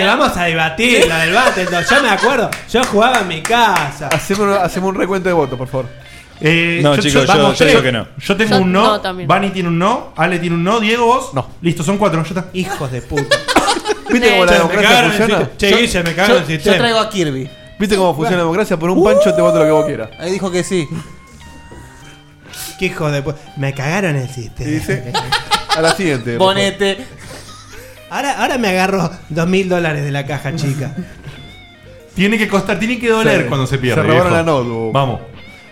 vamos a debatir la del Battletoads. Ya me acuerdo. Yo jugaba en mi casa. Hacemos, un- hacemos un recuento de votos, por favor. no, chicos, Eh, yo, yo digo que no. Yo tengo Yo un no, no también. Vani tiene un no, Ale tiene un no, Diego vos. No. Listo, son cuatro, ya está. Hijos de puta. ¿Viste cómo la democracia funciona? Che, Guille, me cagaron el sistema. yo traigo a Kirby. ¿Viste cómo funciona la democracia? Por un pancho te voto lo que vos quieras. Ahí dijo que sí. Qué hijo de puta. Me cagaron el sistema. A la siguiente. por favor. Ponete. Ahora, ahora me agarro dos mil dólares de la caja, chica. Tiene que costar, tiene que doler Sí. cuando se pierde. Se robaron viejo. la notebook. Vamos.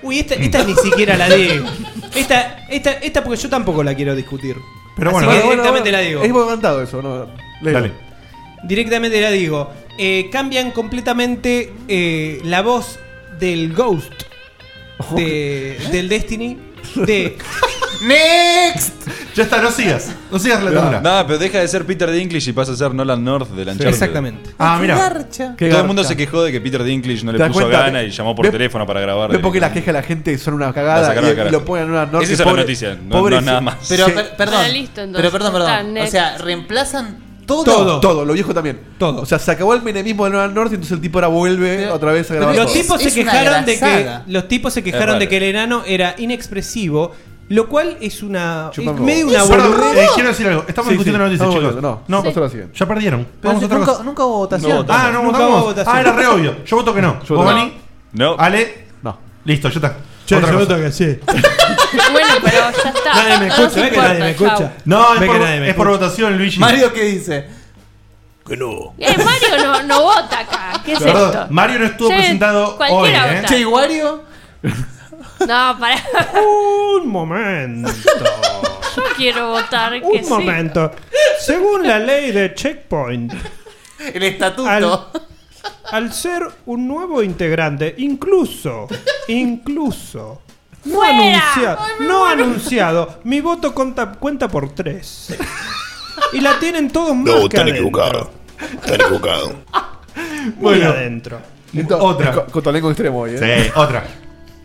Uy, esta, esta ni siquiera la digo. Esta, esta, esta porque yo tampoco la quiero discutir. Pero Así que bueno, bueno, bueno, directamente la digo. Es levantado eso, ¿no? Leo. Dale. Directamente la digo. Eh, cambian completamente eh, la voz del Ghost de- del Destiny. De. ¡Next! Ya está, no sigas. No sigas la tabla. No, pero deja de ser Peter Dinklage y pasa a ser Nolan North de Uncharted. exactamente. Ah, mira. Garcha. Todo el mundo se quejó de que Peter Dinklage no ¿Te le das puso cuenta? gana y llamó por ¿Ves- teléfono para grabar. ¿Ves por qué las quejas de la gente son una La cagada? sacaron al Y, y carajo. lo ponen en una norte. Esa es la noticia, no- no pobre- nada más. Pero, Sí. per- perdón. Ah, listo, entonces. pero perdón, Está, perdón. O next. sea, reemplazan todo. Todo. Todo, lo viejo también. Todo. O sea, se acabó el menemismo de Nueva Norte, entonces el tipo ahora vuelve otra vez a grabar. Los todo. tipos, se quejaron de que, los tipos se quejaron raro. de que el enano era inexpresivo, lo cual es una. es Chupame medio vos. una Perdón, boludez. eh, quiero decir algo. Estamos Sí, discutiendo sí. la noticia, Estamos chicos. volviendo, No, no, pasó la siguiente. Ya perdieron. Pero Vamos a si otra nunca, cosa. nunca hubo votación. ah, no Nunca votamos. hubo votación. Ah, era re obvio. Yo voto que no. ¿Vos, voto que Vani? No. ¿Ale? No. Listo, ya está. Che, Otra yo cosa. voto que sí. Bueno, pero ya está. Nadie No me escucha, nos ¿ves que nadie me importa, escucha? No, es Ve por, que nadie me es por escucha. votación, Luigi. Mario, ¿qué dice? Que no. chao. Eh, Mario no, no vota acá. ¿Qué es Perdón, esto? Mario no estuvo Che, presentado hoy, cualquiera ¿eh? vota. Che, ¿y Wario? No, pará. Un momento. Yo quiero votar que Un sí. momento. Según la ley de Checkpoint, El estatuto. al, al ser un nuevo integrante, incluso, incluso, no, ¡Fuera! anunciado, no anunciado, mi voto conta- cuenta por tres. Y la tienen todos más No, que están adentro. equivocados. Están equivocados. Muy Bueno. adentro. Entonces, Otra. es co- Cotolengo extremo hoy, ¿eh? Sí, otra.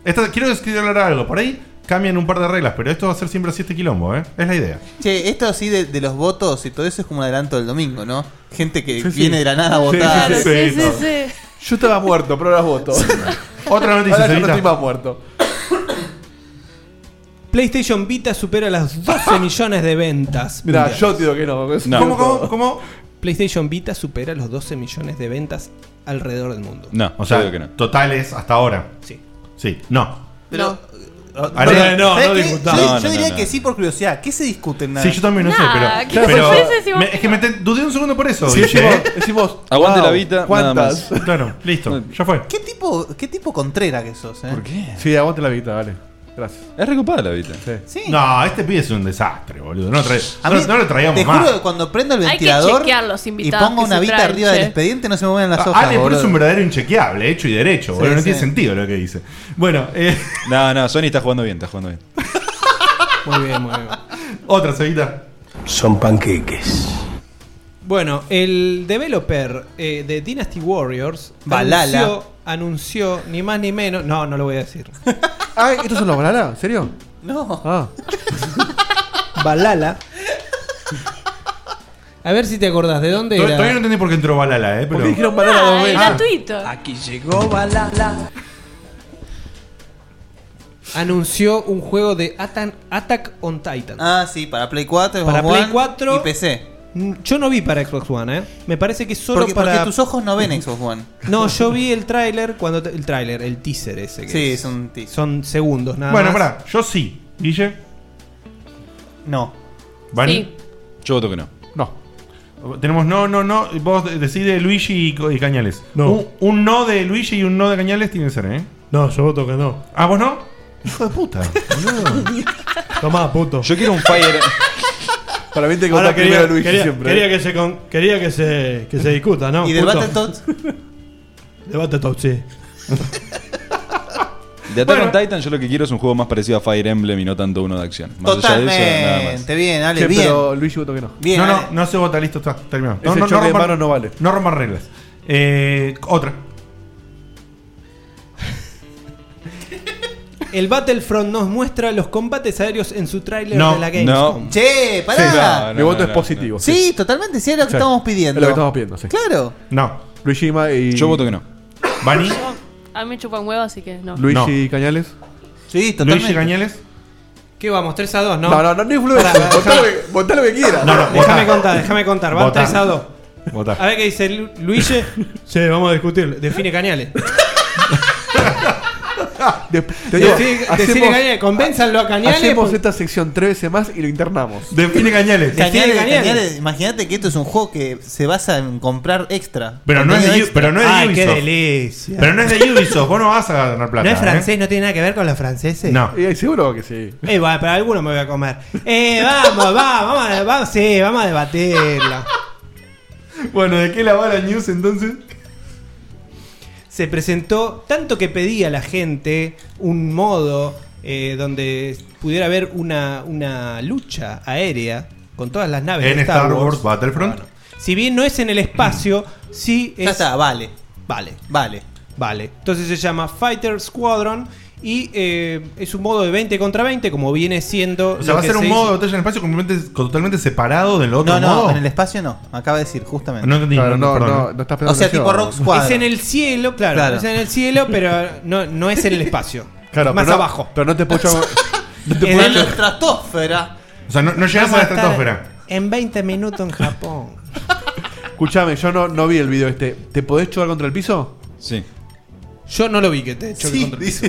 Esta- quiero hablar algo. Por ahí cambian un par de reglas, pero esto va a ser siempre así este quilombo, ¿eh? Es la idea. Che, esto así de, de los votos y todo eso es como un adelanto del domingo, ¿no? Gente que Sí, sí. viene de la nada a Sí, votar. sí, sí, sí. Sí, sí. Yo estaba muerto, pero ahora voto. Otra noticia, Ahora yo no Sarita. estoy más muerto. PlayStation Vita supera las 12 millones de ventas. Mirá, mundiales. yo te digo que no. que es No. un ¿Cómo, voto. PlayStation Vita supera los 12 millones de ventas alrededor del mundo. No, O sea, yo digo que no. totales hasta ahora. Sí. Sí, no. Ah, Pero. Ale- No, ¿sabes no qué? discutamos. Yo, No, yo no, diría no, que no. sí por curiosidad. ¿Qué se discute en nada? Sí, yo también no sé, Nada, pero. ¿qué pero- ofreces si vos- me- es que me te- dudé un segundo por eso. Sí, dije, decimos, ¿eh? decimos, Aguante wow, la vida, nada ¿Cuántas? más. Claro, listo, ya fue. ¿Qué tipo, qué tipo contrera que sos, eh? ¿Por qué? Sí, aguante la vida, vale. Gracias. Es recopada la vida. Sí. No, este pibe es un desastre, boludo. No, lo trae- A no- mí- no lo traigamos te más. juro que cuando prendo el Hay que ventilador chequear los y invitados pongo que una se vita traen, arriba che. del expediente no se mueven las hojas. Ah, Ale, pero boludo. es un verdadero inchequeable, hecho y derecho, boludo. no sí. tiene sentido lo que dice. Bueno, eh, No, no, Sony está jugando bien, está jugando bien. Muy bien, muy bien. otra, Sarita. Son panqueques. Bueno, el developer eh, de Dynasty Warriors Valhalla. anunció, anunció ni más ni menos. No, no lo voy a decir. Ah, ¿estos son los bananas? ¿En serio? No. Ah. Balala. A ver si te acordás de dónde Todavía era. todavía no entendí por qué entró Balala, ¿eh? ¿Por Pero... qué dijeron banana dos Ah, es veces? gratuito. Aquí llegó Balala. Anunció un juego de Atan- Attack on Titan. Ah, sí, para Play 4, Para Xbox Play One 4. y PC. Mm, Yo no vi para Xbox One, ¿eh? Me parece que solo Porque, para. porque tus ojos no ven Xbox One. No, yo vi el tráiler cuando te- el tráiler, el teaser ese. Que Sí, es- es un teaser. Son segundos, nada Bueno, más. pará, yo sí. Guille, No. Vani. Sí. Yo voto que no. No. Tenemos no, no, no. Vos de- decide Luigi y, Co- y Cañales. No. Un, un no de Luigi y un no de Cañales tiene que ser, ¿eh? No, yo voto que no. Ah, vos no. Hijo de puta. boludo. Tomá, puto. Yo quiero un Fire. Para mí te Ahora contás primero Luigi quería- siempre. quería que se con- quería que se que se discuta, ¿no? ¿Y del Justo. Battletoads? Del Battletoads, sí. De Attack on Titan, yo lo que quiero es un juego más parecido a Fire Emblem y no tanto uno de acción. Más allá de eso, nada más. Totalmente, bien, Ale, Che, bien. Pero Luigi votó que no. Bien, no, no, Ale. no se vota, listo, está, terminado. Ese choque de rompan- manos no vale. No rompan reglas. Eh, otra. El Battlefront nos muestra los combates aéreos en su tráiler No, de la no. Gamescom. Che, pará. Sí, no, no, Mi voto no, es no, positivo. Sí, totalmente, sí, es lo que Sí. estamos pidiendo. Es lo que estamos pidiendo, sí. Claro. No. Luigi Ma y. Yo voto que no. ¿Bani? A mí me chupan huevo, así que no. Luigi Cañales. Sí, totalmente. Luigi Cañales. ¿Qué vamos? 3 a 2, ¿no? No, no, no, no influye. Pará, Votá lo que- Votá lo que quieras. No, no, déjame contar, déjame contar. Va Votá. 3 a 2. Votá. A ver qué dice Lu- Luigi. sí, vamos a discutir. Define Cañales. Te digo, Decide- hacemos- decide Cañales, convénzanlo a Cañales, Hacemos pues- esta sección tres veces más y lo internamos. Define Cañales. Cañales, Cañales, Imagínate que esto es un juego que se basa en comprar extra. Pero no, es Contenido de, U- extra. pero no es de Ay, Ubisoft. Ah, qué delicia. Pero no es de Ubisoft. Vos no vas a ganar plata. no es francés, ¿eh? no tiene nada que ver con los franceses. No. seguro que sí. Eh, va, para alguno me voy a comer. Eh, vamos, va, vamos, a- va- sí, vamos a debatirla. Bueno, ¿de qué la va la news entonces? Se presentó, tanto que pedía a la gente un modo eh, donde pudiera haber una, una lucha aérea con todas las naves. En de Star Wars Battlefront. Si bien no es en el espacio, sí es. Ya está, vale. Vale. Vale. Vale. Entonces se llama Fighter Squadron y eh, es un modo de 20 contra 20, como viene siendo. O sea, lo va a que ser se un hizo- modo de batalla en el espacio completamente, totalmente separado del No, otro no, modo. en el espacio no. Acaba de decir, justamente. No entendí, Claro, no, no, perdón. no, no estás O prestando sea, atención. tipo Rock Squad. Es en el cielo, claro, Claro. Es en el cielo, pero no, no es en el espacio. Claro, Más pero no- abajo. pero no te puedo llamar- no te En puedo el- llamar- estratosfera. O sea, no, no llegamos a la Vamos a estar- estratosfera. En 20 minutos en Japón. Escuchame, yo no, no vi el video este. ¿Te podés chocar contra el piso? Sí. Yo no lo vi que te choques Sí, contra el piso.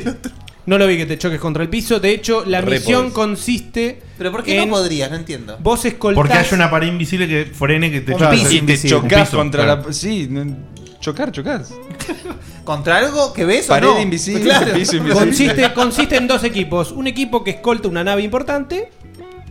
No lo vi que te choques contra el piso. De hecho, la Re misión podés. consiste. Pero ¿por qué no podrías? No entiendo. Vos escoltás. Porque hay una pared invisible que frene que te Un choca. piso Y te invisible. chocas Chocás contra claro. la. Sí, no- chocar, chocás. ¿Contra algo que ves Pared o no? invisible, Claro. piso invisible. Consiste, consiste en dos equipos. Un equipo que escolta una nave importante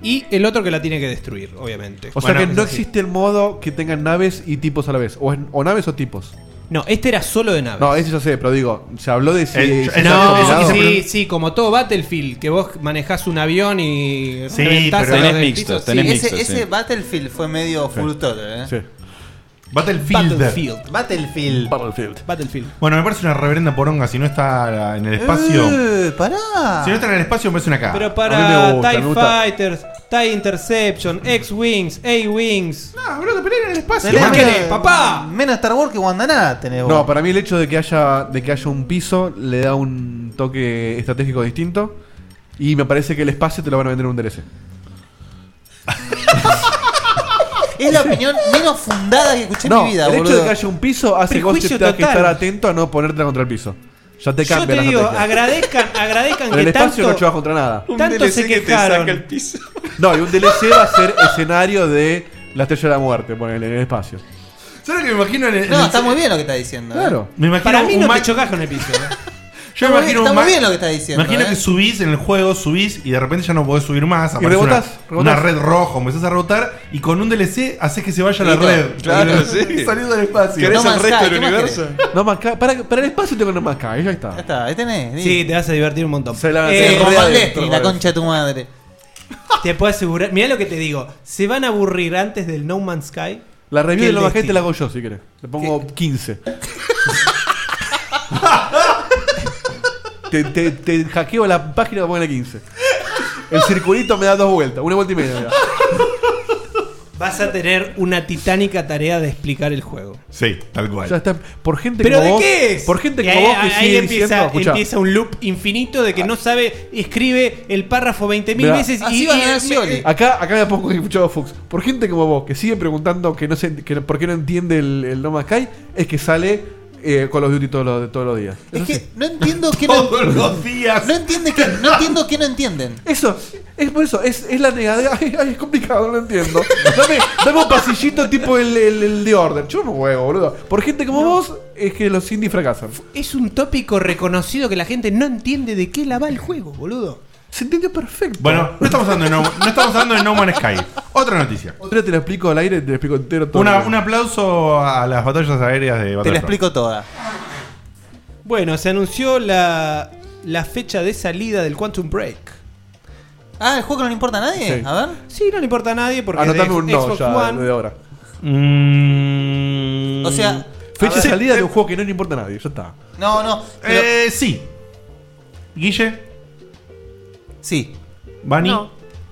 y el otro que la tiene que destruir, obviamente. O sea que no existe el modo que tengan naves y tipos a la vez. O, es- o naves o tipos. No, este era solo de naves. No, eso ya sé, pero digo, se habló de si. Eh, si no, está compilado. sí, sí, como todo Battlefield, que vos manejás un avión y Sí, reventás pero a los tenés del mixtos, piso. tenés Sí, Ese, ese- ese Battlefield fue medio full total, ¿eh? Battlefield. Battlefield. Battlefield. Battlefield. Battlefield. Bueno, me parece una reverenda poronga si no está en el espacio. Eh, pará. Si no está en el espacio, me parece una caga. Pero para TIE Fighters, TIE Interception, X-Wings, A-Wings. No, bro, pelear en el espacio. ¿Qué querés, papá? Menos Star Wars que Guandaná tenés vos. No, para mí el hecho de que haya de que haya un piso le da un toque estratégico distinto y me parece que el espacio te lo van a vender en un DLC. Es la opinión menos fundada que escuché en No, mi vida, el boludo. hecho de que haya un piso hace que vos te Prejuicio tengas que total. estar atento a no ponerte contra el piso. Ya te Yo cambia te la digo, estrategia. agradezcan, agradezcan En el que espacio tanto, no chocas contra nada. tanto se quejaron. piso. No, y un DLC va a ser escenario de la estrella de la muerte, ponele, en el espacio. ¿Sabes lo que me imagino en el- en No, el- eh, está muy bien lo que está diciendo. eh. Claro. Me imagino Para mí un no ma- te chocás con el piso. ¿eh? Yo Está me muy imagino bien, está un muy ma- bien lo que está diciendo, Imagino ¿eh? que subís en el juego, subís y de repente ya no podés subir más. aparece rebotás, una, una rebotás. red roja, empezás a rebotar y con un DLC haces que se vaya la Listo. red. Claro, sí. Saliendo del espacio. ¿Querés No el Man's resto Sky, del ¿qué más universo? No más ca- para, para el espacio tengo no más ca- ahí ya está. está, ahí tenés. Sí, te vas a divertir un montón. Se la- Eh, Eh, Román Román Lestri, Lestri, Eh, la concha de tu madre. Te puedo asegurar. Mirá lo que te digo. Se van a aburrir antes del No Man's Sky. La review que de el lo bajé te destino. la hago yo si querés. Le pongo 15. te, te, te hackeo la página y pongo la 15. El circulito me da dos vueltas, una vuelta y media. me da. Vas a tener una titánica tarea de explicar el juego. Sí, tal cual. Ya está. Por gente ¿Pero como de vos- qué es? Por gente Y como ahí, vos que ahí sigue empieza, diciendo, escuchá, empieza un loop infinito de que no sabe, escribe el párrafo 20.000 Mirá. veces y, Así y- va a ganar me- eh, Scioli. Acá, acá me pongo escuchado Fox. Por gente como vos que sigue preguntando que no sé, que no- por qué no entiende el, el No Man's Sky, es que sale eh, Call of Duty todos los, todos los días. Es que no entiendo que no. Todos los días. No entiende que no entiendo que no entienden. Eso, es por eso, es, es la negada. Ay, ay, es complicado, no lo entiendo. Dame, dame un pasillito tipo el, el, el de Order. Yo no juego, boludo. Por gente como vos, es que los indies fracasan. Es un tópico reconocido que la gente no entiende de qué la va el juego, boludo. Se entiende perfecto. Bueno, no estamos hablando de No, no estamos hablando de No Man's Sky. Otra noticia. Otra te la explico al aire, te la explico entero todo. Una- un aplauso a las batallas aéreas de Battlefront. explico toda. Bueno, se anunció la la fecha de salida del Quantum Break. Ah, el juego que no le importa a nadie. Sí. A ver. Sí, no le importa a nadie porque Anotame de un no Xbox ya One- de ahora. Mm. O sea, Fecha a de ver. salida de un juego que no le importa a nadie, ya está. No, no. Eh, sí. Guille. Sí. Bani.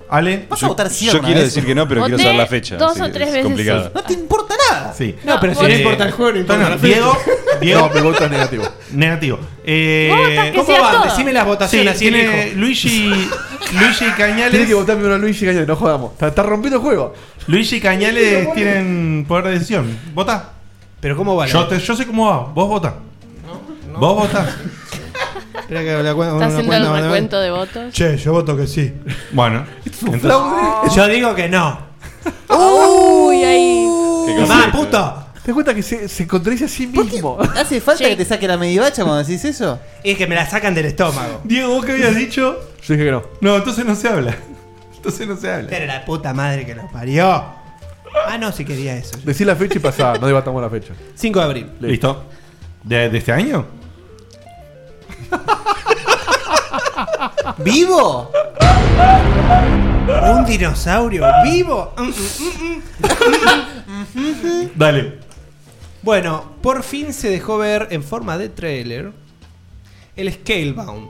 Ale. ¿Vas a votar sí alguna vez? Voté Dos o tres veces. sí. No te importa nada. Sí. No, pero si no importa el juego, no importa la fecha. Diego, Diego. No, me votas negativo. Negativo. Eh, Vos votás que ¿cómo sea van? todo. Decime las votaciones, así tiene elijo. Luigi, Luigi Cañales. Tiene que votar primero a Luigi Cañales, no jodamos. Está, está rompiendo el juego. Luigi y Cañales tienen poder de decisión. Vota. Pero ¿cómo va? Yo, te- yo sé cómo va. Vos votá. Vos votás. Espera que la cuenta. Está una haciendo cuenta el más grande. recuento de votos. Che, yo voto que sí. Bueno. Yo digo que no. Uy, ahí. Mamá, puto. ¿Te das cuenta que se, se contradice a sí mismo? ¿Hace falta que te saque la medivacha cuando decís eso? Es que me la sacan del estómago. Diego, ¿vos qué habías dicho? Yo dije que no. No, entonces no se habla. Entonces no se habla. Pero la puta madre que lo parió. Ah, no, si quería eso. Decí la fecha y pasá, no debatamos la fecha. 5 de abril. ¿Listo? ¿De, de este año? ¿Vivo? ¿Un dinosaurio vivo? Mm, mm, mm, mm. Mm, mm. Dale. Bueno, por fin se dejó ver en forma de trailer el Scalebound.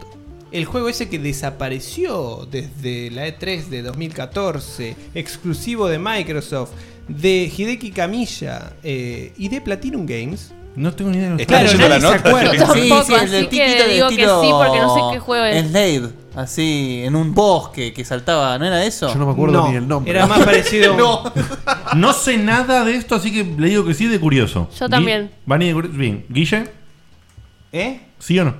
El juego ese que desapareció desde la E3 de 2014, exclusivo de Microsoft, de Hideki Kamiya eh, y de Platinum Games. No tengo ni idea de ¿Estás leyendo la nota? Yo tampoco, Sí, sí, el así que digo que sí, porque no sé qué juego es. Slade, así, en un bosque que saltaba, ¿no era eso? Yo no me acuerdo No, ni el nombre. era más parecido a un- no. No sé nada de esto, así que le digo que sí de curioso. Yo también. Gui- Vani de curioso. Bien. Guille, ¿Eh? ¿sí o no?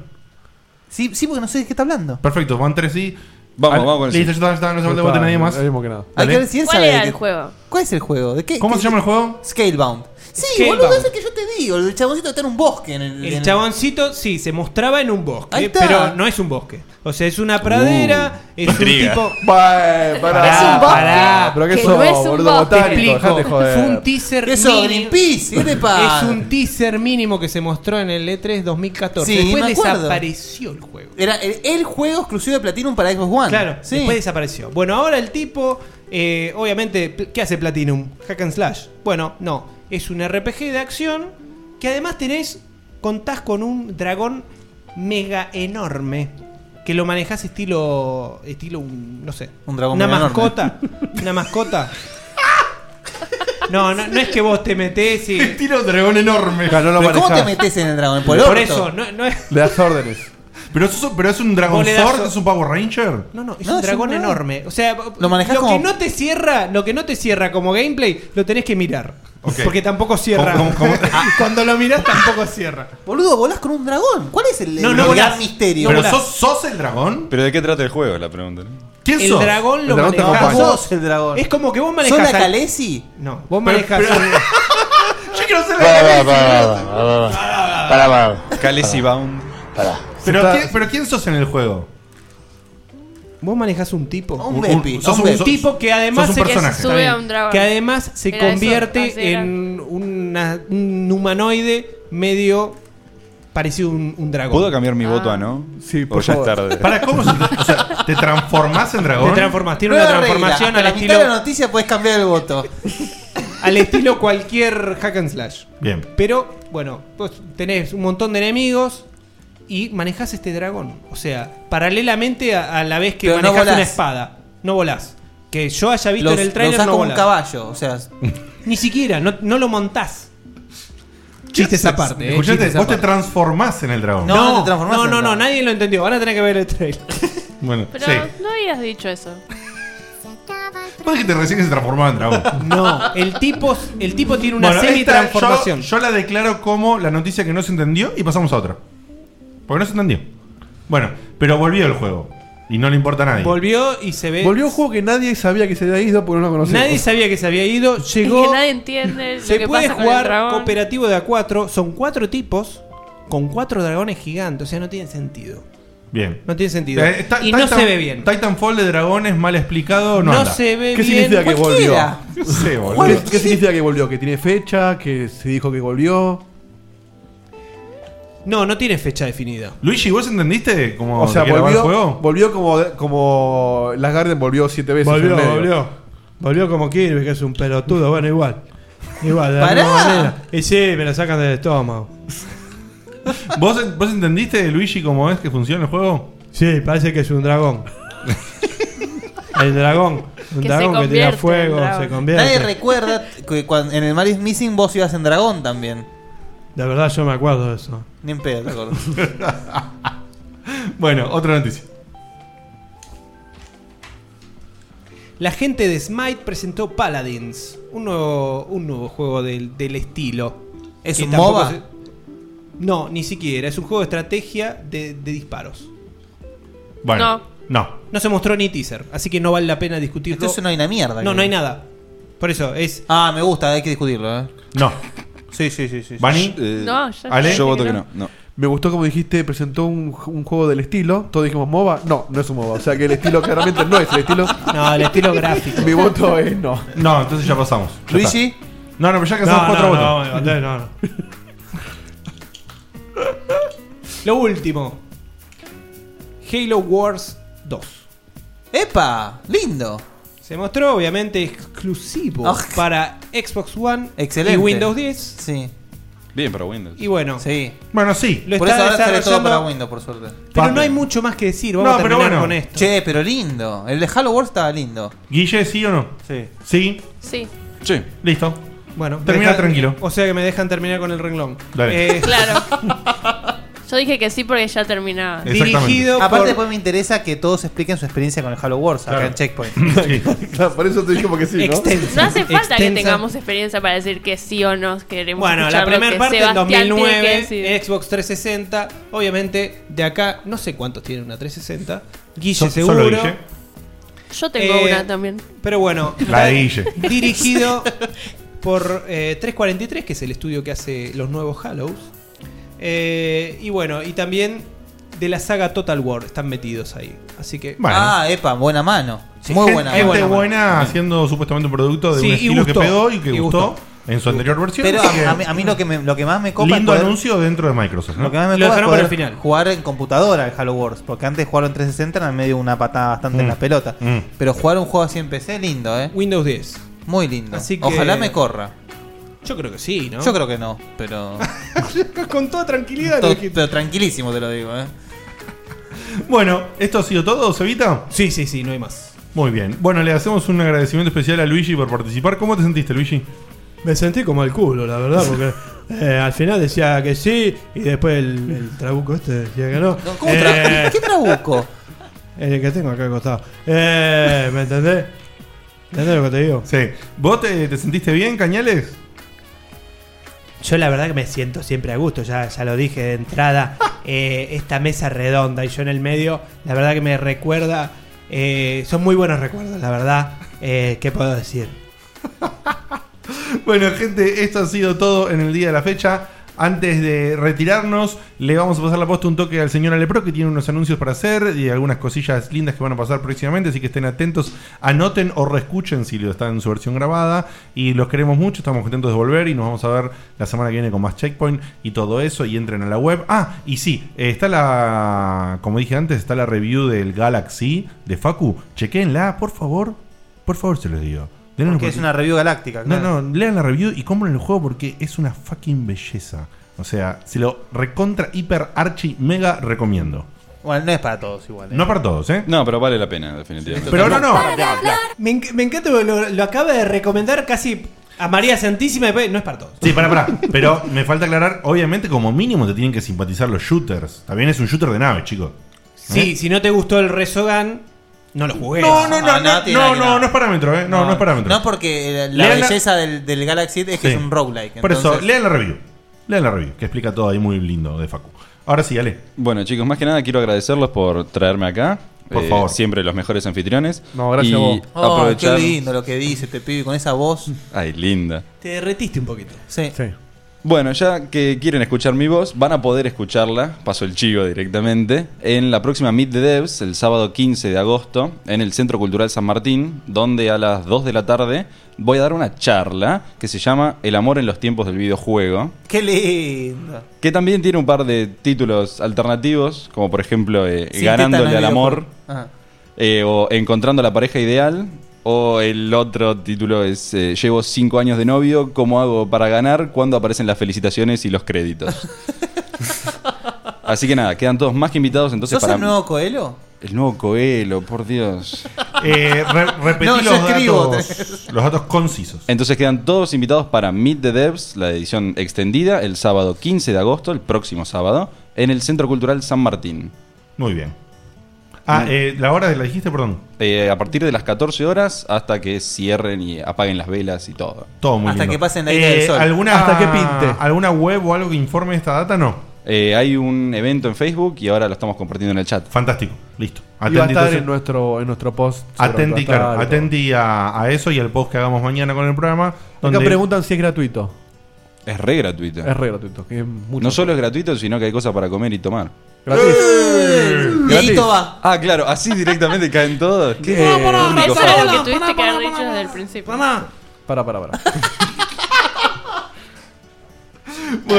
Sí, sí, porque no sé de qué está hablando. Perfecto, van tres sí. Vamos, Al- vamos con el Listo, sí. ya está, ya está, no se Ya falta voto está, nadie más. Ah, lo mismo que nada. Hay Dale. que ver si él ¿Cuál sabe era de el qué- juego? ¿Cuál es el juego? ¿De qué, ¿Cómo se llama el juego? Scalebound. Sí, Scalebound. boludo, ese que yo te digo. El chaboncito está en un bosque. En el, El en- chaboncito, sí, se mostraba en un Ahí bosque, está. pero no es un bosque. O sea, es una pradera, es intriga. un tipo... Bah, pará, Es un bosque pará, pero ¿qué que sos, no es un boludo bosque. botánico? Te explico. Dejate joder. Fue un teaser ¿Qué sos, mínimo. Greenpeace? ¿Qué te pasa? Es un teaser mínimo que se mostró en el E E3 2014. Sí, después me acuerdo. desapareció el juego. Era el, el juego exclusivo de Platinum para Xbox One. Claro, Sí. después desapareció. Bueno, ahora el tipo, eh, obviamente, pl- ¿qué hace Platinum? Hack and Slash. Bueno, no. Es un RPG de acción que además tenés, contás con un dragón mega enorme que lo manejás estilo, estilo un, no sé, Un dragón una mega enorme. mascota, una mascota. No, no, no es que vos te metés y... Tira un dragón enorme. Claro, no lo ¿Pero ¿Cómo te manejás. metes en el dragón? Por, Por, orto? eso, no, no es... Le das órdenes. ¿Pero, eso, es- ¿Pero es un Dragon Vos le das Sword? o- ¿Es un Power Ranger? No, no, es No, un es dragón un dragón. enorme. O sea, Lo manejás lo como- que no te cierra, lo que no te cierra como gameplay, lo tenés que mirar. Porque tampoco cierra. ¿Cómo- cómo- Cuando lo mirás tampoco cierra. Boludo, volás con un dragón. ¿Cuál es el, No, el no gran volás. misterio? ¿Pero sos, sos el dragón? ¿Pero de qué trata el juego? Es la pregunta. ¿no? ¿Quién El sos? dragón lo te manejás acompaña. vos. Sos el dragón. Es como que vos ¿Sos la manejás. al- Calesi? No, vos manejás. Yo quiero ser Para, la para, cabeza. para, para, para, para. Calesi Bound. Pará. ¿Pero, quién, ¿Pero quién sos en el juego? Vos manejás un tipo. Un Bepi. sos un un- Bepi. sos- tipo que además sos un se- que personaje. se- Sube a un dragón. que además se Era eso, convierte así era. en una- un humanoide medio parecido a un, un dragón. ¿Puedo cambiar Ah. mi voto a no? Sí, O por ya es favor. tarde. Para, ¿cómo se, o sea, ¿Te transformás en dragón? Te transformas, tiene Nueva una regla, transformación a al la mitad de la estilo, noticia puedes cambiar el voto. al estilo cualquier hack and slash. Bien. Pero, bueno, vos tenés un montón de enemigos y manejás este dragón. O sea, paralelamente a, a la vez que Pero no manejás una volás. espada. No volás. Que yo haya visto Los- en el lo trailer usás no como un volás. caballo. O sea, Ni siquiera, no, no lo montás. Chiste esa parte. eh, Escuchate, chiste esa vos te parte. transformás en el dragón. No, No, te transformás no, en no, dragón. no, nadie lo entendió. Van a tener que ver el trailer. Bueno, Pero sí. no habías dicho eso. Vos dijiste recién que se transformaba en dragón. No, el tipo, el tipo tiene una esta semi-transformación. Yo, yo la declaro como la noticia que no se entendió y pasamos a otra. Porque no se entendió. Bueno, pero volvió el juego. Y no le importa a nadie. Volvió y se ve. Volvió un juego que nadie sabía que se había ido porque no lo conocía. Nadie sabía que se había ido. Llegó. que nadie entiende lo Se que puede pasa con el jugar dragón. cooperativo de A4. Son cuatro tipos con cuatro dragones gigantes. O sea, no tiene sentido. Bien. No tiene sentido. Eh, ta- y no Titan- se ve bien. Titanfall de dragones mal explicado no, No, anda. se ve ¿Qué bien. significa que volvió? cualquiera. No sé, boludo. ¿Qué, qué significa que volvió? ¿Que tiene fecha? ¿Que se dijo que volvió? No, no tiene fecha definida. Luigi, ¿vos entendiste cómo O sea, se grabó el juego? volvió, volvió como, como Las Garden volvió siete veces. Volvió, en medio. volvió. Volvió como Kirby, que es un pelotudo. Bueno, igual. Igual, de la ¡Pará! misma manera. Y sí, me la sacan del estómago. ¿Vos, en- vos entendiste, Luigi, cómo es que funciona el juego? Sí, parece que es un dragón. El dragón. Un Que se dragón que tira convierte en fuego, dragón. se convierte. Nadie recuerda que cuando, en el Mario Missing vos ibas en dragón también. La verdad, yo me acuerdo de eso. Ni en pedo, te acuerdo. Bueno, otra noticia. La gente de Smite presentó Paladins, un nuevo, un nuevo juego del, del estilo. ¿Es Que un tampoco MOBA? No, ni siquiera. Es un juego de estrategia de, de disparos. Bueno, no. no. se mostró ni teaser, así que no vale la pena discutirlo. Entonces no hay una mierda. No, que- no hay nada. Por eso es. Ah, me gusta, hay que discutirlo, ¿eh? No. Sí, sí, sí. sí. ¿Bani? No, Eh, ya ¿Ale? sé Yo voto que no. Me gustó como dijiste, presentó un, un juego del estilo. Todos dijimos MOBA. No, no es un MOBA. O sea que el estilo claramente no es el estilo. No, el estilo gráfico. Mi voto es no. No, entonces ya pasamos. Ya Luigi. está. No, no, pero ya Ah, casamos No, cuatro no, votos. no, no, no, no. Lo último. Halo Wars 2. ¡Epa! ¡Lindo! Se mostró obviamente exclusivo Ah. para Xbox One Excelente. y Windows 10. Sí. Bien, pero Windows. Y bueno. Sí. Bueno, sí. eh. Lo por está eso ahora sale todo desarrollando- para Windows, por suerte. Pero no hay mucho más que decir. Vamos a terminar con esto. Che, pero lindo. El de Halo Wars estaba lindo. Guille, ¿sí o no? Sí. Sí. Sí. Sí. Listo. Bueno, Termina deja- tranquilo. O sea que me dejan terminar con el renglón. Eh, Dale. Claro. Yo dije que sí porque ya terminaba. Aparte, después me interesa que todos expliquen su experiencia con el Halo Wars acá en Checkpoint. por eso te dijimos que sí, No hace falta que tengamos experiencia para decir que sí o no queremos. Bueno, la escuchar lo primera que parte del Sebastián tiene que 2009, decir. Xbox 360. Obviamente, de acá, no sé cuántos tienen una 360. Guille, So- solo seguro. Guille. Yo tengo Eh, una también. Pero bueno, La de Guille. dirigido por eh, 343, que es el estudio que hace los nuevos Hallows. Eh, y bueno, y también de la saga Total War están metidos ahí. Así que. Ah, epa, buena mano. Sí, Muy gente- buena Gente mano. buena, haciendo supuestamente un producto de Sí, un y estilo gustó. que pegó y que Y gustó, gustó. en su anterior versión. Pero así a, que- a mí, a mí lo, que me, lo que más me copa es Lindo poder- anuncio dentro de Microsoft. ¿no? Lo que más me copa es poder jugar en computadora el Halo Wars. Porque antes jugarlo en 360 era medio una patada bastante en Mm. las pelotas. Mm. Pero jugar un juego así en PC, lindo, ¿eh? Windows 10. Muy lindo. Así que- Ojalá me corra. Yo creo que sí, ¿no? Yo creo que no, pero. Con toda tranquilidad. to- pero tranquilísimo te lo digo, ¿eh? Bueno, ¿esto ha sido todo, Cevita? Sí, sí, sí, no hay más. Muy bien. Bueno, le hacemos un agradecimiento especial a Luigi por participar. ¿Cómo te sentiste, Luigi? Me sentí como el culo, la verdad, porque eh, al final decía que sí y después el, el trabuco este decía que no. Eh, ¿Cómo tra- ¿Qué trabuco? El que tengo acá al costado. Eh, ¿Me entendés? ¿Entendés lo que te digo? Sí. ¿Vos te, te sentiste bien, Cañales? Yo la verdad que me siento siempre a gusto, ya, ya lo dije de entrada, eh, esta mesa redonda y yo en el medio, la verdad que me recuerda, eh, son muy buenos recuerdos, la verdad, eh, ¿qué puedo decir? Bueno, gente, esto ha sido todo en el día de la fecha. Antes de retirarnos, le vamos a pasar la posta un toque al señor Alepro, que tiene unos anuncios para hacer y algunas cosillas lindas que van a pasar próximamente, así que estén atentos, anoten o reescuchen si lo está en su versión grabada. Y los queremos mucho, estamos contentos de volver y nos vamos a ver la semana que viene con más checkpoint y todo eso. Y entren a la web. Ah, y sí, eh, está la, como dije antes, está la review del Galaxy de Facu. Chequenla, por favor, por favor se los digo. Denle Porque es una review galáctica, claro. No, no, lean la review y compren el juego porque es una fucking belleza. O sea, se lo recontra, hiper, archi, mega recomiendo. Bueno, no es para todos igual. ¿eh? No para todos, ¿eh? No, pero vale la pena, definitivamente. Pero ahora no. Me, enc- me encanta, porque lo, lo acaba de recomendar casi a María Santísima, después, no es para todos. Sí, pará, pará. Pero me falta aclarar, obviamente, como mínimo te tienen que simpatizar los shooters. También es un shooter de nave, ¿Eh? chicos. Sí, si no te gustó el Resogan, no lo jugué. No, no, no, Ah, no, nada, tiene no, nada que no, nada. no es parámetro, ¿eh? No, no, es parámetro. No, porque la, la Lean la- belleza del, del Galaxy es que es Sí. un roguelike. Por eso, entonces- lean la review. Lean la review, que explica todo ahí muy lindo de Facu. Ahora sí, Ale. Bueno, chicos, más que nada quiero agradecerlos por traerme acá. Eh, Por favor. Siempre los mejores anfitriones. No, y gracias a vos. Oh, aprovechar- qué lindo lo que dice este pibe con esa voz. Ay, linda. Te derretiste un poquito. Sí. Sí. Bueno, ya que quieren escuchar mi voz, van a poder escucharla, paso el chivo directamente, en la próxima Meet the Devs, el sábado 15 de agosto, en el Centro Cultural San Martín, donde a las 2 de la tarde voy a dar una charla que se llama El amor en los tiempos del videojuego, ¡Qué lindo! que también tiene un par de títulos alternativos, como por ejemplo eh, Sin Ganándole tétano al de amor, videojuego. Ajá. eh, o Encontrando la pareja ideal, o el otro título es eh, Llevo 5 años de novio, ¿cómo hago para ganar? Cuando aparecen las felicitaciones y los créditos. Así que nada, quedan todos más que invitados entonces ¿Sos para... el nuevo Coelho? El nuevo Coelho, por Dios. Eh, re- repetí No, yo los, escribo. datos, los datos concisos. Entonces quedan todos invitados para Meet the Devs, la edición extendida, el sábado 15 de agosto, el próximo sábado, en el Centro Cultural San Martín. Muy bien. Ah, eh, la hora de la dijiste, perdón. Eh, a partir de las 14 horas hasta que cierren y apaguen las velas y todo. Todo muy lindo. Eh, ¿alguna, ¿Alguna web o algo que informe esta data? No. Eh, hay un evento en Facebook y ahora lo estamos compartiendo en el chat. Fantástico, listo. Y va a Atendí, estar entonces. en nuestro, en nuestro post. Atendí, claro, atendí a, a eso y al post que hagamos mañana con el programa. Donde Acá preguntan si es gratuito. Es re gratuito. Es re gratuito. que es mucho. No solo es gratuito, sino que hay cosas para comer y tomar. Gratis. Gratis. Dieguito va. Ah, claro, así directamente caen todos. Qué Eh, único, Eso por era favor. lo que tuviste que haber dicho desde el principio. Para, para, para.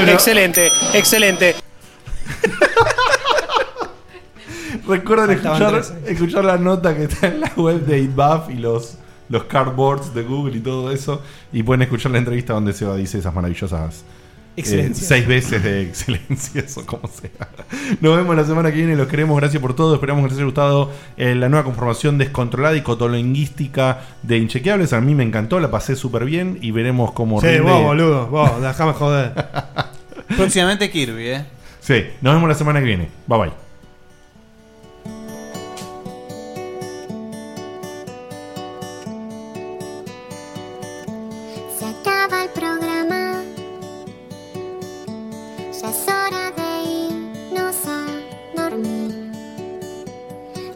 Excelente, excelente. Recuerden Faltaban escuchar, tres escuchar la nota que está en la web de ItBuff y los, los cardboards de Google y todo eso. Y pueden escuchar la entrevista donde Seba dice esas maravillosas eh, Excelencias. seis veces de excelencias o como sea. Nos vemos la semana que viene. Los queremos. Gracias por todo. Esperamos que les haya gustado eh, la nueva conformación descontrolada y cotolenguística de Inchequeables. A mí me encantó. La pasé súper bien y veremos cómo Sí, rinde. vos, boludo. Vos, dejame joder. Próximamente Kirby, ¿eh? Sí, nos vemos la semana que viene. Bye bye. Se acaba el programa. Ya es hora de irnos a dormir.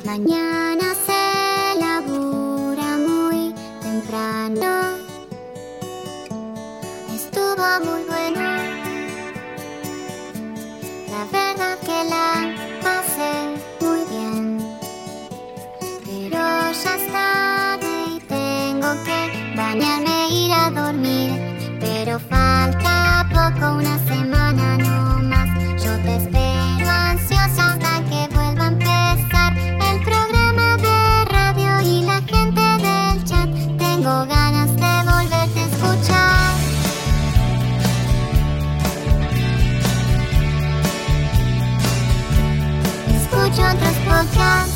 Mañana se labura muy temprano. Estuvo muy bueno. La verdad que la pasé muy bien. Pero ya es tarde y tengo que bañarme e ir a dormir. Pero falta poco, una semana no más. Yo te espero ansiosa hasta que vuelva a empezar el programa de radio y la gente del chat. Tengo ganas de volverte a escuchar. Escucho otros podcasts.